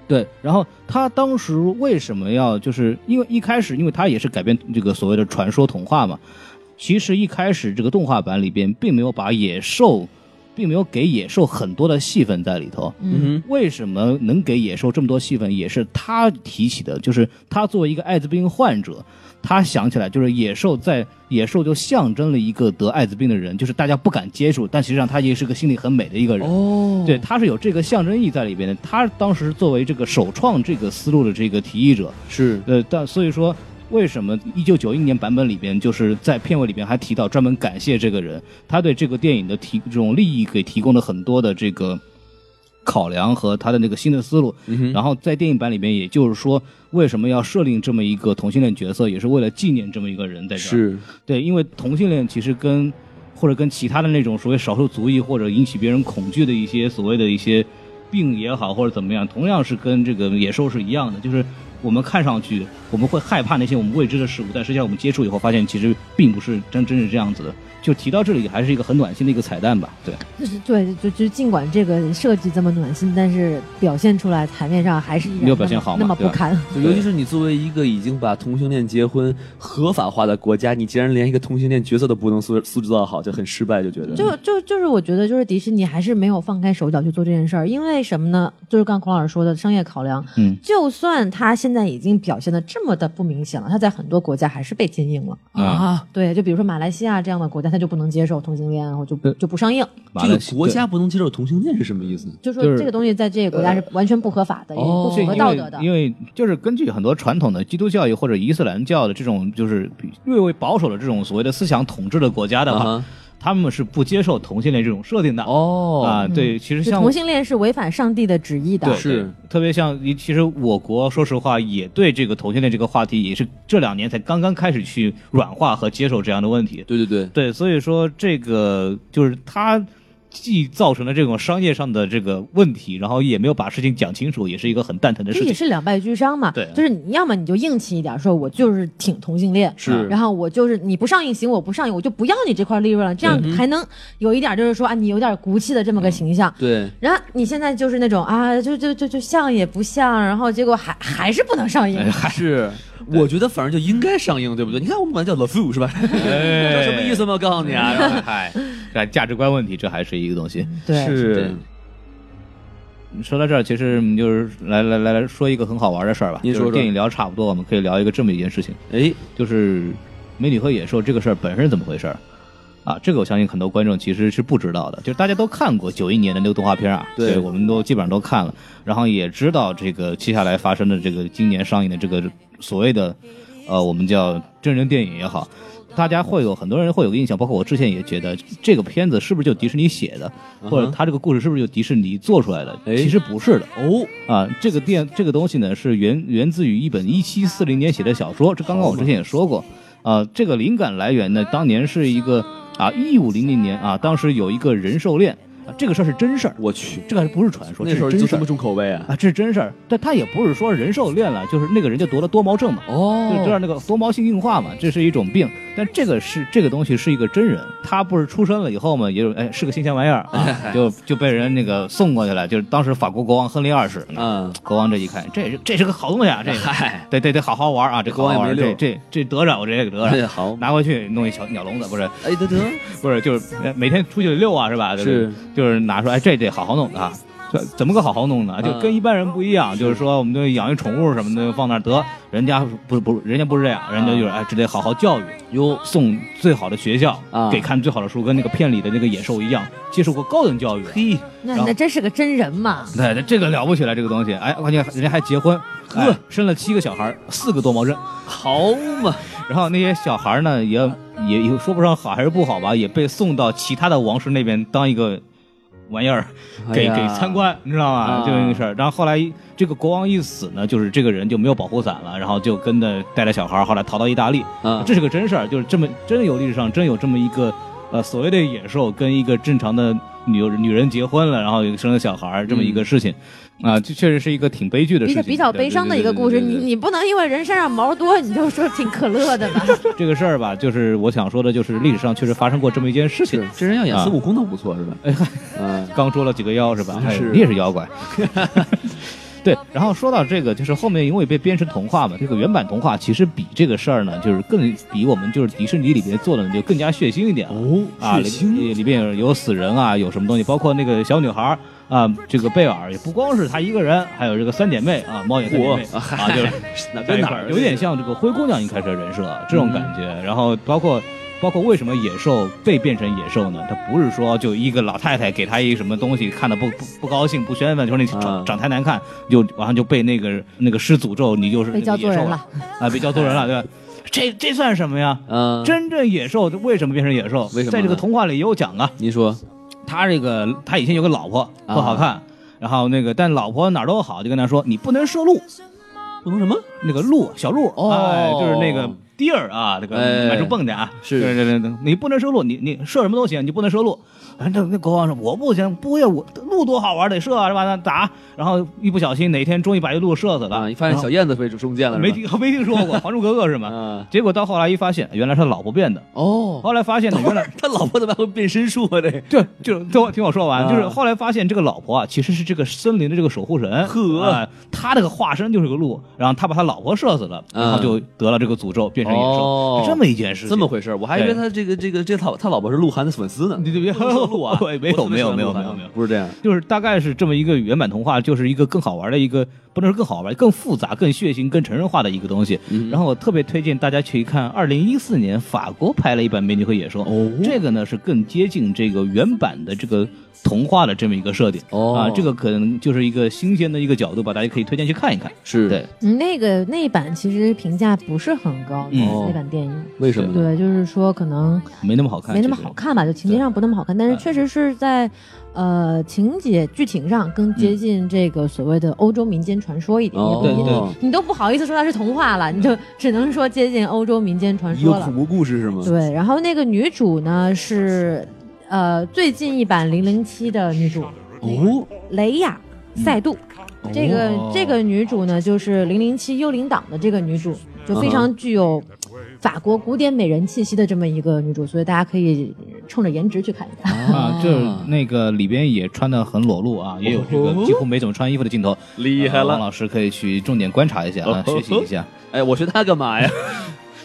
Speaker 2: 对，然后他当时为什么要就是因为一开始，因为他也是改编这个所谓的传说童话嘛，其实一开始这个动画版里边并没有把野兽，并没有给野兽很多的戏份在里头。
Speaker 1: 嗯，
Speaker 2: 为什么能给野兽这么多戏份，也是他提起的，就是他作为一个艾滋病患者，他想起来就是野兽在野兽就象征了一个得艾滋病的人，就是大家不敢接触，但实际上他也是个心里很美的一个人。
Speaker 3: 哦
Speaker 2: 嗯对，，他是有这个象征意义在里边的。他当时作为这个首创这个思路的这个提议者，
Speaker 3: 是
Speaker 2: 呃，但所以说。为什么一九九一年版本里边，就是在片尾里边还提到专门感谢这个人，他对这个电影的提这种利益给提供了很多的这个考量和他的那个新的思路。然后在电影版里边，也就是说，为什么要设定这么一个同性恋角色，也是为了纪念这么一个人在这儿。
Speaker 3: 是，
Speaker 2: 对，因为同性恋其实跟或者跟其他的那种所谓少数族裔或者引起别人恐惧的一些所谓的一些病也好或者怎么样，同样是跟这个野兽是一样的，就是我们看上去我们会害怕那些我们未知的事物，但实际上我们接触以后发现其实并不是真真是这样子的。就提到这里还是一个很暖心的一个彩蛋吧，对，
Speaker 1: 就是对，就就尽管这个设计这么暖心，但是表现出来台面上还是依然
Speaker 2: 没有表现好嘛
Speaker 1: 那么
Speaker 2: 对
Speaker 1: 不
Speaker 2: 吧
Speaker 1: 堪。
Speaker 3: 就尤其是你作为一个已经把同性恋结婚合法化的国家，你竟然连一个同性恋角色都不能塑塑造好，就很失败，就觉得
Speaker 1: 就就就是我觉得就是迪士尼还是没有放开手脚去做这件事儿，因为什么呢？就是刚孔老师说的商业考量。
Speaker 2: 嗯，
Speaker 1: 就算他现在已经表现的这么的不明显了，他在很多国家还是被禁映了。
Speaker 3: 啊，
Speaker 1: 对，就比如说马来西亚这样的国家，他就不能接受同性恋，然后就不就不上映，
Speaker 2: 马
Speaker 3: 这
Speaker 2: 来
Speaker 3: 个
Speaker 2: 西
Speaker 3: 国家不能接受同性恋是什么意思？
Speaker 1: 就说
Speaker 2: 就是呃
Speaker 1: 这个东西在这个国家是完全不合法的，也不
Speaker 3: 哦
Speaker 1: 符合
Speaker 2: 对
Speaker 1: 道德的。
Speaker 2: 因为因为就是根据很多传统的基督教育或者伊斯兰教的这种就是略微保守的这种所谓的思想统治的国家的话，
Speaker 3: 啊
Speaker 2: 他们是不接受同性恋这种设定的。
Speaker 3: 哦
Speaker 2: 啊，对，其实
Speaker 1: 就
Speaker 2: 像
Speaker 1: 同性嗯恋是违反上帝的旨意的
Speaker 2: 对，
Speaker 3: 是
Speaker 2: 对特别像，其实我国说实话也对这个同性恋这个话题也是这两年才刚刚开始去软化和接受这样的问题。
Speaker 3: 对对对，
Speaker 2: 对，所以说这个就是它既造成了这种商业上的这个问题，然后也没有把事情讲清楚，也是一个很蛋疼的
Speaker 1: 这
Speaker 2: 事
Speaker 1: 也
Speaker 2: 情。
Speaker 1: 是两败俱伤嘛。
Speaker 2: 对啊
Speaker 1: 就是你要么你就硬气一点，说我就是挺同性恋，
Speaker 3: 是
Speaker 1: 然后我就是你不上映行，我不上映，我就不要你这块利润了，这
Speaker 2: 嗯
Speaker 1: 样还能有一点就是说啊，你有点骨气的这么个形象。
Speaker 3: 对，
Speaker 1: 然后你现在就是那种啊，就就就就像也不像，然后结果还还是不能上映，
Speaker 2: 哎
Speaker 3: 是，我觉得反正就应该上映，对不对？你看我们管它叫 The Fool 是吧？ [laughs] 知道什么意思吗？告诉你
Speaker 2: 哎
Speaker 3: 啊，然后
Speaker 2: 嗨，这哎价值观问题，这还是一个东西。
Speaker 3: 哎
Speaker 1: 对，
Speaker 3: 对，
Speaker 2: 说到这儿，其实嗯就是来来来来说一个很好玩的事儿吧。
Speaker 3: 您说说
Speaker 2: 就是电影聊差不多，我们可以聊一个这么一件事情，
Speaker 3: 哎，
Speaker 2: 就是《美女和野兽》这个事儿本身是怎么回事儿啊？这个我相信很多观众其实是不知道的，就是大家都看过九一年的那个动画片啊，
Speaker 3: 对
Speaker 2: 我们都基本上都看了，啊然后也知道这个接下来发生的这个今年上映的这个所谓的呃，我们叫真人电影也好。大家会有很多人会有个印象，包括我之前也觉得这个片子是不是就迪士尼写的，或者他这个故事是不是就迪士尼做出来的？
Speaker 3: 哎
Speaker 2: 其实不是的，
Speaker 3: 哦，
Speaker 2: 啊，这个电这个东西呢是源源自于一本一七四零年写的小说，这刚刚我之前也说过，啊，这个灵感来源呢，当年是一个啊一五零零年啊，当时有一个人兽恋，啊这个事儿是真事儿，
Speaker 3: 我去，
Speaker 2: 这个还不是传说，
Speaker 3: 那时候
Speaker 2: 这
Speaker 3: 就是这
Speaker 2: 真事儿
Speaker 3: 么重口味啊！
Speaker 2: 啊，这是真事儿。但他也不是说人兽恋了，就是那个人就得了多毛症嘛，
Speaker 3: 哦
Speaker 2: 就知道那个多毛性硬化嘛，这是一种病。但这个是这个东西是一个真人，他不是出生了以后嘛，也有哎是个新鲜玩意儿
Speaker 3: [laughs]
Speaker 2: 啊，就就被人那个送过去了，就是当时法国国王亨利二世，
Speaker 3: 嗯，
Speaker 2: 国王这一看，这是这是个好东西 [laughs] 啊，这个
Speaker 3: 嗨，
Speaker 2: 得得得好好玩啊，这
Speaker 3: 国王
Speaker 2: 好好
Speaker 3: 也
Speaker 2: 玩，
Speaker 3: 没
Speaker 2: 这
Speaker 3: 溜
Speaker 2: 这这得着我这个得
Speaker 3: 哎
Speaker 2: 着，
Speaker 3: 好，
Speaker 2: 拿回去弄一小鸟笼子，不是
Speaker 3: 哎得得，
Speaker 2: 不是就是呃每天出去遛啊，是吧？就是
Speaker 3: 是
Speaker 2: 就是拿出来，哎这得好好弄啊。这怎么个好好弄呢？啊就跟一般人不一样，就是说我们就养一宠物什么的放那儿得，人家不是不是，人家不是这样，人家就是哎，这得好好教育，
Speaker 3: 哟，
Speaker 2: 送最好的学校，
Speaker 3: 啊
Speaker 2: 给看最好的书，跟那个片里的那个野兽一样，接受过高等教育。啊嘿，
Speaker 1: 那那真是个真人嘛，
Speaker 2: 对，这个了不起了，这个东西，哎，关键人家还结婚，
Speaker 3: 哎
Speaker 2: 呵、生了七个小孩，四个多毛症，
Speaker 3: 好嘛，
Speaker 2: 然后那些小孩呢，也也也说不上好还是不好吧，也被送到其他的王室那边当一个玩意儿给、
Speaker 3: 哎呀
Speaker 2: 给参，观，你知道吗？
Speaker 3: 啊
Speaker 2: 就那个事儿。然后后来这个国王一死呢，就是这个人就没有保护伞了，然后就跟着带着小孩儿，后来逃到意大利。
Speaker 3: 嗯，
Speaker 2: 啊这是个真事儿，就是这么真的有历史上真有这么一个呃所谓的野兽跟一个正常的女女人结婚了，然后生了小孩儿这么一
Speaker 3: 嗯
Speaker 2: 个事情，啊、这确实是一个挺悲剧的事
Speaker 1: 比较
Speaker 2: 情，
Speaker 1: 比较悲伤的一个故事。
Speaker 2: 对对对
Speaker 1: 你
Speaker 2: 对对
Speaker 1: 你不能因为人身上毛多，你就说挺可乐的
Speaker 2: [laughs]
Speaker 1: 吧？
Speaker 2: 这个事儿吧，就是我想说的，就是历史上确实发生过这么一件事情
Speaker 3: 是。真人要演
Speaker 2: 啊
Speaker 3: 孙悟空倒不错是吧？哎嗨， [laughs] 嗯，
Speaker 2: 刚捉了几个妖是吧？哎
Speaker 3: 是
Speaker 2: 你也是妖怪。 [laughs] 对，然后说到这个，就是后面因为被编成童话嘛，这个原版童话其实比这个事儿呢，就是更比我们就是迪士尼里边做的呢就更加血腥一点了。
Speaker 3: 哦，
Speaker 2: 啊，
Speaker 3: 血
Speaker 2: 里
Speaker 3: 腥，
Speaker 2: 里边有有死人啊，有什么东西，包括那个小女孩儿啊，这个贝尔也不光是她一个人，还有这个三姐妹啊，猫眼三姐妹
Speaker 3: 嚯
Speaker 2: 啊，就是
Speaker 3: 哪
Speaker 2: 在
Speaker 3: 跟
Speaker 2: 一
Speaker 3: 哪
Speaker 2: 块
Speaker 3: 儿嗯
Speaker 2: 儿有点像这个灰姑娘一开始的人设这种感觉。然后包括包括为什么野兽被变成野兽呢？它不是说就一个老太太给他一什么东西，看的不不不高兴不宣愤，就说你长、
Speaker 3: 啊
Speaker 2: 长太难看，就晚上就被那个那个狮诅咒，你就是
Speaker 1: 被
Speaker 2: 那个
Speaker 1: 叫做
Speaker 2: 野兽
Speaker 1: 人
Speaker 2: 了啊，被叫做人了，对吧？这这算什么呀？
Speaker 3: 嗯，
Speaker 2: 真正野兽为什么变成野兽？
Speaker 3: 为什么呢
Speaker 2: 在这个童话里也有讲啊，
Speaker 3: 您说
Speaker 2: 他这个他以前有个老婆不好看，然后那个但老婆哪儿都好，就跟他说你不能射鹿，
Speaker 3: 不能什么？
Speaker 2: 那个鹿小鹿，
Speaker 3: 哦
Speaker 2: 哎，就是那个 deer 啊，那个
Speaker 3: 哎
Speaker 2: 满处蹦的啊，
Speaker 3: 是
Speaker 2: 对对对对，你不能射鹿，你你射什么都行，你不能射鹿。哎，那那国王说我不行，不会我鹿多好玩得射啊是吧？那打，然后一不小心哪天终于把一鹿射死了，
Speaker 3: 啊，你发现小燕子被中箭了是吧
Speaker 2: 没听没听说过《还珠格格》是吗？
Speaker 3: 啊，
Speaker 2: 结果到后来一发现，原来是他老婆变的。
Speaker 3: 哦，
Speaker 2: 后来发现呢，原来
Speaker 3: [laughs] 他老婆怎么还会变身术啊？这
Speaker 2: 就 [laughs] 就听我听我说完，
Speaker 3: 啊
Speaker 2: 就是后来发现这个老婆啊，其实是这个森林的这个守护神，
Speaker 3: 呵
Speaker 2: 啊他这个化身就是个鹿，然后他把他老婆射死了，
Speaker 3: 嗯
Speaker 2: 然后就得了这个诅咒，变成野兽，
Speaker 3: 哦
Speaker 2: 是这么一件事，
Speaker 3: 这么。回事儿我还以为他这个这个这他他老婆是鹿晗的粉丝呢。
Speaker 2: 你就别，
Speaker 3: 不能说鹿啊
Speaker 2: [laughs] 喂没有
Speaker 3: [laughs] 我特别喜欢
Speaker 2: 没有
Speaker 3: 鹿晗
Speaker 2: 没有没有
Speaker 3: 不是这样。
Speaker 2: 就是大概是这么一个原版童话，就是一个更好玩的一个，不能说更好玩，更复杂、更血腥、更成人化的一个东西。
Speaker 3: 嗯
Speaker 2: 然后我特别推荐大家去看，二零一四年法国拍了一版《美女和野兽》，
Speaker 3: 哦
Speaker 2: 这个呢是更接近这个原版的这个童话的这么一个设定。
Speaker 3: 哦
Speaker 2: 啊，这个可能就是一个新鲜的一个角度吧，大家可以推荐去看一看。
Speaker 3: 是
Speaker 2: 对，
Speaker 1: 嗯那个那一版其实评价不是很高，
Speaker 2: 嗯
Speaker 1: 那版电影。
Speaker 3: 为什么呢？
Speaker 1: 对，就是说可能
Speaker 2: 没那么好看，
Speaker 1: 没那么
Speaker 2: 其实
Speaker 1: 好。看吧，就情节上不那么好看，但是确实是在，呃，情节剧情上更接近这个所谓的欧洲民间传说一点。
Speaker 3: 嗯哦
Speaker 1: 也不一定
Speaker 3: 对嗯
Speaker 1: 你都不好意思说它是童话了，你就只能说接近欧洲民间传
Speaker 3: 一个
Speaker 1: 说了
Speaker 3: 恐。怖故事是吗？
Speaker 1: 对，然后那个女主呢是，呃，最近一版《零零七》的女主
Speaker 3: 哦，
Speaker 1: 雷亚
Speaker 2: 嗯
Speaker 1: 赛杜。
Speaker 2: 哦
Speaker 1: 这个这个女主呢，就是《零零七》幽灵党的这个女主，就非
Speaker 2: 嗯
Speaker 1: 常具有法国古典美人气息的这么一个女主，所以大家可以冲着颜值去看一看。
Speaker 2: 啊，就是那个里边也穿的很裸露啊，也有这个几乎没怎么穿衣服的镜头，
Speaker 3: 哦厉
Speaker 2: 呃王老师可以去重点观察一下啊，
Speaker 3: 哦
Speaker 2: 学习一下。
Speaker 3: 哎，我学他干
Speaker 2: [laughs]
Speaker 3: 嘛呀？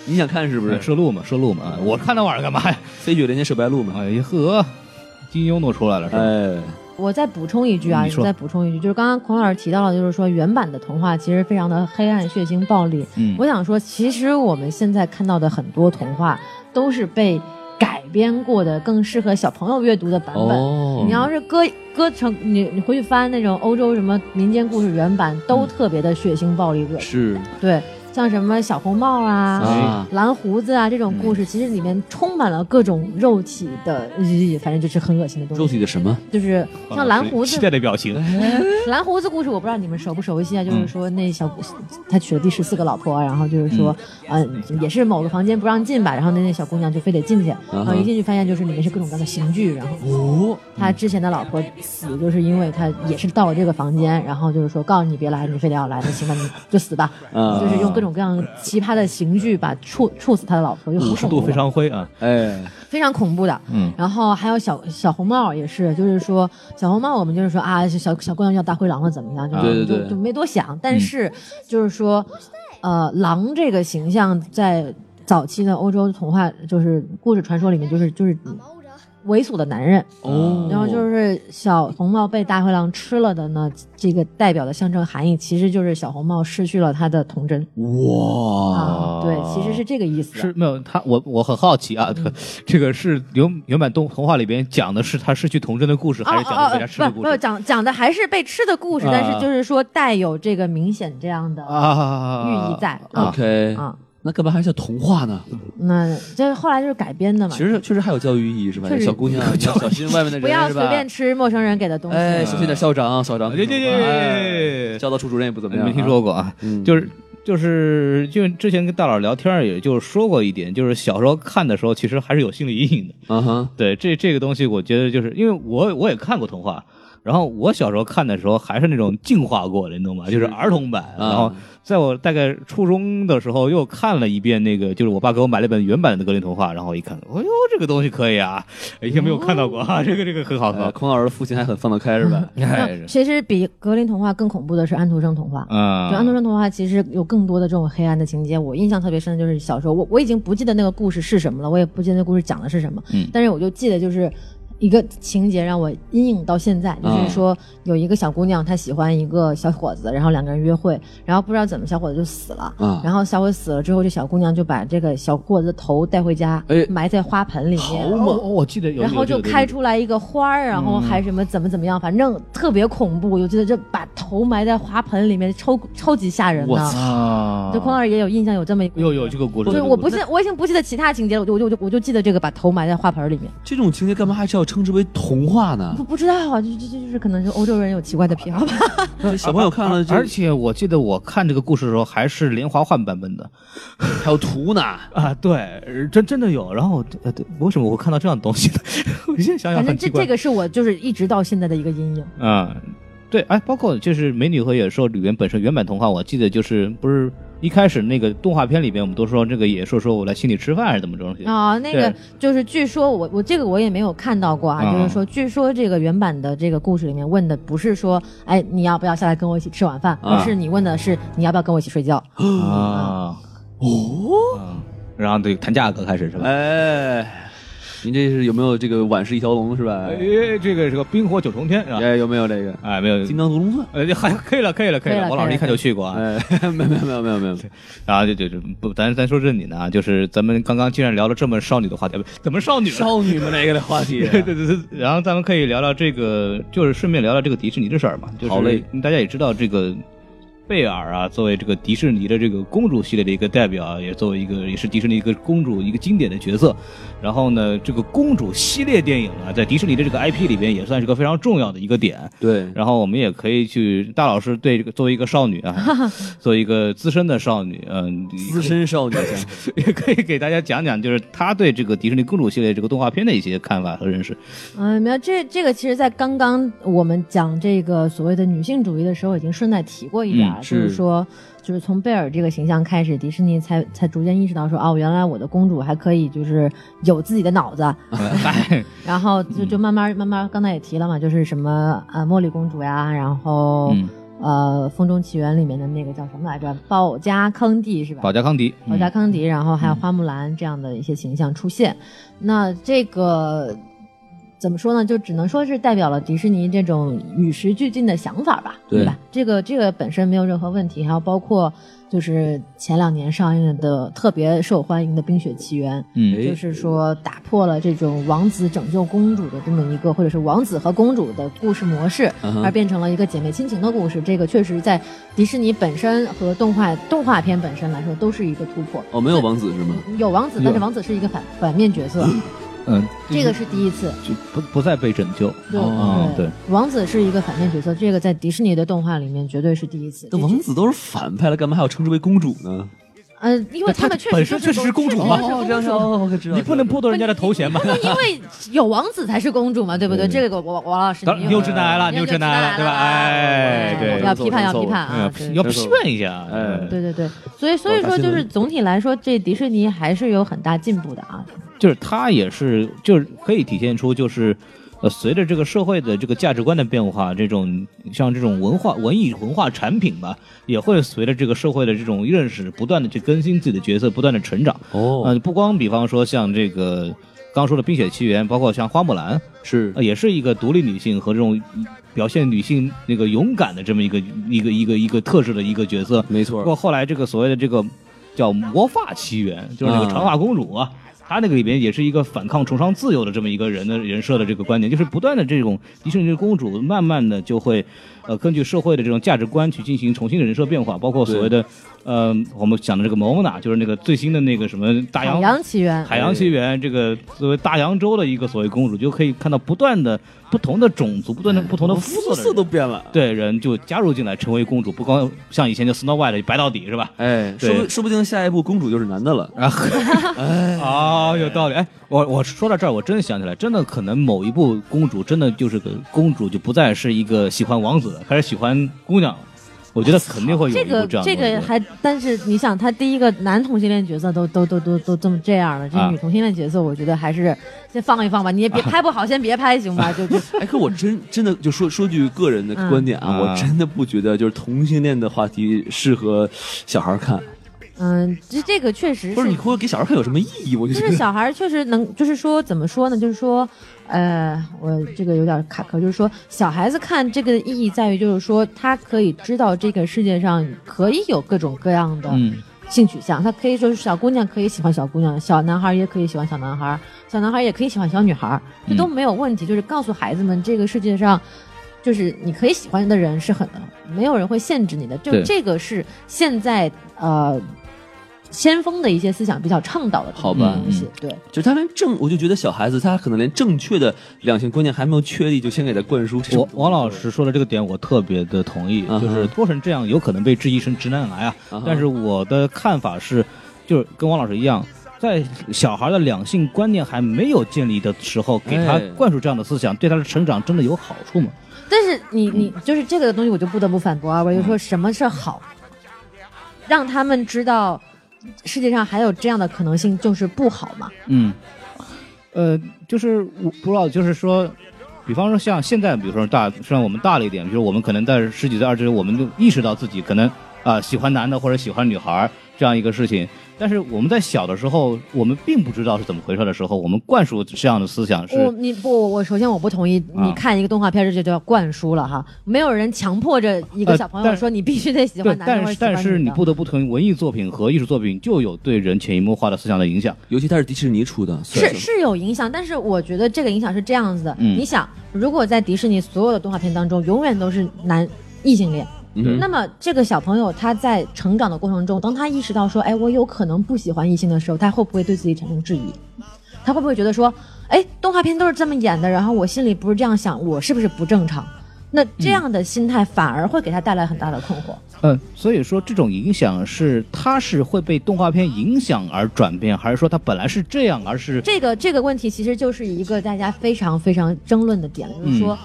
Speaker 3: 你想看是不
Speaker 2: 不是
Speaker 3: 是？
Speaker 2: 射鹿嘛，射鹿嘛，啊我看那玩意儿干嘛呀？
Speaker 3: 飞雪连天射白鹿嘛？
Speaker 2: 哎呵，金庸都出来了是吧？
Speaker 3: 哎，
Speaker 1: 我再补充一句啊，
Speaker 2: 嗯你说
Speaker 1: 我再补充一句，就是刚刚孔老师提到了，就是说原版的童话其实非常的黑暗、血腥、暴力。
Speaker 2: 嗯
Speaker 1: 我想说，其实我们现在看到的很多童话都是被改编过的，更适合小朋友阅读的版本。
Speaker 3: 哦
Speaker 1: 你要是搁搁成你你回去翻那种欧洲什么民间故事原版，都特别的血腥暴力恶。
Speaker 3: 是
Speaker 1: 对，像什么小红帽啊、
Speaker 3: 啊
Speaker 1: 蓝胡子啊这种故事，其实里面充满了各种肉体的，咦反正就是很恶心的东西。
Speaker 3: 肉体的什么？
Speaker 1: 就是像蓝胡
Speaker 4: 期
Speaker 2: 啊
Speaker 1: 子
Speaker 2: [laughs]
Speaker 4: 待，的表情，
Speaker 2: 哎
Speaker 1: 蓝胡子故事我不知道你们熟不熟悉啊，就是说那小姑他娶了第十四个老婆，然后就是说，嗯、也是某个房间不让进吧，然后那那小姑娘就非得进去，然后一进去发现就是里面是各种各样的刑具，然后
Speaker 3: 哦，
Speaker 1: 他之前的老婆死，就是因为他也是到了这个房间，然后就是说告诉你别来，你非得要来，那行吧，你就死吧，
Speaker 3: 啊
Speaker 1: 就是用各种各样奇葩的刑具把处处死他的老婆，就很
Speaker 2: 武术
Speaker 1: 恐怖
Speaker 2: 度非常灰啊，
Speaker 3: 哎，
Speaker 1: 非常恐怖的。
Speaker 2: 嗯
Speaker 1: 然后还有小小红帽也是，就是说小红帽我们就是说啊，小小姑娘要大灰狼了怎么
Speaker 2: 啊
Speaker 1: 样？就
Speaker 3: 对对
Speaker 1: 就
Speaker 3: 对
Speaker 1: 就没多想。
Speaker 2: 嗯
Speaker 1: 但是就是说，呃，狼这个形象在早期的欧洲童话就是故事传说里面就是就是猥琐的男人。
Speaker 3: 哦
Speaker 1: 然后就是小红帽被大灰狼吃了的呢，这个代表的象征含义其实就是小红帽失去了他的童真
Speaker 3: 哇
Speaker 1: 啊，对，其实是这个意思。
Speaker 2: 是没有他，我我很好奇啊，
Speaker 3: 嗯
Speaker 2: 这个是原原版动童话里边讲的是他失去童真的故事，还
Speaker 1: 啊
Speaker 2: 哦是讲的
Speaker 1: 啊
Speaker 2: 被他吃的
Speaker 1: 啊！不
Speaker 2: 故
Speaker 1: 不，
Speaker 2: 事
Speaker 1: 讲讲的还是被吃的故事，
Speaker 2: 啊
Speaker 1: 但是就是说带有这个明显这样的
Speaker 2: 啊？
Speaker 1: 寓意在啊
Speaker 3: ，OK，
Speaker 1: 啊。
Speaker 3: 那干嘛还叫童话呢？
Speaker 1: 那这后来就是改编的嘛
Speaker 3: 其，实确实还有教育意义是吧
Speaker 1: 确？实
Speaker 3: 小姑娘
Speaker 1: [laughs]
Speaker 3: 你要小心外面的人，
Speaker 1: 不要
Speaker 3: 是
Speaker 1: 随
Speaker 3: 吧
Speaker 1: 便吃陌生人给的东西。
Speaker 3: 哎，小心点，校长，校长，
Speaker 2: 对对对对
Speaker 3: 哎教导处主任也不怎么样，
Speaker 2: 没听，说过啊，
Speaker 3: 嗯，
Speaker 2: 就是就是就之前跟大佬聊天儿，也就是说过一点，就是小时候看的时候，其实还是有心理阴影的。
Speaker 3: 啊哈，
Speaker 2: 对，这这个东西，我觉得就是因为我我也看过童话，然后我小时候看的时候还是那种净化过的，你懂吗？就是儿童版。
Speaker 3: 啊
Speaker 2: 然后在我大概初中的时候又看了一遍那个，就是我爸给我买了一本原版的格林童话，然后我一看，哎呦，这个东西可以啊，以前没有看到过
Speaker 1: 哦
Speaker 2: 啊，这个这个很好很
Speaker 3: 呃
Speaker 1: 哎
Speaker 2: 好。
Speaker 3: 孔老师的父亲还很放得开
Speaker 1: [laughs]
Speaker 3: 是吧？
Speaker 2: 哎
Speaker 1: 那，其实比格林童话更恐怖的是安徒生童话。
Speaker 2: 啊，
Speaker 1: 就安徒生童话其实有更多的这种黑暗的情节，我印象特别深的就是小时候，我我已经不记得那个故事是什么了，我也不记得那故事讲的是什么，
Speaker 2: 嗯
Speaker 1: 但是我就记得就是。一个情节让我阴影到现在，就是说有一个小姑娘，她喜欢一个小伙子，然后两个人约会，然后不知道怎么小伙子就死了，
Speaker 3: 啊
Speaker 1: 然后小伙子死了之后，这小姑娘就把这个小伙子的头带回家，
Speaker 3: 哎
Speaker 1: 埋在花盆里面，
Speaker 2: 哦，我我记得有，
Speaker 1: 然后
Speaker 2: 有这
Speaker 1: 就
Speaker 2: 个
Speaker 1: 开出来一个花儿，然
Speaker 2: 嗯
Speaker 1: 后还什么怎么怎么样，反正特别恐怖。我觉得这把头埋在花盆里面，超超级吓人
Speaker 3: 我
Speaker 1: 的。
Speaker 2: 啊，
Speaker 1: 就孔老师也有印象，有这么一个。
Speaker 2: 有有这个故事，
Speaker 1: 就是
Speaker 2: 这个
Speaker 1: 我
Speaker 2: 故
Speaker 1: 不
Speaker 2: 事
Speaker 1: 记，我已经不记得其他情节了，我就我就我就我就记得这个把头埋在花盆里面，
Speaker 3: 这种情节干嘛还是要称之为童话呢
Speaker 1: 不？不知道啊，就就就就是可能是欧洲人有奇怪的癖好吧。
Speaker 3: 这小朋友看了就，
Speaker 2: 而且我记得我看这个故事的时候还是连环换版本的
Speaker 3: 还有图呢，
Speaker 2: 啊，对，真真的有。然后我呃，对，为什么我会看到这样的东西呢？ [laughs] 我现在想想
Speaker 1: 反
Speaker 2: 哎很
Speaker 1: 正这
Speaker 2: 奇怪。
Speaker 1: 这个是我就是一直到现在的一个阴影。
Speaker 2: 个啊，对，哎，包括就是《美女和野兽》里面本身原版童话，我记得就是不是一开始那个动画片里面，我们都说这个野兽说我来请你吃饭还是怎么着东西
Speaker 1: 啊、那个
Speaker 2: 对
Speaker 1: 就是据说我我这个我也没有看到过啊，
Speaker 2: 嗯
Speaker 1: 就是说据说这个原版的这个故事里面问的不是说，哎，你要不要下来跟我一起吃晚饭，
Speaker 3: 啊
Speaker 2: 嗯
Speaker 1: 而是你问的是你要不要跟我一起睡
Speaker 2: [laughs]
Speaker 1: 觉。
Speaker 2: 啊？哦、然后对谈价格开始是吧？
Speaker 3: 哎，您这是有没有这个碗是一条龙是吧？
Speaker 2: 哎，这个是个冰火九重天是吧？
Speaker 3: 哎，有没有这个
Speaker 2: 哎，没有，
Speaker 3: 金刚独龙钻？
Speaker 2: 呃，还可以了，可以了，可以
Speaker 1: 可以了
Speaker 2: 了。王老
Speaker 1: 可以
Speaker 2: 师
Speaker 1: 了
Speaker 2: 一看就去过啊。
Speaker 3: 哎，没有没有没有没有没有，
Speaker 2: 然后就就就不，咱咱说正经的啊，就是咱们刚刚既然聊了这么少女的话题，呃不怎么少女了？
Speaker 3: 少女们那个的话题
Speaker 2: [laughs] 对对对，对然后咱们可以聊聊这个，就是顺便聊聊这个迪士尼的事儿嘛。就是
Speaker 3: 好嘞，
Speaker 2: 大家也知道这个贝尔啊，作为这个迪士尼的这个公主系列的一个代表啊，也作为一个也是迪士尼一个公主一个经典的角色。然后呢，这个公主系列电影啊，在迪士尼的这个 IP 里边也算是个非常重要的一个点。
Speaker 3: [laughs] 对，
Speaker 2: 然后我们也可以去，大老师对这个作为一个少女啊，作为一个资深的少女，嗯、
Speaker 3: 资深少女像，
Speaker 2: 也可以给大家讲讲，就是他对这个迪士尼公主系列这个动画片的一些看法和认识。
Speaker 1: 嗯，没有，这这个其实，在刚刚我们讲这个所谓的女性主义的时候，已经顺带提过一点儿，
Speaker 3: 嗯
Speaker 1: 就是
Speaker 3: 是
Speaker 1: 说，就是从贝尔这个形象开始，迪士尼才才逐渐意识到说，哦，原来我的公主还可以就是有自己的脑子，
Speaker 2: 嗯哎
Speaker 1: 然后就就慢慢慢慢，刚才也提了嘛，就是什么呃，茉莉公主呀，然后、
Speaker 2: 嗯，
Speaker 1: 呃，《风中奇缘》里面的那个叫什么来着？保加康帝是吧？
Speaker 2: 保加嗯康迪，
Speaker 1: 保加康迪，然后还有花木兰这样的一些形象出现。那这个怎么说呢？就只能说是代表了迪士尼这种与时俱进的想法吧，
Speaker 3: 对
Speaker 1: 对吧？这个这个本身没有任何问题，还有包括就是前两年上映的特别受欢迎的《冰雪奇缘》，
Speaker 2: 嗯
Speaker 3: 哎
Speaker 1: 就是说打破了这种王子拯救公主的这么一个，或者是王子和公主的故事模式，
Speaker 3: 嗯哼
Speaker 1: 而变成了一个姐妹亲情的故事。这个确实在迪士尼本身和动画动画片本身来说都是一个突破。
Speaker 3: 哦，没有王子是吗？
Speaker 1: 有王子，但是王子是一个反反面角色，
Speaker 2: 嗯，
Speaker 1: 这个是第一
Speaker 4: 嗯
Speaker 1: 次。
Speaker 2: 就不不再被拯救。
Speaker 1: 对、
Speaker 2: 哦对，
Speaker 1: 王子是一个反面角色，这个在迪士尼的动画里面绝对是第一次。
Speaker 3: 那
Speaker 1: 这
Speaker 3: 王子都是反派了，干嘛还要称之为公主呢？
Speaker 1: 呃，因为他们确实
Speaker 4: 本身
Speaker 1: 就
Speaker 4: 确实是公主嘛
Speaker 1: 确实是公主
Speaker 3: 哦，我知
Speaker 4: 你不能剥夺人家的头衔吧？
Speaker 1: 因为有王子才是公主嘛，对不对？
Speaker 3: 嗯
Speaker 1: 这个王王老师，
Speaker 4: 当然，你又直男
Speaker 2: 啊
Speaker 4: 癌了，你又直男癌了，对吧？哎，对，
Speaker 1: 要批判，要批判啊！
Speaker 2: 嗯要
Speaker 3: 没
Speaker 2: 批
Speaker 3: 错
Speaker 2: 判一下。
Speaker 4: 啊
Speaker 3: 哎
Speaker 1: 对对对，所以所以说就是总体来说，这迪士尼还是有很大进步的啊。
Speaker 2: 就是它也是，就是可以体现出，就是呃，随着这个社会的这个价值观的变化，这种像这种文化、文艺文化产品吧，也会随着这个社会的这种认识，不断的去更新自己的角色，不断的成长。
Speaker 3: 哦，
Speaker 2: 呃，不光比方说像这个刚刚说的《冰雪奇缘》，包括像花木兰，
Speaker 3: 是
Speaker 2: 呃，也是一个独立女性和这种表现女性那个勇敢的这么一个一个一个一个特质的一个角色。
Speaker 3: 没
Speaker 2: 不
Speaker 3: 错，
Speaker 2: 过后来这个所谓的这个叫魔发奇缘，就是那个
Speaker 3: 啊
Speaker 2: 长发公主啊，她那个里边也是一个反抗、崇尚自由的这么一个人的人设的这个观点，就是不断的这种迪士尼的公主，慢慢的就会呃根据社会的这种价值观去进行重新的人设变化，包括所谓的呃我们讲的这个蒙娜，就是那个最新的那个什么大
Speaker 1: 海
Speaker 2: 洋
Speaker 1: 洋奇缘，
Speaker 2: 海洋奇缘这个作为大洋洲的一个所谓公主，就可以看到不断的不同的种族、不断的不同的肤色
Speaker 3: 肤
Speaker 2: 的
Speaker 3: 色
Speaker 2: 人
Speaker 3: 都变了。
Speaker 2: 对人就加入进来，成为公主，不光像以前就 Snow White 白到底是吧？
Speaker 3: 哎，说不
Speaker 2: 对
Speaker 3: 说不定下一步公主就是男的了。
Speaker 2: 啊，哦，有道理。哎，我我说到这儿，我真的想起来，真的可能某一部公主真的就是个公主，就不再是一个喜欢王子了，开始喜欢姑娘了。我觉得肯定会有
Speaker 1: 这
Speaker 2: 一部
Speaker 1: 个
Speaker 2: 这样的
Speaker 1: 这个
Speaker 2: 东西
Speaker 1: 还，但是你想，他第一个男同性恋角色都都都都都这么这样了，这
Speaker 2: 啊
Speaker 1: 女同性恋角色，我觉得还是先放一放吧，你也别拍不好，先别拍行吧？就就
Speaker 3: 哎，可我真真的就说说句个人的观点啊，
Speaker 2: 嗯
Speaker 3: 我真的不觉得就是同性恋的话题适合小孩看，
Speaker 1: 嗯，这这个确实
Speaker 3: 不是你给我给小孩看有什么意义？我就
Speaker 1: 就
Speaker 3: 觉
Speaker 1: 是
Speaker 3: 得
Speaker 1: 小孩儿确实能，就是说怎么说呢？就是说，呃，我这个有点卡壳，就是说小孩子看这个的意义在于，就是说他可以知道这个世界上可以有各种各样的
Speaker 2: 嗯
Speaker 1: 性取向，他可以说是小姑娘可以喜欢小姑娘，小男孩儿也可以喜欢小男孩儿，小男孩儿也可以喜欢小女孩儿，这都没有问题。就是告诉孩子们，这个世界上。就是你可以喜欢的人是很，没有人会限制你的。就
Speaker 2: 对
Speaker 1: 这个是现在呃先锋的一些思想比较倡导的这
Speaker 3: 好
Speaker 1: 么一个
Speaker 3: 吧嗯
Speaker 1: 东西。对，
Speaker 3: 就是他连正，我就觉得小孩子他可能连正确的两性观念还没有确立，就先给他灌输这啊种
Speaker 2: 王王老师说的这个点，我特别的同意，
Speaker 3: 嗯哼
Speaker 2: 就是做成这样有可能被质疑成直男癌啊。
Speaker 3: 嗯哼
Speaker 2: 但是我的看法是，就是跟王老师一样，在小孩的两性观念还没有建立的时候，给他
Speaker 3: 哎
Speaker 2: 灌输这样的思想，对他的成长真的有好处吗？
Speaker 1: 但是你你就是这个东西，我就不得不反驳啊！我就说什么是好，让他们知道世界上还有这样的可能性，就是不好嘛。
Speaker 2: 嗯，呃，就是我不知道，就是说，比方说像现在，比如说大，像我们大了一点，比如我们可能在十几岁、二十岁，我们就意识到自己可能啊、喜欢男的或者喜欢女孩儿这样一个事情。但是我们在小的时候，我们并不知道是怎么回事的时候，我们灌输这样的思想
Speaker 1: 我
Speaker 2: 是，
Speaker 1: 你不我我首先我不同意，
Speaker 2: 啊
Speaker 1: 你看一个动画片儿这就叫灌输了哈，没有人强迫着一个
Speaker 2: 呃
Speaker 1: 小朋友
Speaker 2: 但
Speaker 1: 说你必须得喜
Speaker 2: 对
Speaker 1: 欢，男的
Speaker 2: 但
Speaker 1: 或者
Speaker 2: 是
Speaker 1: 喜欢
Speaker 2: 但是
Speaker 1: 女
Speaker 2: 你
Speaker 1: 的
Speaker 2: 不得不承认，文艺作品和艺术作品就有对人潜移默化的思想的影响。
Speaker 3: 尤其他是迪士尼出的，所以
Speaker 1: 是是有影响，但是我觉得这个影响是这样子的。
Speaker 2: 嗯
Speaker 1: 你想，如果在迪士尼所有的动画片当中，永远都是男异性恋，
Speaker 3: 嗯
Speaker 1: 那么这个小朋友他在成长的过程中，当他意识到说，哎，我有可能不喜欢异性的时候，他会不会对自己产生质疑？他会不会觉得说，哎，动画片都是这么演的，然后我心里不是这样想，我是不是不正常？那这样的心态反而会给他带来很大的困惑。
Speaker 2: 嗯，所以说这种影响是，它是会被动画片影响而转变，还是说它本来是这样，而是
Speaker 1: 这个这个问题其实就是一个大家非常非常争论的点，就是说。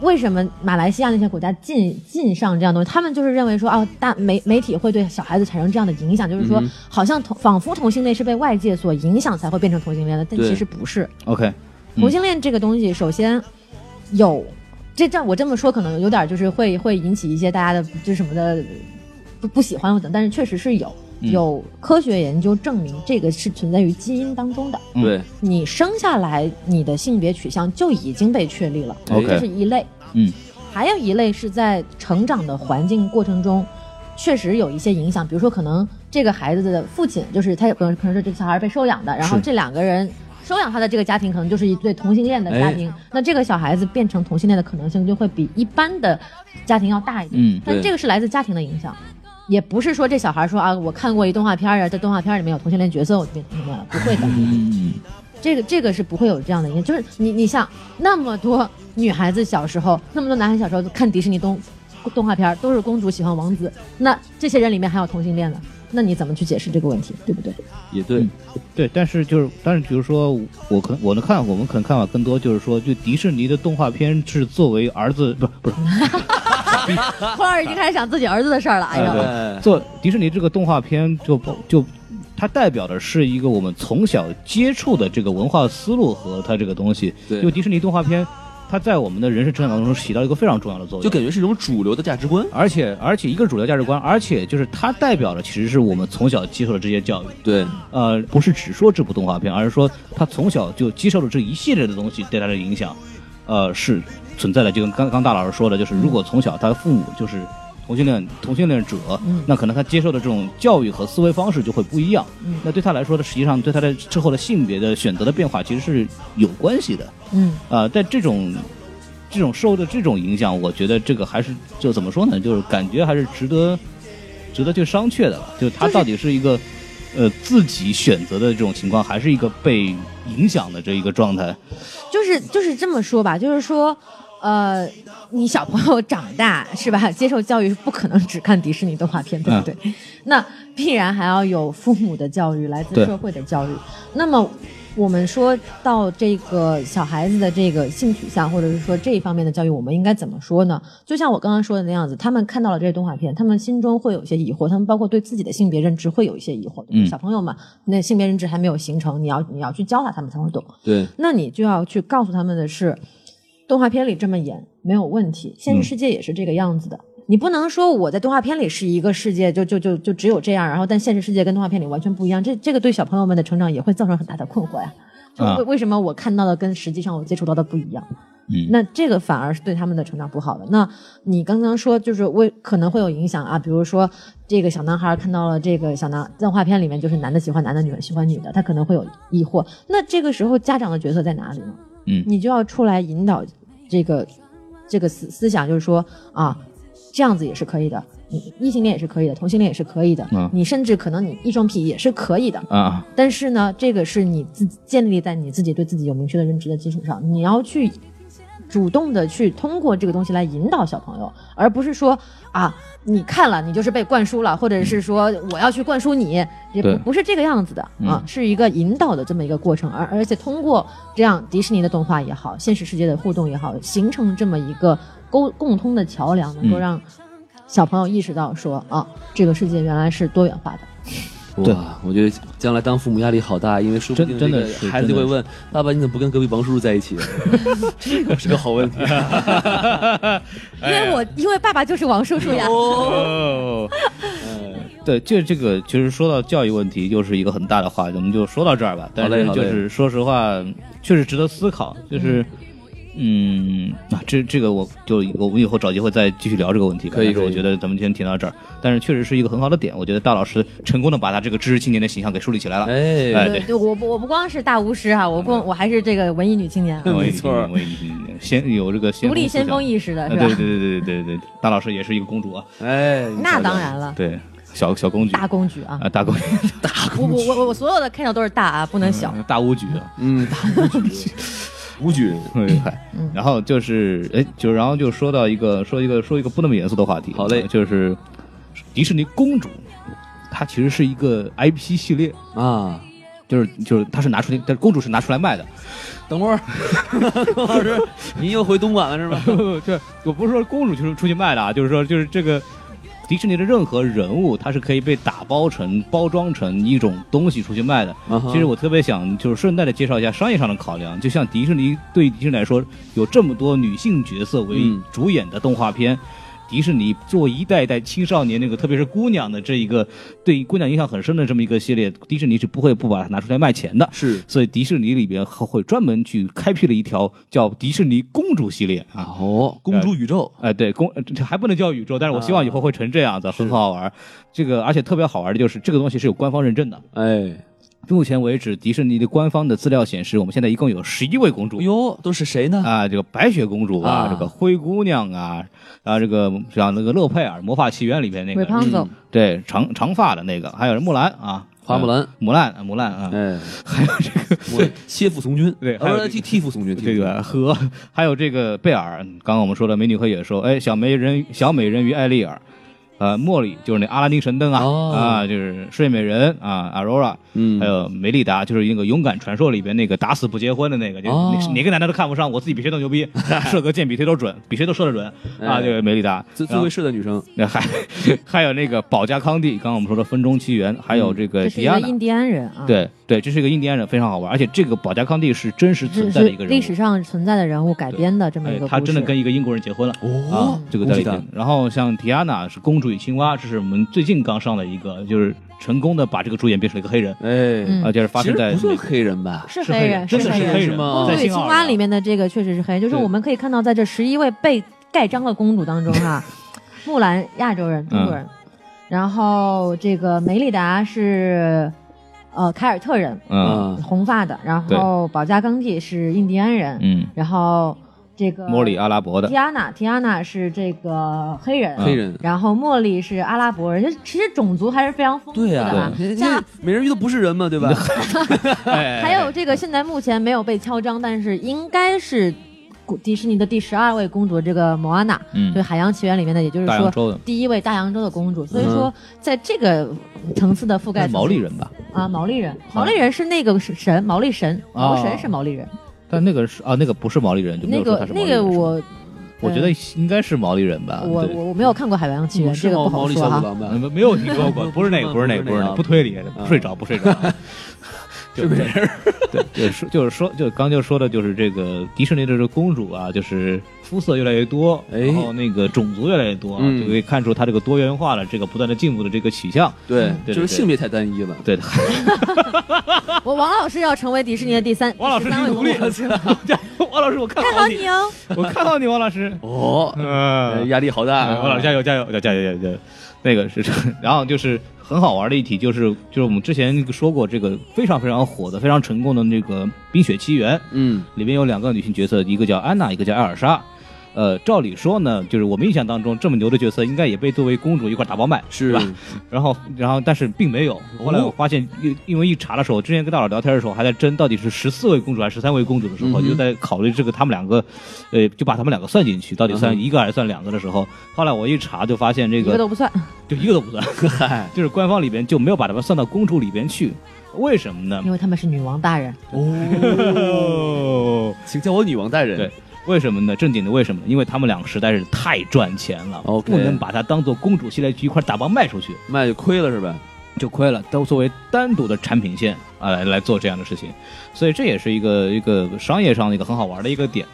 Speaker 1: 为什么马来西亚那些国家禁禁上这样东西？他们就是认为说，哦，大媒媒体会对小孩子产生这样的影响，就是说，好像同仿佛同性恋是被外界所影响才会变成同性恋的，但
Speaker 3: 对
Speaker 1: 其实不是。
Speaker 2: OK？嗯
Speaker 1: 同性恋这个东西，首先有这这样我这么说可能有点就是会会引起一些大家的就是什么的不不喜欢或者，但是确实是有。有科学研究证明这个是存在于基因当中的。
Speaker 2: 嗯
Speaker 3: 对
Speaker 1: 你生下来你的性别取向就已经被确立了，
Speaker 2: OK
Speaker 1: 这是一类。
Speaker 2: 嗯，
Speaker 1: 还有一类是在成长的环境过程中，确实有一些影响，比如说可能这个孩子的父亲就是他有可能可能是这个小孩被收养的，然后这两个人。收养他的这个家庭可能就是一对同性恋的
Speaker 2: 哎
Speaker 1: 家庭，那这个小孩子变成同性恋的可能性就会比一般的家庭要大一点。
Speaker 2: 嗯
Speaker 1: 但
Speaker 3: 对
Speaker 1: 这个是来自家庭的影响，也不是说这小孩说啊，我看过一动画片啊，这动画片里面有同性恋角色，我就变同性恋了，不会的。
Speaker 2: 嗯，
Speaker 1: 这个这个是不会有这样的影响。就是你你像那么多女孩子小时候，那么多男孩子小时候看迪士尼动动画片儿，都是公主喜欢王子，那这些人里面还有同性恋的，那你怎么去解释这个问题，对不对？
Speaker 3: 也对
Speaker 2: 嗯，对，但是就是，但是比如说，我可能我的看，我们可能看法更多，就是说，就迪士尼的动画片是作为儿子，不不是
Speaker 1: 花儿已经开始想自己儿子的事儿了，哎
Speaker 2: 对
Speaker 1: 呀，
Speaker 3: 哎
Speaker 2: 做迪士尼这个动画片就包就。它代表的是一个我们从小接触的这个文化思路和它这个东西，
Speaker 3: 对
Speaker 2: 因为迪士尼动画片，它在我们的人生成长当中起到一个非常重要的作用。
Speaker 3: 就感觉是一种主流的价值观。
Speaker 2: 而且而且一个主流价值观，而且就是它代表的其实是我们从小接受的这些教育，
Speaker 3: 对，
Speaker 2: 呃，不是只说这部动画片，而是说他从小就接受了这一系列的东西对他的影响，呃，是存在的。就跟刚刚大老师说的，就是如果从小他父母就是同性恋同性恋者，
Speaker 1: 嗯
Speaker 2: 那可能他接受的这种教育和思维方式就会不一样。
Speaker 1: 嗯
Speaker 2: 那对他来说，他实际上对他的之后的性别的选择的变化其实是有关系的。
Speaker 1: 嗯，
Speaker 2: 啊，但这种这种受的这种影响，我觉得这个还是就怎么说呢，就是感觉还是值得值得去商榷的吧。就他到底是一个呃自己选择的这种情况，还是一个被影响的这一个状态？
Speaker 1: 就是就是这么说吧，就是说。呃，你小朋友长大是吧？接受教育是不可能只看迪士尼动画片，
Speaker 2: 嗯
Speaker 1: 对不对？那必然还要有父母的教育，来自
Speaker 2: 对
Speaker 1: 社会的教育。那么我们说到这个小孩子的这个性取向，或者是说这一方面的教育，我们应该怎么说呢？就像我刚刚说的那样子，他们看到了这些动画片，他们心中会有一些疑惑，他们包括对自己的性别认知会有一些疑惑。
Speaker 2: 嗯
Speaker 1: 小朋友嘛，那性别认知还没有形成，你要你要去教他，他们才会懂。
Speaker 3: 对，
Speaker 1: 那你就要去告诉他们的是，动画片里这么演没有问题，现
Speaker 2: 嗯
Speaker 1: 实世界也是这个样子的。你不能说我在动画片里是一个世界，就就就就只有这样，然后但现实世界跟动画片里完全不一样，这这个对小朋友们的成长也会造成很大的困惑呀、就
Speaker 2: 啊
Speaker 1: 为为什么我看到的跟实际上我接触到的不一样？
Speaker 2: 嗯
Speaker 1: 那这个反而是对他们的成长不好的。那你刚刚说就是为可能会有影响啊，比如说这个小男孩看到了这个小男动画片里面就是男的喜欢男的，女的喜欢女的，他可能会有疑惑。那这个时候家长的角色在哪里呢？
Speaker 2: 嗯
Speaker 1: 你就要出来引导这个这个思思想，就是说啊，这样子也是可以的，你异性恋也是可以的，同性恋也是可以的，
Speaker 2: 嗯
Speaker 1: 你甚至可能你异双癖也是可以的，
Speaker 2: 啊，
Speaker 1: 但是呢，这个是你自己建立在你自己对自己有明确的认知的基础上，啊你要去主动的去通过这个东西来引导小朋友，而不是说啊，你看了你就是被灌输了，或者是说我要去灌输你，也
Speaker 2: 对
Speaker 1: 不不是这个样子的啊
Speaker 2: 嗯，
Speaker 1: 是一个引导的这么一个过程，而而且通过这样迪士尼的动画也好，现实世界的互动也好，形成这么一个沟共通的桥梁，能够
Speaker 2: 嗯
Speaker 1: 让小朋友意识到说啊，这个世界原来是多元化的。
Speaker 2: 对
Speaker 3: 哇，我觉得将来当父母压力好大，因为说不定
Speaker 2: 真真的
Speaker 3: 这个
Speaker 2: 是
Speaker 3: 孩子就
Speaker 2: 真
Speaker 3: 会
Speaker 2: 的
Speaker 3: 问爸爸，你怎么不跟隔壁王叔叔在
Speaker 2: [laughs]
Speaker 3: 一起？啊这个是个好问题。
Speaker 1: 因为
Speaker 2: 哎
Speaker 1: 我因为爸爸就是王叔叔呀，
Speaker 2: 哦，
Speaker 3: 嗯
Speaker 2: 对，就这个，其实说到教育问题，又是一个很大的话题，我们就说到这儿吧。但
Speaker 3: 好嘞
Speaker 2: 是
Speaker 3: 好嘞
Speaker 2: 就是说实话，确实值得思考，就是。嗯，啊，这这个我就我们以后找机会再继续聊这个问题吧。
Speaker 3: 可以
Speaker 2: 但是
Speaker 3: 可以
Speaker 2: 我觉得咱们先停到这儿，但是确实是一个很好的点，我觉得大老师成功的把他这个知识青年的形象给树立起来了。
Speaker 3: 哎，
Speaker 2: 哎
Speaker 1: 对
Speaker 2: 对嗯
Speaker 1: 对，我不我不光是大巫师啊，我不我还是这个文艺女青年啊，
Speaker 3: 没错儿
Speaker 2: 我已经嗯先有这个先
Speaker 1: 独立先锋
Speaker 2: 思
Speaker 1: 意识的
Speaker 2: 想
Speaker 1: 是
Speaker 2: 啊
Speaker 1: 吧
Speaker 2: 对？对对对对对对，大老师也是一个公主啊，
Speaker 3: 哎，你
Speaker 1: 那
Speaker 3: 瞧瞧
Speaker 1: 当然了，
Speaker 2: 对，小小公举
Speaker 1: 大公举啊，
Speaker 2: 啊，大公举，嗯
Speaker 1: 我我我我我所有的看到都是大啊，不能小。
Speaker 2: [laughs] 大巫举啊。
Speaker 3: 嗯，大武举，
Speaker 2: [laughs]
Speaker 3: 武举，
Speaker 2: 嗯，嗨
Speaker 1: 嗯，
Speaker 2: 然后就是，哎，就然后就说到一个说一个说一个不那么严肃的话题，啊
Speaker 3: 好嘞
Speaker 2: 就是迪士尼公主，它其实是一个 IP 系列，
Speaker 3: 啊，
Speaker 2: 就是就是它是拿出来，但是公主是拿出来卖的，
Speaker 3: 等会儿，孔老师，您又回东莞了是吧？
Speaker 2: 这我不是说公主就是出去卖的啊，就是说就是这个迪士尼的任何人物，它是可以被打包成包装成一种东西出去卖的。
Speaker 3: 啊哈
Speaker 2: 其实我特别想就是顺带的介绍一下商业上的考量，就像迪士尼对迪士尼来说，有这么多女性角色为
Speaker 3: 嗯
Speaker 2: 主演的动画片。迪士尼做一代一代青少年那个，特别是姑娘的这一个对姑娘影响很深的这么一个系列，迪士尼是不会不把它拿出来卖钱的。
Speaker 3: 是
Speaker 2: 所以迪士尼里边会专门去开辟了一条叫迪士尼公主系列啊，
Speaker 3: 哦，公主宇宙
Speaker 2: 哎，对，公呃这还不能叫宇宙，但是我希望以后会成这样子，很好玩儿。这个而且特别好玩的就是这个东西是有官方认证的。
Speaker 3: 哎，
Speaker 2: 目前为止，迪士尼的官方的资料显示，我们现在一共有十一位公主
Speaker 3: 哎。呦，都是谁呢？
Speaker 2: 啊，这个白雪公主啊，
Speaker 3: 啊
Speaker 2: 这个灰姑娘啊，啊，这个像那个乐佩尔《魔法奇缘》里面那
Speaker 1: 鬼
Speaker 2: 个，嗯呃
Speaker 1: 胖子，
Speaker 2: 对，长长发的那个，还有木兰啊，
Speaker 3: 花木兰
Speaker 2: 呃木兰，啊木兰啊， [laughs]
Speaker 3: 哎， [laughs] 还有这个切腹从军，
Speaker 2: 对
Speaker 3: 啊
Speaker 2: 还有
Speaker 3: 不是替替父从军，
Speaker 2: 这个和还有这个贝尔，刚刚我们说的美女和野兽，哎，小美人小美人鱼艾丽尔，呃，茉莉就是那阿拉丁神灯啊、
Speaker 3: 哦
Speaker 2: 啊，就是睡美人啊，Aurora，
Speaker 3: 嗯，
Speaker 2: 还有梅丽达，就是那个勇敢传说里边那个打死不结婚的那个，就
Speaker 3: 哦
Speaker 2: 哪哪个男的都看不上，我自己比谁都牛
Speaker 3: [laughs]
Speaker 2: 逼，射个箭比谁都准，比谁都射得准啊，
Speaker 3: 哎
Speaker 2: 这个梅丽达，
Speaker 3: 最最
Speaker 2: 然后
Speaker 3: 会射的女生，
Speaker 2: 还还有那个保加康帝，刚刚我们说的分钟奇缘，还有这个
Speaker 1: 嗯这是
Speaker 2: 迪
Speaker 1: 一
Speaker 2: 亚
Speaker 1: 个
Speaker 2: 娜。
Speaker 1: 印第安人啊，，
Speaker 2: 对对，这是一个印第安人，非常好玩，而且这个保加康帝是真实
Speaker 1: 是
Speaker 2: 存在
Speaker 1: 是
Speaker 2: 的一个人物，
Speaker 1: 历史上存在的人物改编的这么
Speaker 2: 哎
Speaker 1: 一个故事。哦
Speaker 2: 他真的跟一个英国人结婚了。啊，这个在里
Speaker 3: 恭喜
Speaker 2: 边。然后像迪安娜是公主与青蛙，这是我们最近刚上的一个，就是成功的把这个主演变成了一个黑人，
Speaker 3: 哎，
Speaker 1: 嗯
Speaker 2: 啊，就是发
Speaker 3: 其
Speaker 2: 生
Speaker 3: 实
Speaker 2: 在
Speaker 3: 不算
Speaker 2: 美
Speaker 3: 黑人吧？
Speaker 1: 是
Speaker 2: 是
Speaker 1: 黑人，
Speaker 2: 真的
Speaker 1: 黑
Speaker 2: 是
Speaker 3: 人
Speaker 2: 黑
Speaker 3: 是
Speaker 2: 人。
Speaker 3: 吗
Speaker 2: 在
Speaker 1: 哦对，
Speaker 2: 青
Speaker 1: 青
Speaker 2: 蛙
Speaker 1: 蛙里面的这个确实是黑人，就是
Speaker 2: 对
Speaker 1: 我们可以看到，在这十一位被盖章的公主当中
Speaker 2: [laughs]
Speaker 1: 啊，木兰亚洲人，中国
Speaker 2: 嗯
Speaker 1: 人，然后这个梅丽达是呃凯尔特人，
Speaker 2: 嗯
Speaker 3: 啊，
Speaker 1: 红发的，然后保加康帝是印第安人，
Speaker 2: 嗯，
Speaker 1: 然后这个
Speaker 2: 莫里阿拉伯的
Speaker 1: 提，亚娜，提亚娜是这个黑人，
Speaker 2: 啊
Speaker 3: 黑人，
Speaker 1: 然后茉莉是阿拉伯人，就其实种族还是非常丰富
Speaker 3: 对
Speaker 1: 的
Speaker 3: 呀、
Speaker 1: 啊。
Speaker 3: 人
Speaker 1: 像
Speaker 3: 家美人鱼都不是人嘛，
Speaker 1: [laughs]
Speaker 3: 对吧？
Speaker 1: 哎
Speaker 2: 哎
Speaker 1: 还有
Speaker 2: 嗯
Speaker 1: 这个，现在目前没有被敲章，但是应该是古迪士尼的第十二位公主，这个莫安娜，
Speaker 2: 嗯
Speaker 1: 对《海洋奇缘》里面的，也就是
Speaker 2: 大洋
Speaker 1: 说
Speaker 2: 洲的
Speaker 1: 第一位大洋洲的公主。所以
Speaker 3: 嗯
Speaker 1: 说，在这个层次的覆盖
Speaker 2: 那
Speaker 1: 层次，
Speaker 2: 毛利人吧？
Speaker 1: 啊，毛利人，毛利人是那个神，毛利神，毛神是毛利人，
Speaker 2: 但那个是啊啊，那个不是毛利人，就没
Speaker 1: 那
Speaker 2: 有说
Speaker 1: 个
Speaker 2: 他是毛
Speaker 1: 那
Speaker 2: 利人
Speaker 1: 个
Speaker 2: 是吗
Speaker 1: 我，嗯
Speaker 2: 我觉得应该是毛利人吧。
Speaker 1: 我
Speaker 2: 对
Speaker 1: 我我没有看过《海洋奇缘》，这个不好
Speaker 3: 毛利
Speaker 1: 说
Speaker 3: 小
Speaker 1: 哈
Speaker 3: 五。郎吧？
Speaker 2: 嗯没没有听说过，不是那个，不是那个，不是那个，不推理，不睡着，不
Speaker 1: [laughs]
Speaker 2: 睡着。就
Speaker 3: 不是
Speaker 2: 对，
Speaker 3: [laughs]
Speaker 2: 就是说就是说，就刚就说的，就是这个迪士尼的这个公主啊，就是肤色越来越多，
Speaker 3: 哎
Speaker 2: 然后那个种族越来越多啊，
Speaker 3: 嗯
Speaker 2: 就可以看出它这个多元化的这个不断的进步的这个取向。
Speaker 3: 对，
Speaker 2: 对
Speaker 3: 嗯就是
Speaker 2: 对
Speaker 3: 性别太单一了。
Speaker 2: 对
Speaker 1: [laughs]
Speaker 2: 的，
Speaker 1: 我王老师要成为迪士尼的第三，
Speaker 2: 王老师
Speaker 1: 第三位
Speaker 2: 挺努
Speaker 1: 公
Speaker 2: 力
Speaker 1: 主，
Speaker 2: 的， [laughs] 王老师，我看
Speaker 1: 看
Speaker 2: 好
Speaker 1: 好
Speaker 2: 你，
Speaker 1: 你哦。
Speaker 2: 我看好你，王老师。
Speaker 3: 哦， [laughs] 呃
Speaker 2: 嗯，
Speaker 3: 压力好大
Speaker 2: 哎
Speaker 3: 啊。
Speaker 2: 王老师加油加油加油加油加油！那个是，然后就是很好玩的一题，就是就是我们之前说过这个非常非常火的、非常成功的那个《冰雪奇缘》，
Speaker 3: 嗯，
Speaker 2: 里面有两个女性角色，一个叫安娜，一个叫艾尔莎。呃，照理说呢，就是我们印象当中这么牛的角色，应该也被作为公主一块打包卖，
Speaker 3: 是
Speaker 2: 吧？然后，然后但是并没有。后来我
Speaker 3: 哦
Speaker 2: 发现，因因为一查的时候，之前跟大佬聊天的时候，还在争到底是十四位公主还是十三位公主的时候，
Speaker 3: 嗯哼
Speaker 2: 就在考虑这个他们两个，呃，就把他们两个算进去，到底算
Speaker 3: 嗯哼
Speaker 2: 一个还是算两个的时候，后来我一查就发现这
Speaker 1: 一个
Speaker 2: 个
Speaker 1: 都不算，
Speaker 2: 就一个都不算，
Speaker 3: [laughs] 嗨，
Speaker 2: 就是官方里边就没有把他们算到公主里边去，为什么呢
Speaker 1: 因？为他们是女王大
Speaker 2: [laughs]
Speaker 1: 人。
Speaker 3: 哦，
Speaker 2: 哦，
Speaker 3: 请叫我女王大人。
Speaker 2: 对为什么呢？正经的为什么呢？因为他们两个实在是太赚钱了
Speaker 3: OK
Speaker 2: 不能把它当做公主系列剧一块打包卖出去，
Speaker 3: 卖就亏了是吧？
Speaker 2: 就亏了。都作为单独的产品线啊来来做这样的事情，所以这也是一个一个商业上的一个很好玩的一个点。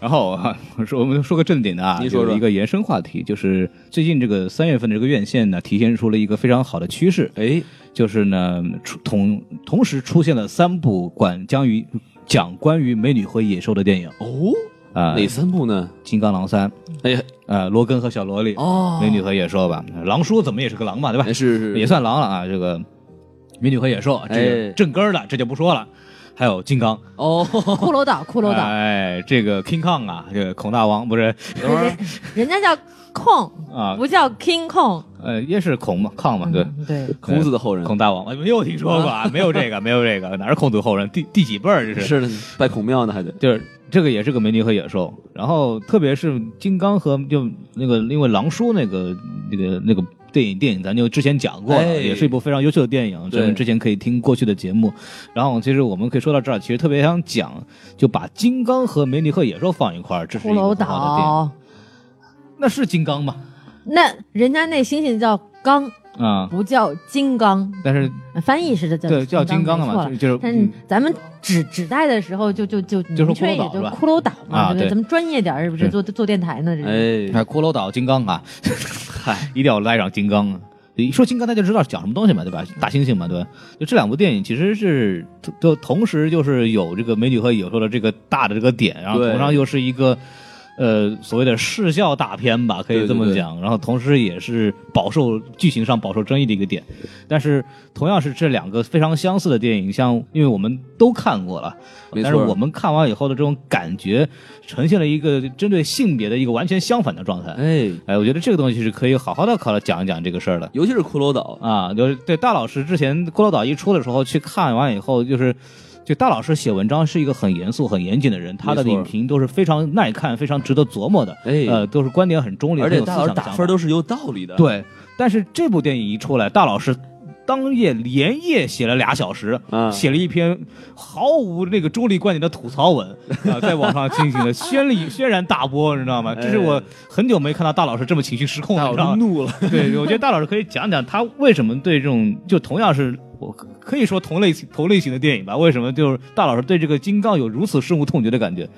Speaker 2: 然后 [laughs] 啊，说我们说个正经的啊，
Speaker 3: 你说说
Speaker 2: 有一个延伸话题，就是最近这个三月份的这个院线呢，体现出了一个非常好的趋势，
Speaker 3: 哎，
Speaker 2: 就是呢，出同同时出现了三部关将于讲关于美女和野兽的电影
Speaker 3: 哦，
Speaker 2: 啊，
Speaker 3: 哪三部呢？
Speaker 2: 金刚狼三》
Speaker 3: 哎呀，
Speaker 2: 呃，《罗根和小萝莉》
Speaker 3: 哦，
Speaker 2: 美女和野兽》吧，狼叔怎么也是个狼嘛，对吧
Speaker 3: 哎？是是
Speaker 2: 也算狼了啊，这个《美女和野兽》这
Speaker 3: 哎
Speaker 2: 个正根儿的，这就不说了。还有金刚，
Speaker 3: 哦，
Speaker 1: 骷髅岛，骷髅岛，
Speaker 2: 哎，这个 King Kong 啊，这个孔大王不是
Speaker 3: 等会儿
Speaker 1: 人人家叫控，
Speaker 2: 啊，
Speaker 1: 不叫 King Kong。
Speaker 2: 呃，也是孔嘛，康嘛，对，
Speaker 1: 嗯对，
Speaker 3: 孔子的后人
Speaker 2: 孔大王，哎没有听说过
Speaker 3: [laughs]
Speaker 2: 啊，没有这个，没有这个，哪是孔子后人？第第几辈儿这
Speaker 3: 是的，拜孔庙呢还得。
Speaker 2: 就是这个也是个美女和野兽，然后特别是金刚和就那个因为狼叔那个那个那个电影电影，咱就之前讲过了，
Speaker 3: 哎
Speaker 2: 也是一部非常优秀的电影，
Speaker 3: 对
Speaker 2: 咱们之前可以听过去的节目。然后其实我们可以说到这儿，其实特别想讲，就把金刚和美女和野兽放一块儿，这是一
Speaker 1: 骷
Speaker 2: 个
Speaker 1: 髅
Speaker 2: 很好的电影。
Speaker 1: 岛，
Speaker 2: 那是金刚吗？
Speaker 1: 那人家那猩猩叫刚
Speaker 2: 啊，
Speaker 1: 不叫金刚，
Speaker 2: 但是
Speaker 1: 翻译是叫
Speaker 2: 对叫金刚的
Speaker 1: 没错
Speaker 2: 嘛，就就是
Speaker 1: 但是
Speaker 2: 嗯
Speaker 1: 咱们指指代的时候就，就就
Speaker 2: 就
Speaker 1: 明
Speaker 2: 说
Speaker 1: 确一点，
Speaker 2: 骷
Speaker 1: 就
Speaker 2: 髅岛是吧
Speaker 1: 骷髅岛嘛，对
Speaker 2: 啊
Speaker 1: 不对？
Speaker 2: 对
Speaker 1: 咱们专业点儿，是不是
Speaker 2: 是
Speaker 1: 做做电台呢？这是
Speaker 3: 哎，
Speaker 2: 哎，骷髅岛金刚啊，
Speaker 3: [laughs] 嗨，
Speaker 2: 一定要来一场金刚啊！一说金刚，大家就知道讲什么东西嘛，对吧？大猩猩嘛，对吧？就这两部电影其实是都都同时就是有这个美女和野兽的这个大的这个点，然后
Speaker 3: 对
Speaker 2: 同上又是一个呃所谓的视效大片吧，可以这么
Speaker 3: 对对对
Speaker 2: 讲。然后同时也是饱受剧情上饱受争议的一个点。但是同样是这两个非常相似的电影，像因为我们都看过了，
Speaker 3: 没
Speaker 2: 但是
Speaker 3: 错
Speaker 2: 我们看完以后的这种感觉，呈现了一个针对性别的一个完全相反的状态。
Speaker 3: 哎，
Speaker 2: 哎，我觉得这个东西是可以好好的考虑讲一讲这个事儿的
Speaker 3: 尤其是骷髅岛，
Speaker 2: 啊。就是对大老师之前《骷髅岛》一出的时候去看完以后，就是就大老师写文章是一个很严肃、很严谨的人，他的
Speaker 3: 没错
Speaker 2: 影评都是非常耐看、非常值得琢磨的，
Speaker 3: 哎
Speaker 2: 呃，都是观点很中立，
Speaker 3: 而
Speaker 2: 很
Speaker 3: 且
Speaker 2: 有思
Speaker 3: 大老师
Speaker 2: 想的
Speaker 3: 打
Speaker 2: 想
Speaker 3: 分
Speaker 2: 法
Speaker 3: 都是有道理的。，
Speaker 2: 对。但是这部电影一出来，大老师。当夜连夜写了俩小时，
Speaker 3: 啊
Speaker 2: 写了一篇毫无那个中立观点的吐槽
Speaker 3: [laughs]
Speaker 2: 文啊、在网上进行了轩里轩然大波，你知道吗？这是我
Speaker 3: 哎
Speaker 2: 很久没看到大老师这么情绪失控了，
Speaker 3: 大
Speaker 2: 你知道
Speaker 3: 老
Speaker 2: 吗
Speaker 3: 师？怒了，
Speaker 2: 对，我觉得大老师可以讲讲他为什么对这种就同样是我可可以说同类型同类型的电影吧，为什么就是大老师对这个金刚有如此深恶痛绝的感觉？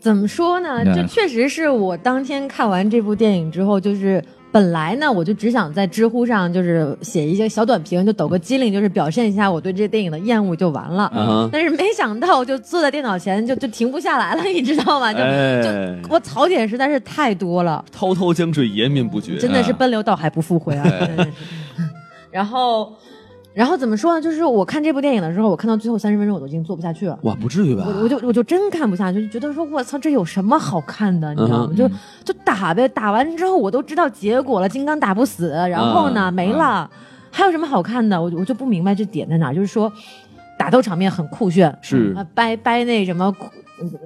Speaker 1: 怎么说呢？
Speaker 2: 嗯
Speaker 1: 这确实是我当天看完这部电影之后，就是本来呢，我就只想在知乎上就是写一些小短评，就抖个机灵，就是表现一下我对这电影的厌恶就完了。
Speaker 3: 啊哈
Speaker 1: 但是没想到，就坐在电脑前就就停不下来了，你知道吗？就、
Speaker 3: 哎，
Speaker 1: 我槽点实在是太多了。
Speaker 3: 滔滔江水延绵不绝，
Speaker 1: 真的是奔流到海不复回啊！真的是然后，然后怎么说呢？就是我看这部电影的时候，我看到最后三十分钟，我都已经做不下去了。
Speaker 3: 哇，不至于吧？
Speaker 1: 我我就我就真看不下去，就觉得说我操，这有什么好看的？你知道吗？
Speaker 3: 嗯哼
Speaker 1: 就就打呗，打完之后我都知道结果了，金刚打不死，然后呢、
Speaker 3: 嗯
Speaker 1: 没了，还有什么好看的？我就我就不明白这点在哪，就是说打斗场面很酷炫，
Speaker 3: 是
Speaker 1: 啊，掰掰那什么骷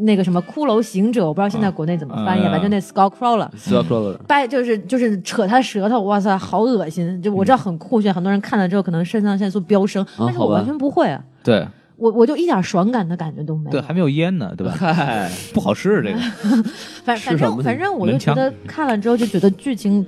Speaker 1: 那个什么骷髅行者，我不知道现在国内怎么翻译，
Speaker 2: 嗯
Speaker 1: 反正那 skull crawler。
Speaker 3: s c r o l l e r
Speaker 1: 掰就是就是扯他舌头，哇塞，好恶心！就我知道很酷炫，很多人看了之后可能肾上腺素飙升，但是我
Speaker 3: 嗯好吧
Speaker 1: 完全不会啊，
Speaker 2: 对
Speaker 1: 我我就一点爽感的感觉都没有。
Speaker 2: 对，还没有烟呢，对吧？
Speaker 3: 嗨，
Speaker 2: 不好吃这个，
Speaker 1: 反
Speaker 3: 吃
Speaker 1: 反
Speaker 3: 什
Speaker 1: 正
Speaker 3: 么
Speaker 1: 反正我就觉得看了之后就觉得剧情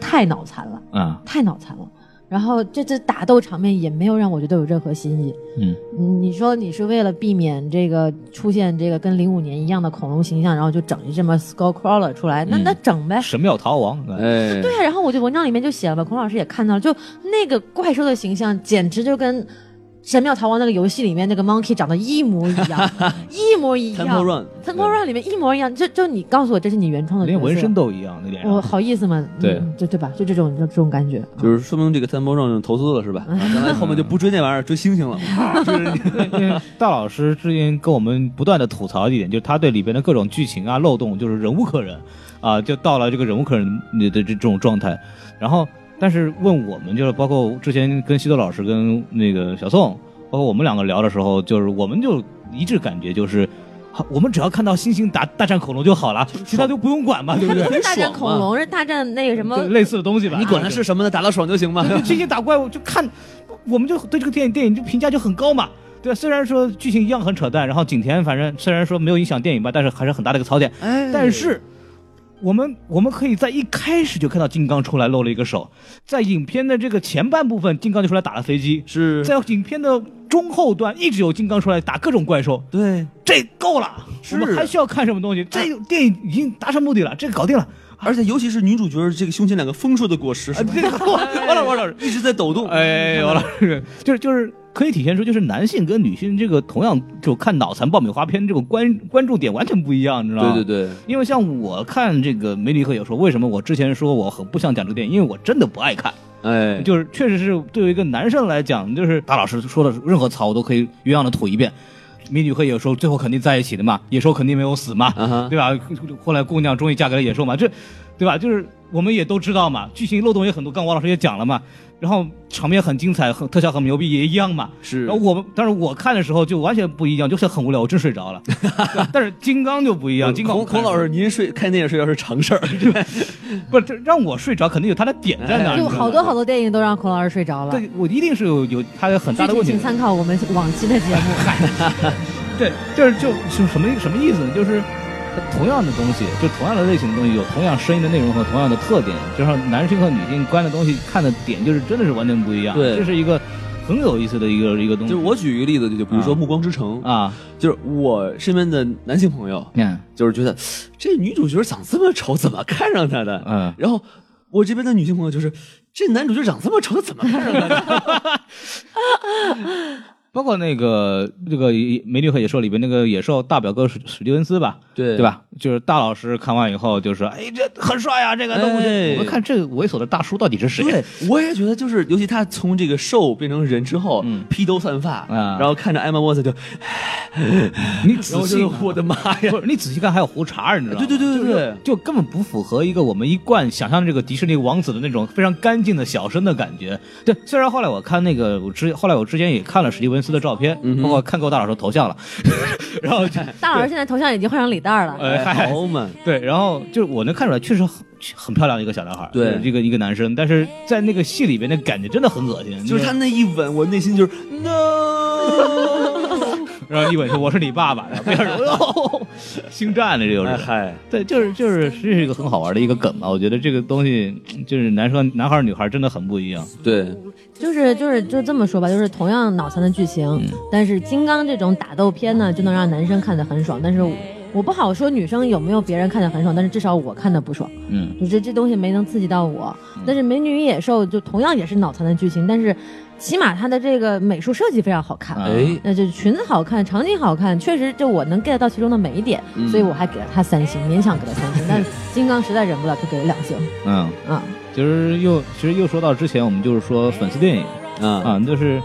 Speaker 1: 太脑残了， [laughs]
Speaker 3: [laughs]
Speaker 2: 啊，
Speaker 1: 太脑残了。然后这这打斗场面也没有让我觉得有任何新意。
Speaker 2: 嗯
Speaker 1: 嗯，你说你是为了避免这个出现这个跟零五年一样的恐龙形象，然后就整一这么 skull crawler 出来，那
Speaker 2: 嗯
Speaker 1: 那整呗。
Speaker 2: 神庙逃
Speaker 3: [laughs]
Speaker 2: 亡，哎
Speaker 3: 哎，
Speaker 1: 对啊，然后我就文章里面就写了嘛，孔老师也看到了，就那个怪兽的形象简直就跟《神庙逃亡》那个游戏里面那个 monkey 长得一模一
Speaker 2: [laughs]
Speaker 1: 样，一模一
Speaker 3: Temple
Speaker 1: 样。
Speaker 3: Run，
Speaker 1: Temple Run 里面一模一样，就就你告诉我这嗯是你原创的角
Speaker 2: 连
Speaker 1: 色，
Speaker 2: 纹身都一样，那脸
Speaker 1: 我
Speaker 2: 上。
Speaker 1: 好意思吗？嗯
Speaker 2: 对
Speaker 1: 就对吧？就这种就这种感觉。啊
Speaker 3: 就是说明这个 Temple Run 投资了是
Speaker 2: [laughs]
Speaker 3: 吧？啊将来后面就不追那玩意儿，追星星了。
Speaker 2: 因为 [laughs] 大老师之前跟我们不断的吐槽一点，就是他对里边的各种剧情啊漏洞，就是忍无可忍啊，就到了这个忍无可忍呃的这这种状态。然后，但是问我们，就是包括之前跟西多老师跟那个小宋，包括我们两个聊的时候，就是我们就一致感觉就是。好我们只要看到猩猩打大战恐龙就好了，其他就不用管嘛，对
Speaker 1: 他
Speaker 2: 不对
Speaker 1: 不？是大战
Speaker 3: 很爽
Speaker 1: 恐
Speaker 3: 嘛
Speaker 1: 龙，是大战那个什么
Speaker 2: 啊就。类似的东西吧。啊
Speaker 3: 你管它是什么呢？打到爽就行嘛。
Speaker 2: 对就猩猩打怪物就看，我们就对这个电影电影就评价就很高嘛。对，虽然说剧情一样很扯淡，然后景甜反正虽然说没有影响电影吧，但是还是很大的一个槽点。
Speaker 3: 哎
Speaker 2: 但是我们我们可以在一开始就看到金刚出来露了一个手，在影片的这个前半部分，金刚就出来打了飞机，
Speaker 3: 是
Speaker 2: 在影片的中后段一直有金刚出来打各种怪兽，
Speaker 3: 对，
Speaker 2: 这够了。
Speaker 3: 是哎
Speaker 2: 我们还需要看什么东西？这电影已经达成目的了，这个搞定了。
Speaker 3: 而且尤其是女主角这个胸前两个丰硕的果实，
Speaker 2: 啊， [laughs] 这个够
Speaker 3: [laughs]
Speaker 2: 了，完了完了。
Speaker 3: 一直在抖动。
Speaker 2: 哎，王老师，就是就是可以体现出，就是男性跟女性这个同样就看脑残爆米花片这个关关注点完全不一样，你知道吗？
Speaker 3: 对对。对，
Speaker 2: 因为像我看这个《梅里克》有时候，为什么我之前说我很不想讲这个电影？因为我真的不爱看，
Speaker 3: 哎，
Speaker 2: 就是确实是对于一个男生来讲，就是大老师说的任何槽我都可以原样的吐一遍。美女和野兽最后肯定在一起的嘛，野兽肯定没有死嘛，
Speaker 3: 啊哈，
Speaker 2: 对吧？后来姑娘终于嫁给了野兽嘛，这，对吧？就是我们也都知道嘛，剧情漏洞也很多，刚王老师也讲了嘛，然后场面很精彩，很特效很牛逼，也一样嘛。
Speaker 3: 是
Speaker 2: 然后我们，但是我看的时候就完全不一样，就是很无聊，我真睡
Speaker 3: [laughs]
Speaker 2: 着了。对但是金刚就不一样，金刚
Speaker 3: 嗯孔孔老师，您睡看电影睡觉是
Speaker 2: [laughs]
Speaker 3: 常事儿，对吧？
Speaker 2: 不是这让我睡着，肯定有他的点在
Speaker 3: 哎
Speaker 2: 哪儿。
Speaker 1: 就
Speaker 2: 你知道吗
Speaker 1: 好多好多电影都让孔老师睡着了。
Speaker 2: 对我一定是有有他的很大
Speaker 1: 具
Speaker 2: 的问
Speaker 1: 体
Speaker 2: 题
Speaker 1: 请
Speaker 2: 的。
Speaker 1: 参考我们往期的节目。
Speaker 2: 对，就是就就什么什么意思呢？就是同样的东西，就同样的类型的东西，有同样深意的内容和同样的特点，就是说男性和女性观的东西看的点就是真的是完全不一样。
Speaker 3: 对
Speaker 2: 这是一个很有意思的一个一个东
Speaker 3: 就
Speaker 2: 西。
Speaker 3: 是我举一个例子，就就比如说《暮光之城》，
Speaker 2: 啊，
Speaker 3: 就是我身边的男性朋友，
Speaker 2: 你看，
Speaker 3: 就是觉得这女主角长这么丑，怎么看上她的？
Speaker 2: 嗯，
Speaker 3: 然后我这边的女性朋友就是，这男主角长这么丑，他怎么啊看上他 [laughs] 的？
Speaker 2: 包括那个这个《美女和野兽》里边那个野兽大表哥史史蒂文斯吧，
Speaker 3: 对
Speaker 2: 对？吧？就是大老师看完以后就说：“哎，这很帅啊，这个东西。
Speaker 3: 哎
Speaker 2: 我们看这个猥琐的大叔到底是谁？
Speaker 3: 对，我也觉得就是，尤其他从这个兽变成人之后，
Speaker 2: 嗯
Speaker 3: 披头散发，
Speaker 2: 啊
Speaker 3: 然后看着艾玛沃森就，
Speaker 2: 你
Speaker 3: 然
Speaker 2: 仔
Speaker 3: 后就
Speaker 2: 细
Speaker 3: 是
Speaker 2: 看
Speaker 3: 我的妈呀！
Speaker 2: 不是你仔细看还有胡茬儿，你知道吗？
Speaker 3: 啊 [laughs] 对对对
Speaker 2: 就
Speaker 3: 对
Speaker 2: 是
Speaker 3: 对
Speaker 2: 就根本不符合一个我们一贯想象这个迪士尼王子的那种非常干净的小生的感觉。对，虽然后来我看那个我之后来我之前也看了史蒂文斯的照片，
Speaker 3: 嗯哼
Speaker 2: 包括看够大老师头像了， [laughs] 然后 [laughs] 就
Speaker 1: 大老师现在头像已经换成李诞
Speaker 2: [laughs]
Speaker 1: 儿了，
Speaker 2: 呃
Speaker 3: 哎，好嘛，
Speaker 2: 对，然后就是我能看出来，确实很很漂亮的一个小男孩，
Speaker 3: 对
Speaker 2: 就是一个一个男生，但是在那个戏里边的感觉真的很恶心，
Speaker 3: 就是他，那一吻，我内心就是 no，
Speaker 2: 然后一吻说我是你爸爸，然后别人说哦， [laughs] 星战的这就是。
Speaker 3: 嗨，
Speaker 2: 对，就是就是这是一个很好玩的一个梗嘛，我觉得这个东西嗯就是男生男孩儿女孩儿真的很不一样。
Speaker 3: 对，
Speaker 1: 就是就是就这么说吧，就是同样脑残的剧情，
Speaker 2: 嗯
Speaker 1: 但是金刚这种打斗片呢，就能让男生看得很爽，但是我我不好说女生有没有别人看得很爽，但是至少我看得不爽。
Speaker 2: 嗯，
Speaker 1: 就这这东西没能刺激到我。但是《美女与野兽》就同样也是脑残的剧情，但是起码它的这个美术设计非常好看。
Speaker 2: 啊
Speaker 3: 哎，
Speaker 1: 那就是裙子好看，场景好看，确实就我能 get 到其中的每一点，
Speaker 2: 嗯
Speaker 1: 所以我还给了它三星，勉强给了三星。但金刚实在忍不了，就给了两星
Speaker 2: 嗯，
Speaker 1: 啊。
Speaker 2: 其实又其实又说到之前我们就是说粉丝电影
Speaker 3: 啊，
Speaker 2: 啊，就是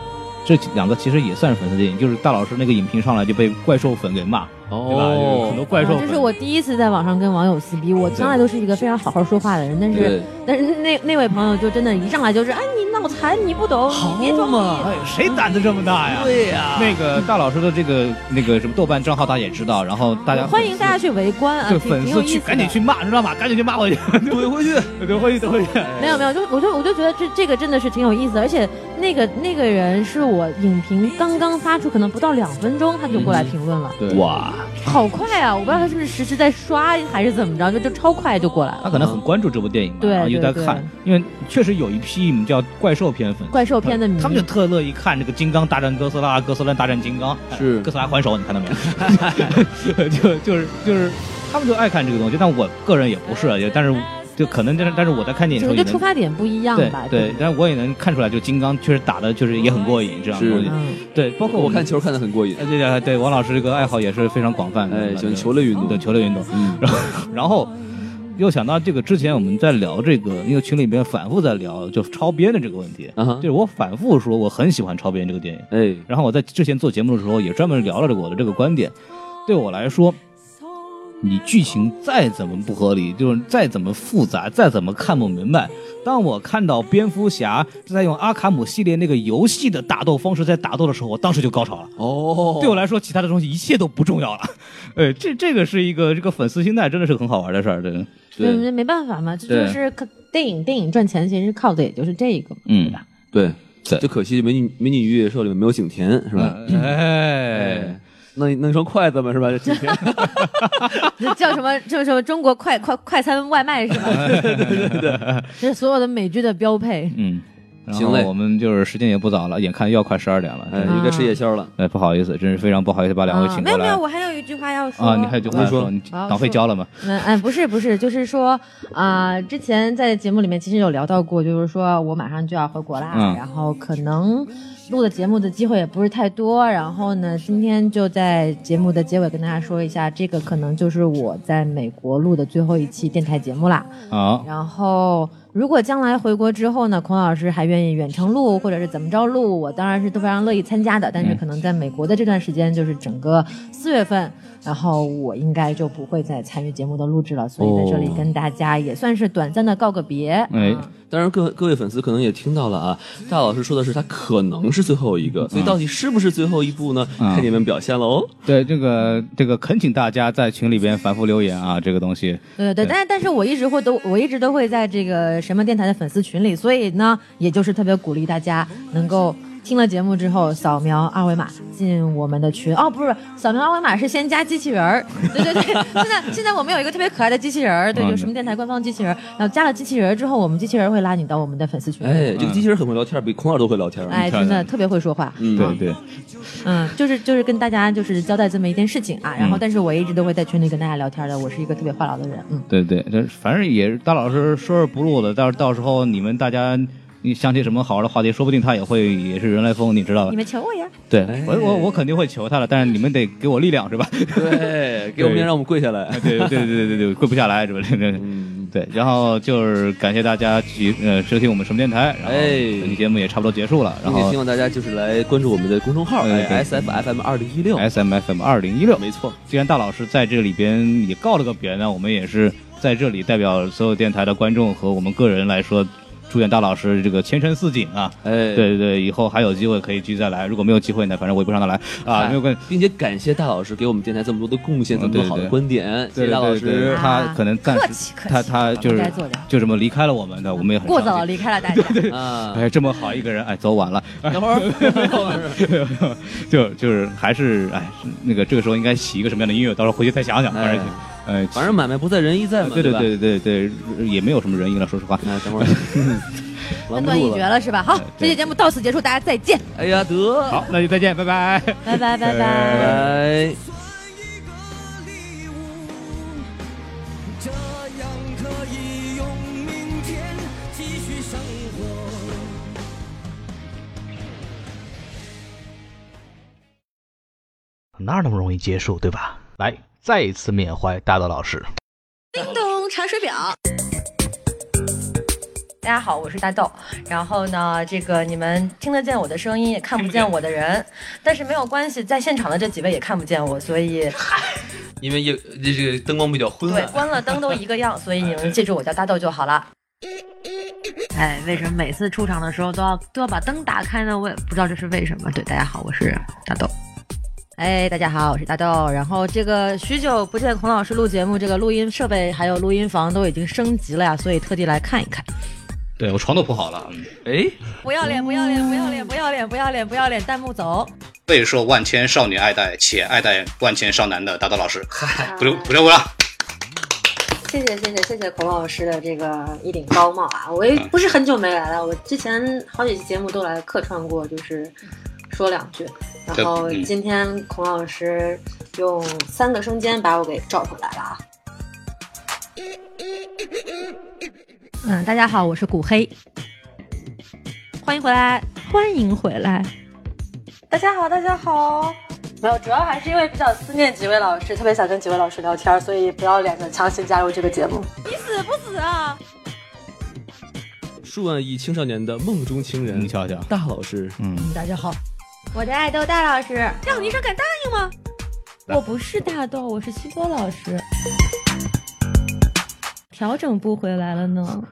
Speaker 2: 这两个其实也算是粉丝电影，就是大老师那个影评上来就被怪兽粉给骂，
Speaker 3: 嗯
Speaker 2: 对吧？就是
Speaker 3: 哦
Speaker 2: 很多怪兽
Speaker 1: 啊
Speaker 2: 粉。
Speaker 1: 这是我第一次在网上跟网友撕逼，我向来都是一个非常好好说话的人，但是
Speaker 3: 对
Speaker 1: 但是那那位朋友就真的，一上来就是，哎，你脑残，你不懂，你别装逼。
Speaker 2: 哎，谁胆子这么大呀？
Speaker 3: 对呀，
Speaker 2: 那个大老师的这个那个什么豆瓣账号，大家也知道，然后大家
Speaker 1: 欢迎大家
Speaker 2: 家。
Speaker 1: 去围观啊，
Speaker 2: 对
Speaker 1: 挺
Speaker 2: 粉
Speaker 1: 挺有
Speaker 2: 丝
Speaker 1: 意思
Speaker 2: 去
Speaker 1: 的。
Speaker 2: 赶紧去骂，知道吗？赶紧去骂回去， [laughs]
Speaker 3: 怼回去，
Speaker 2: 怼回去，怼回去。
Speaker 1: 没有没有，就我就我就觉得这这个真的是挺有意思的，而且那个那个人是我影评刚刚发出，可能不到两分钟他就过来
Speaker 2: 嗯
Speaker 1: 评论了，
Speaker 2: 对，
Speaker 3: 哇，
Speaker 1: 好快啊！我不知道他是不是实时在刷还是怎么着，就就超快就过来
Speaker 2: 他
Speaker 1: 了。
Speaker 2: 可能很关注这部电影嘛，
Speaker 1: 哦对
Speaker 2: 然后又在看，因为确实有一批我们叫怪兽片粉，
Speaker 1: 怪兽片的迷，
Speaker 2: 他们就特乐意看这个《金刚大战哥斯拉》，哥斯拉大战金刚，哎
Speaker 3: 是
Speaker 2: 哥斯拉还手，你看到没有？ [laughs] 就就是就是，他们就爱看这个东西，但我个人也不是，也但是就可能但是但是我在看电影
Speaker 1: 可能就
Speaker 2: 的时候也
Speaker 1: 出
Speaker 2: 能。
Speaker 1: 发点不一样
Speaker 2: 对
Speaker 1: 吧。
Speaker 2: 对，但是我也能看出来，就金刚确实打的确实也很过瘾，这样的
Speaker 3: 是
Speaker 2: 东西。
Speaker 1: 嗯，
Speaker 2: 对，包括
Speaker 3: 我
Speaker 2: 们
Speaker 3: 看球看得很过瘾，
Speaker 2: 呃，对对对，王老师这个爱好也是非常广泛的，
Speaker 3: 哎，
Speaker 2: 对吧
Speaker 3: 喜欢球类运
Speaker 2: 对
Speaker 3: 动，嗯
Speaker 2: 球类运动。 [laughs] 然后，然后又想到这个之前我们在聊这个，因为群里边反复在聊就超编的这个问题，
Speaker 3: 啊哈
Speaker 2: 就是我反复说我很喜欢超编这个电影。
Speaker 3: 哎，
Speaker 2: 然后我在之前做节目的时候也专门聊了这个我的这个观点，对我来说。你剧情再怎么不合理，就是再怎么复杂，再怎么看不明白。当我看到蝙蝠侠是在用阿卡姆系列那个游戏的打斗方式在打斗的时候，我当时就高潮了。
Speaker 3: 哦，
Speaker 2: 对我来说，其他的东西一切都不重要了。 [laughs] 呃，这这个是一个这个粉丝心态，真的是很好玩的事儿。对，
Speaker 1: 那
Speaker 3: 对
Speaker 1: 嗯那没办法嘛，这
Speaker 2: 对
Speaker 1: 就是可电影电影赚钱，其实靠的也就是这个嘛，
Speaker 2: 嗯
Speaker 1: 对吧？
Speaker 3: 对
Speaker 2: 对
Speaker 3: 就可惜《美女美女与野兽》里面没有景甜，是吧？嗯
Speaker 2: 哎，
Speaker 3: 弄弄双筷子嘛，是吧？这景 [laughs] 甜，
Speaker 1: 这叫什么？叫什么？中国快快快餐外卖
Speaker 2: [laughs]
Speaker 1: 是吧？对对对， [laughs] 这是所有的美剧的标配。
Speaker 2: 嗯，然后
Speaker 3: 行嘞
Speaker 2: 我们就是时间也不早了，眼看要快十二点了。
Speaker 3: 哎，
Speaker 2: 哎
Speaker 3: 又该吃夜宵了。
Speaker 2: 哎，不好意思，真是非常不好意思把两位
Speaker 1: 啊
Speaker 2: 请
Speaker 1: 没
Speaker 2: 过
Speaker 1: 有没
Speaker 2: 来
Speaker 1: 有，。我还有一句话要说
Speaker 2: 啊，你还有句话要
Speaker 3: 你说
Speaker 2: 说，你
Speaker 1: 我要
Speaker 2: 党费
Speaker 1: 说
Speaker 2: 交了吗？
Speaker 1: 嗯嗯，不是不是，就是说啊、之前在节目里面其实有聊到过，就是说我马上就要回国啦，
Speaker 2: 嗯
Speaker 1: 然后可能录的节目的机会也不是太多，然后呢，今天就在节目的结尾跟大家说一下，这个可能就是我在美国录的最后一期电台节目啦。
Speaker 2: 啊，
Speaker 1: 然后，如果将来回国之后呢，孔老师还愿意远程录，或者是怎么着录，我当然是都非常乐意参加的。但是可能在美国的这段时间，就是整个四月份，然后我应该就不会再参与节目的录制了。所以在这里
Speaker 3: 哦
Speaker 1: 跟大家也算是短暂的告个别。
Speaker 2: 哎
Speaker 1: 啊
Speaker 3: [laughs] 当然，各位各位粉丝可能也听到了啊，大老师说的是他可能是最后一个，所以到底是不是最后一步呢？
Speaker 2: 嗯
Speaker 3: 看你们表现了哦。
Speaker 2: 对这个这个，恳请大家在群里边反复留言啊，这个东西。
Speaker 1: 对对对，但是但是我一直会都我一直都会在这个什么电台的粉丝群里，所以呢，也就是特别鼓励大家能够听了节目之后扫描二维码进我们的群哦，不是扫描二维码是先加机器人儿，对对对，现在现在我们有一个特别可爱的机器人儿，对，
Speaker 2: 嗯
Speaker 1: 就是什么电台官方机器人儿，然后加了机器人儿之后，我们机器人儿会拉你到我们的粉丝群里。
Speaker 3: 哎，这个机器人很会聊天，比孔老都会聊天。
Speaker 1: 哎，真的特别会说话，
Speaker 3: 嗯，
Speaker 2: 对对，
Speaker 1: 嗯，就是就是跟大家就是交代这么一件事情啊，然后但是我一直都会在群里跟大家聊天的，我是一个特别话痨的人，嗯，
Speaker 2: 对对，这反正也是大老师说而不录的，到到时候你们大家你想起什么好玩的话题，说不定他也会也是人来疯，你知道
Speaker 1: 你
Speaker 2: 的。
Speaker 1: 们求我呀，
Speaker 2: 对
Speaker 3: 哎
Speaker 2: 我我我肯定会求他的，但是你们得给我力量是吧？
Speaker 3: [laughs] [laughs] 对，给我们
Speaker 2: 对
Speaker 3: 先让我们跪下 [laughs] 来。
Speaker 2: 对对对对对对，跪不下来是吧？对对
Speaker 3: 嗯，
Speaker 2: 对，然后就是感谢大家去呃收听我们什么电台，然后
Speaker 3: 哎
Speaker 2: 本期节目也差不多结束了，然
Speaker 3: 并且
Speaker 2: 后
Speaker 3: 希望大家就是来关注我们的公众号，
Speaker 2: 对对
Speaker 3: 哎，SFFM 哎二零一六。
Speaker 2: S M F M 二零一六，
Speaker 3: 没错，
Speaker 2: 既然大老师在这里边也告了个别呢，我们也是在这里代表所有电台的观众和我们个人来说，祝愿大老师这个前程似锦啊！
Speaker 3: 哎，
Speaker 2: 对对对，以后还有机会可以继续再来，如果没有机会呢，反正我也不让他来啊，
Speaker 3: 哎
Speaker 2: 没有关系。
Speaker 3: 并且感谢大老师给我们电台这么多的贡献，
Speaker 2: 嗯
Speaker 3: 这么多好
Speaker 2: 对
Speaker 3: 的
Speaker 2: 对
Speaker 3: 观点，谢
Speaker 2: 对
Speaker 3: 谢大老
Speaker 2: 对对
Speaker 3: 师。
Speaker 2: 他可能暂时
Speaker 1: 客气客气
Speaker 2: 他他就
Speaker 1: 应
Speaker 2: 是
Speaker 1: 该做的
Speaker 2: 就这么离开了我们的，我们也很
Speaker 1: 过
Speaker 2: 伤
Speaker 1: 早
Speaker 2: 心
Speaker 1: 离开了大家，
Speaker 3: 啊，
Speaker 2: 哎，这么好一个人，哎，走晚了， [laughs] 哎
Speaker 3: 等会 [laughs] 儿，
Speaker 2: 就就是还是哎，是那个这个时候应该起一个什么样的音乐，到时候回去再想想，反正哎，
Speaker 3: 反正买卖不在人意在嘛，
Speaker 2: 对
Speaker 3: 对
Speaker 2: 对对对对，对也没有什么人音了，说实话
Speaker 3: 吧。。哎，等会
Speaker 2: [laughs]
Speaker 3: 儿， [laughs]
Speaker 1: 恩
Speaker 3: 拦不
Speaker 1: 断啊义
Speaker 3: 住
Speaker 1: 绝
Speaker 3: 了。
Speaker 1: 了是吧？好，这期节目到此结束，大家再见，
Speaker 3: 哎呀，得，
Speaker 2: 好，那就再见，拜拜。
Speaker 1: 拜拜拜
Speaker 3: 拜
Speaker 1: 拜。
Speaker 3: 拜。
Speaker 5: 算一个礼物，这样可以用明天继续生活。
Speaker 6: 哪那么容易结束，对吧？来，再一次缅怀大德老师。
Speaker 7: 叮咚，查水表。
Speaker 1: 大家好，我是大豆。然后呢，这个你们听得见我的声音，也看不见我的人，但是没有关系，在现场的这几位也看不见我，所以
Speaker 8: [laughs] 因为夜这这个灯光比较昏
Speaker 1: 对，关了灯都一个样，所以你们记住我叫大豆就好了。哎，为什么每次出场的时候都要都要把灯打开呢？我也不知道这是为什么。对，大家好，我是大豆。哎，大家好，我是大豆。然后这个许久不见，孔老师录节目，这个录音设备还有录音房都已经升级了呀，所以特地来看一看。
Speaker 2: 对我床都铺好了，嗯
Speaker 3: 哎，
Speaker 1: 不要脸，不要脸，不要脸，不要脸，不要脸，不要脸，弹幕走。
Speaker 2: 备受万千少女爱戴且爱戴万千少男的大德老师，不留不留我了。
Speaker 9: 谢谢谢谢谢谢孔老师的这个一顶高帽啊！我也不是很久没来了，我之前好几期节目都来客串过，就是说两句。然后
Speaker 2: 嗯
Speaker 9: 今天孔老师用三个声尖把我给召回来了啊！
Speaker 7: 嗯，大家好，我是古黑，
Speaker 1: 欢迎回来。
Speaker 7: 欢迎回来。
Speaker 9: 大家好，大家好。没有，主要还是因为比较思念几位老师，特别想跟几位老师聊天，所以不要脸的强行加入这个节目。
Speaker 1: 你死不死啊？
Speaker 3: 数万亿青少年的梦中情人
Speaker 2: 你，瞧瞧，
Speaker 3: 大老师，
Speaker 2: 嗯，
Speaker 1: 大家好，
Speaker 7: 我的爱豆大老师，
Speaker 1: 让你上敢答应吗？我不是大豆，我是西多老师。
Speaker 7: 调整不回来了呢。